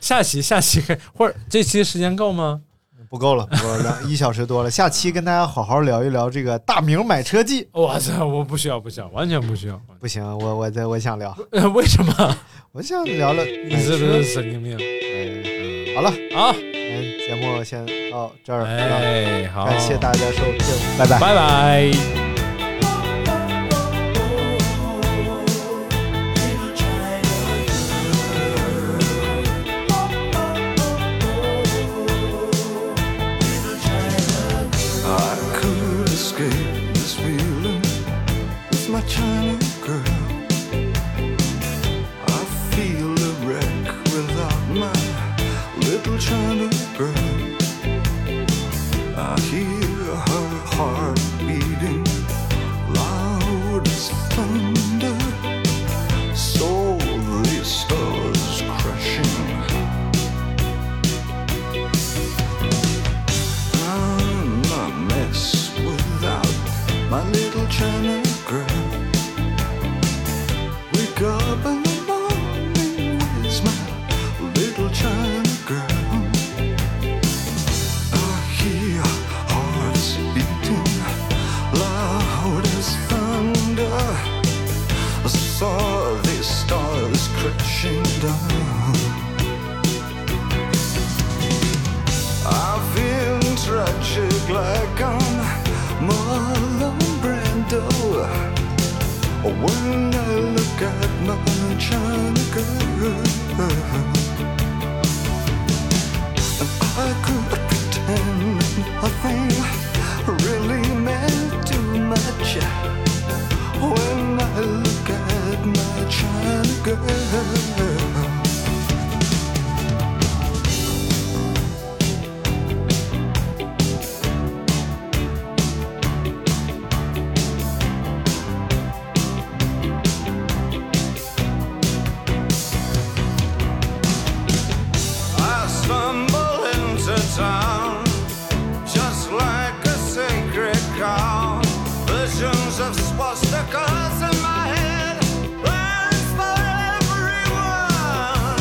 Speaker 3: 下期下期 <laughs> 或者这期时间够吗？
Speaker 2: 不够了，不够了，两一小时多了。下期跟大家好好聊一聊这个大明买车记。
Speaker 3: 哇塞，我不需要，不需要，完全不需要。
Speaker 2: 不行，我我在我想聊，
Speaker 3: 呃， <laughs> 为什么？
Speaker 2: <laughs> 我想聊聊
Speaker 3: 你
Speaker 2: 买
Speaker 3: 是不
Speaker 2: 车
Speaker 3: 是。神经病？
Speaker 2: 哎好了， <laughs>
Speaker 3: 好，
Speaker 2: 嗯，节目先到这儿了，
Speaker 3: 哎，好，
Speaker 2: 感谢大家收听，拜拜。
Speaker 3: 拜拜。
Speaker 4: I could escape this feeling with my China girl. I feel a wreck without my little China girl. I hear her heart beating loud as thunder. So the stars crashing. I'm a mess without my little China girl. Wake up in the morning with my little China girl. I hear hearts beating loud as thunder. I saw the stars crashing down. I've been tragic like I'm Marlon Brando. When I look at my China girl, I could pretend nothing really meant too much. When I look at my China girl. I stumble into town just like a sacred cow. Visions of swastikas in my head, plans for everyone.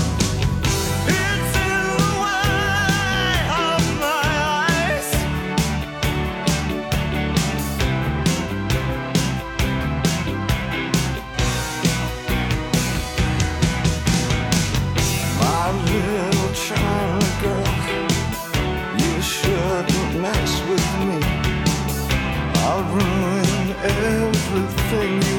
Speaker 4: It's in the way of my eyes. My little China girl, you shouldn't mess with me. I'll ruin everything you "Oh,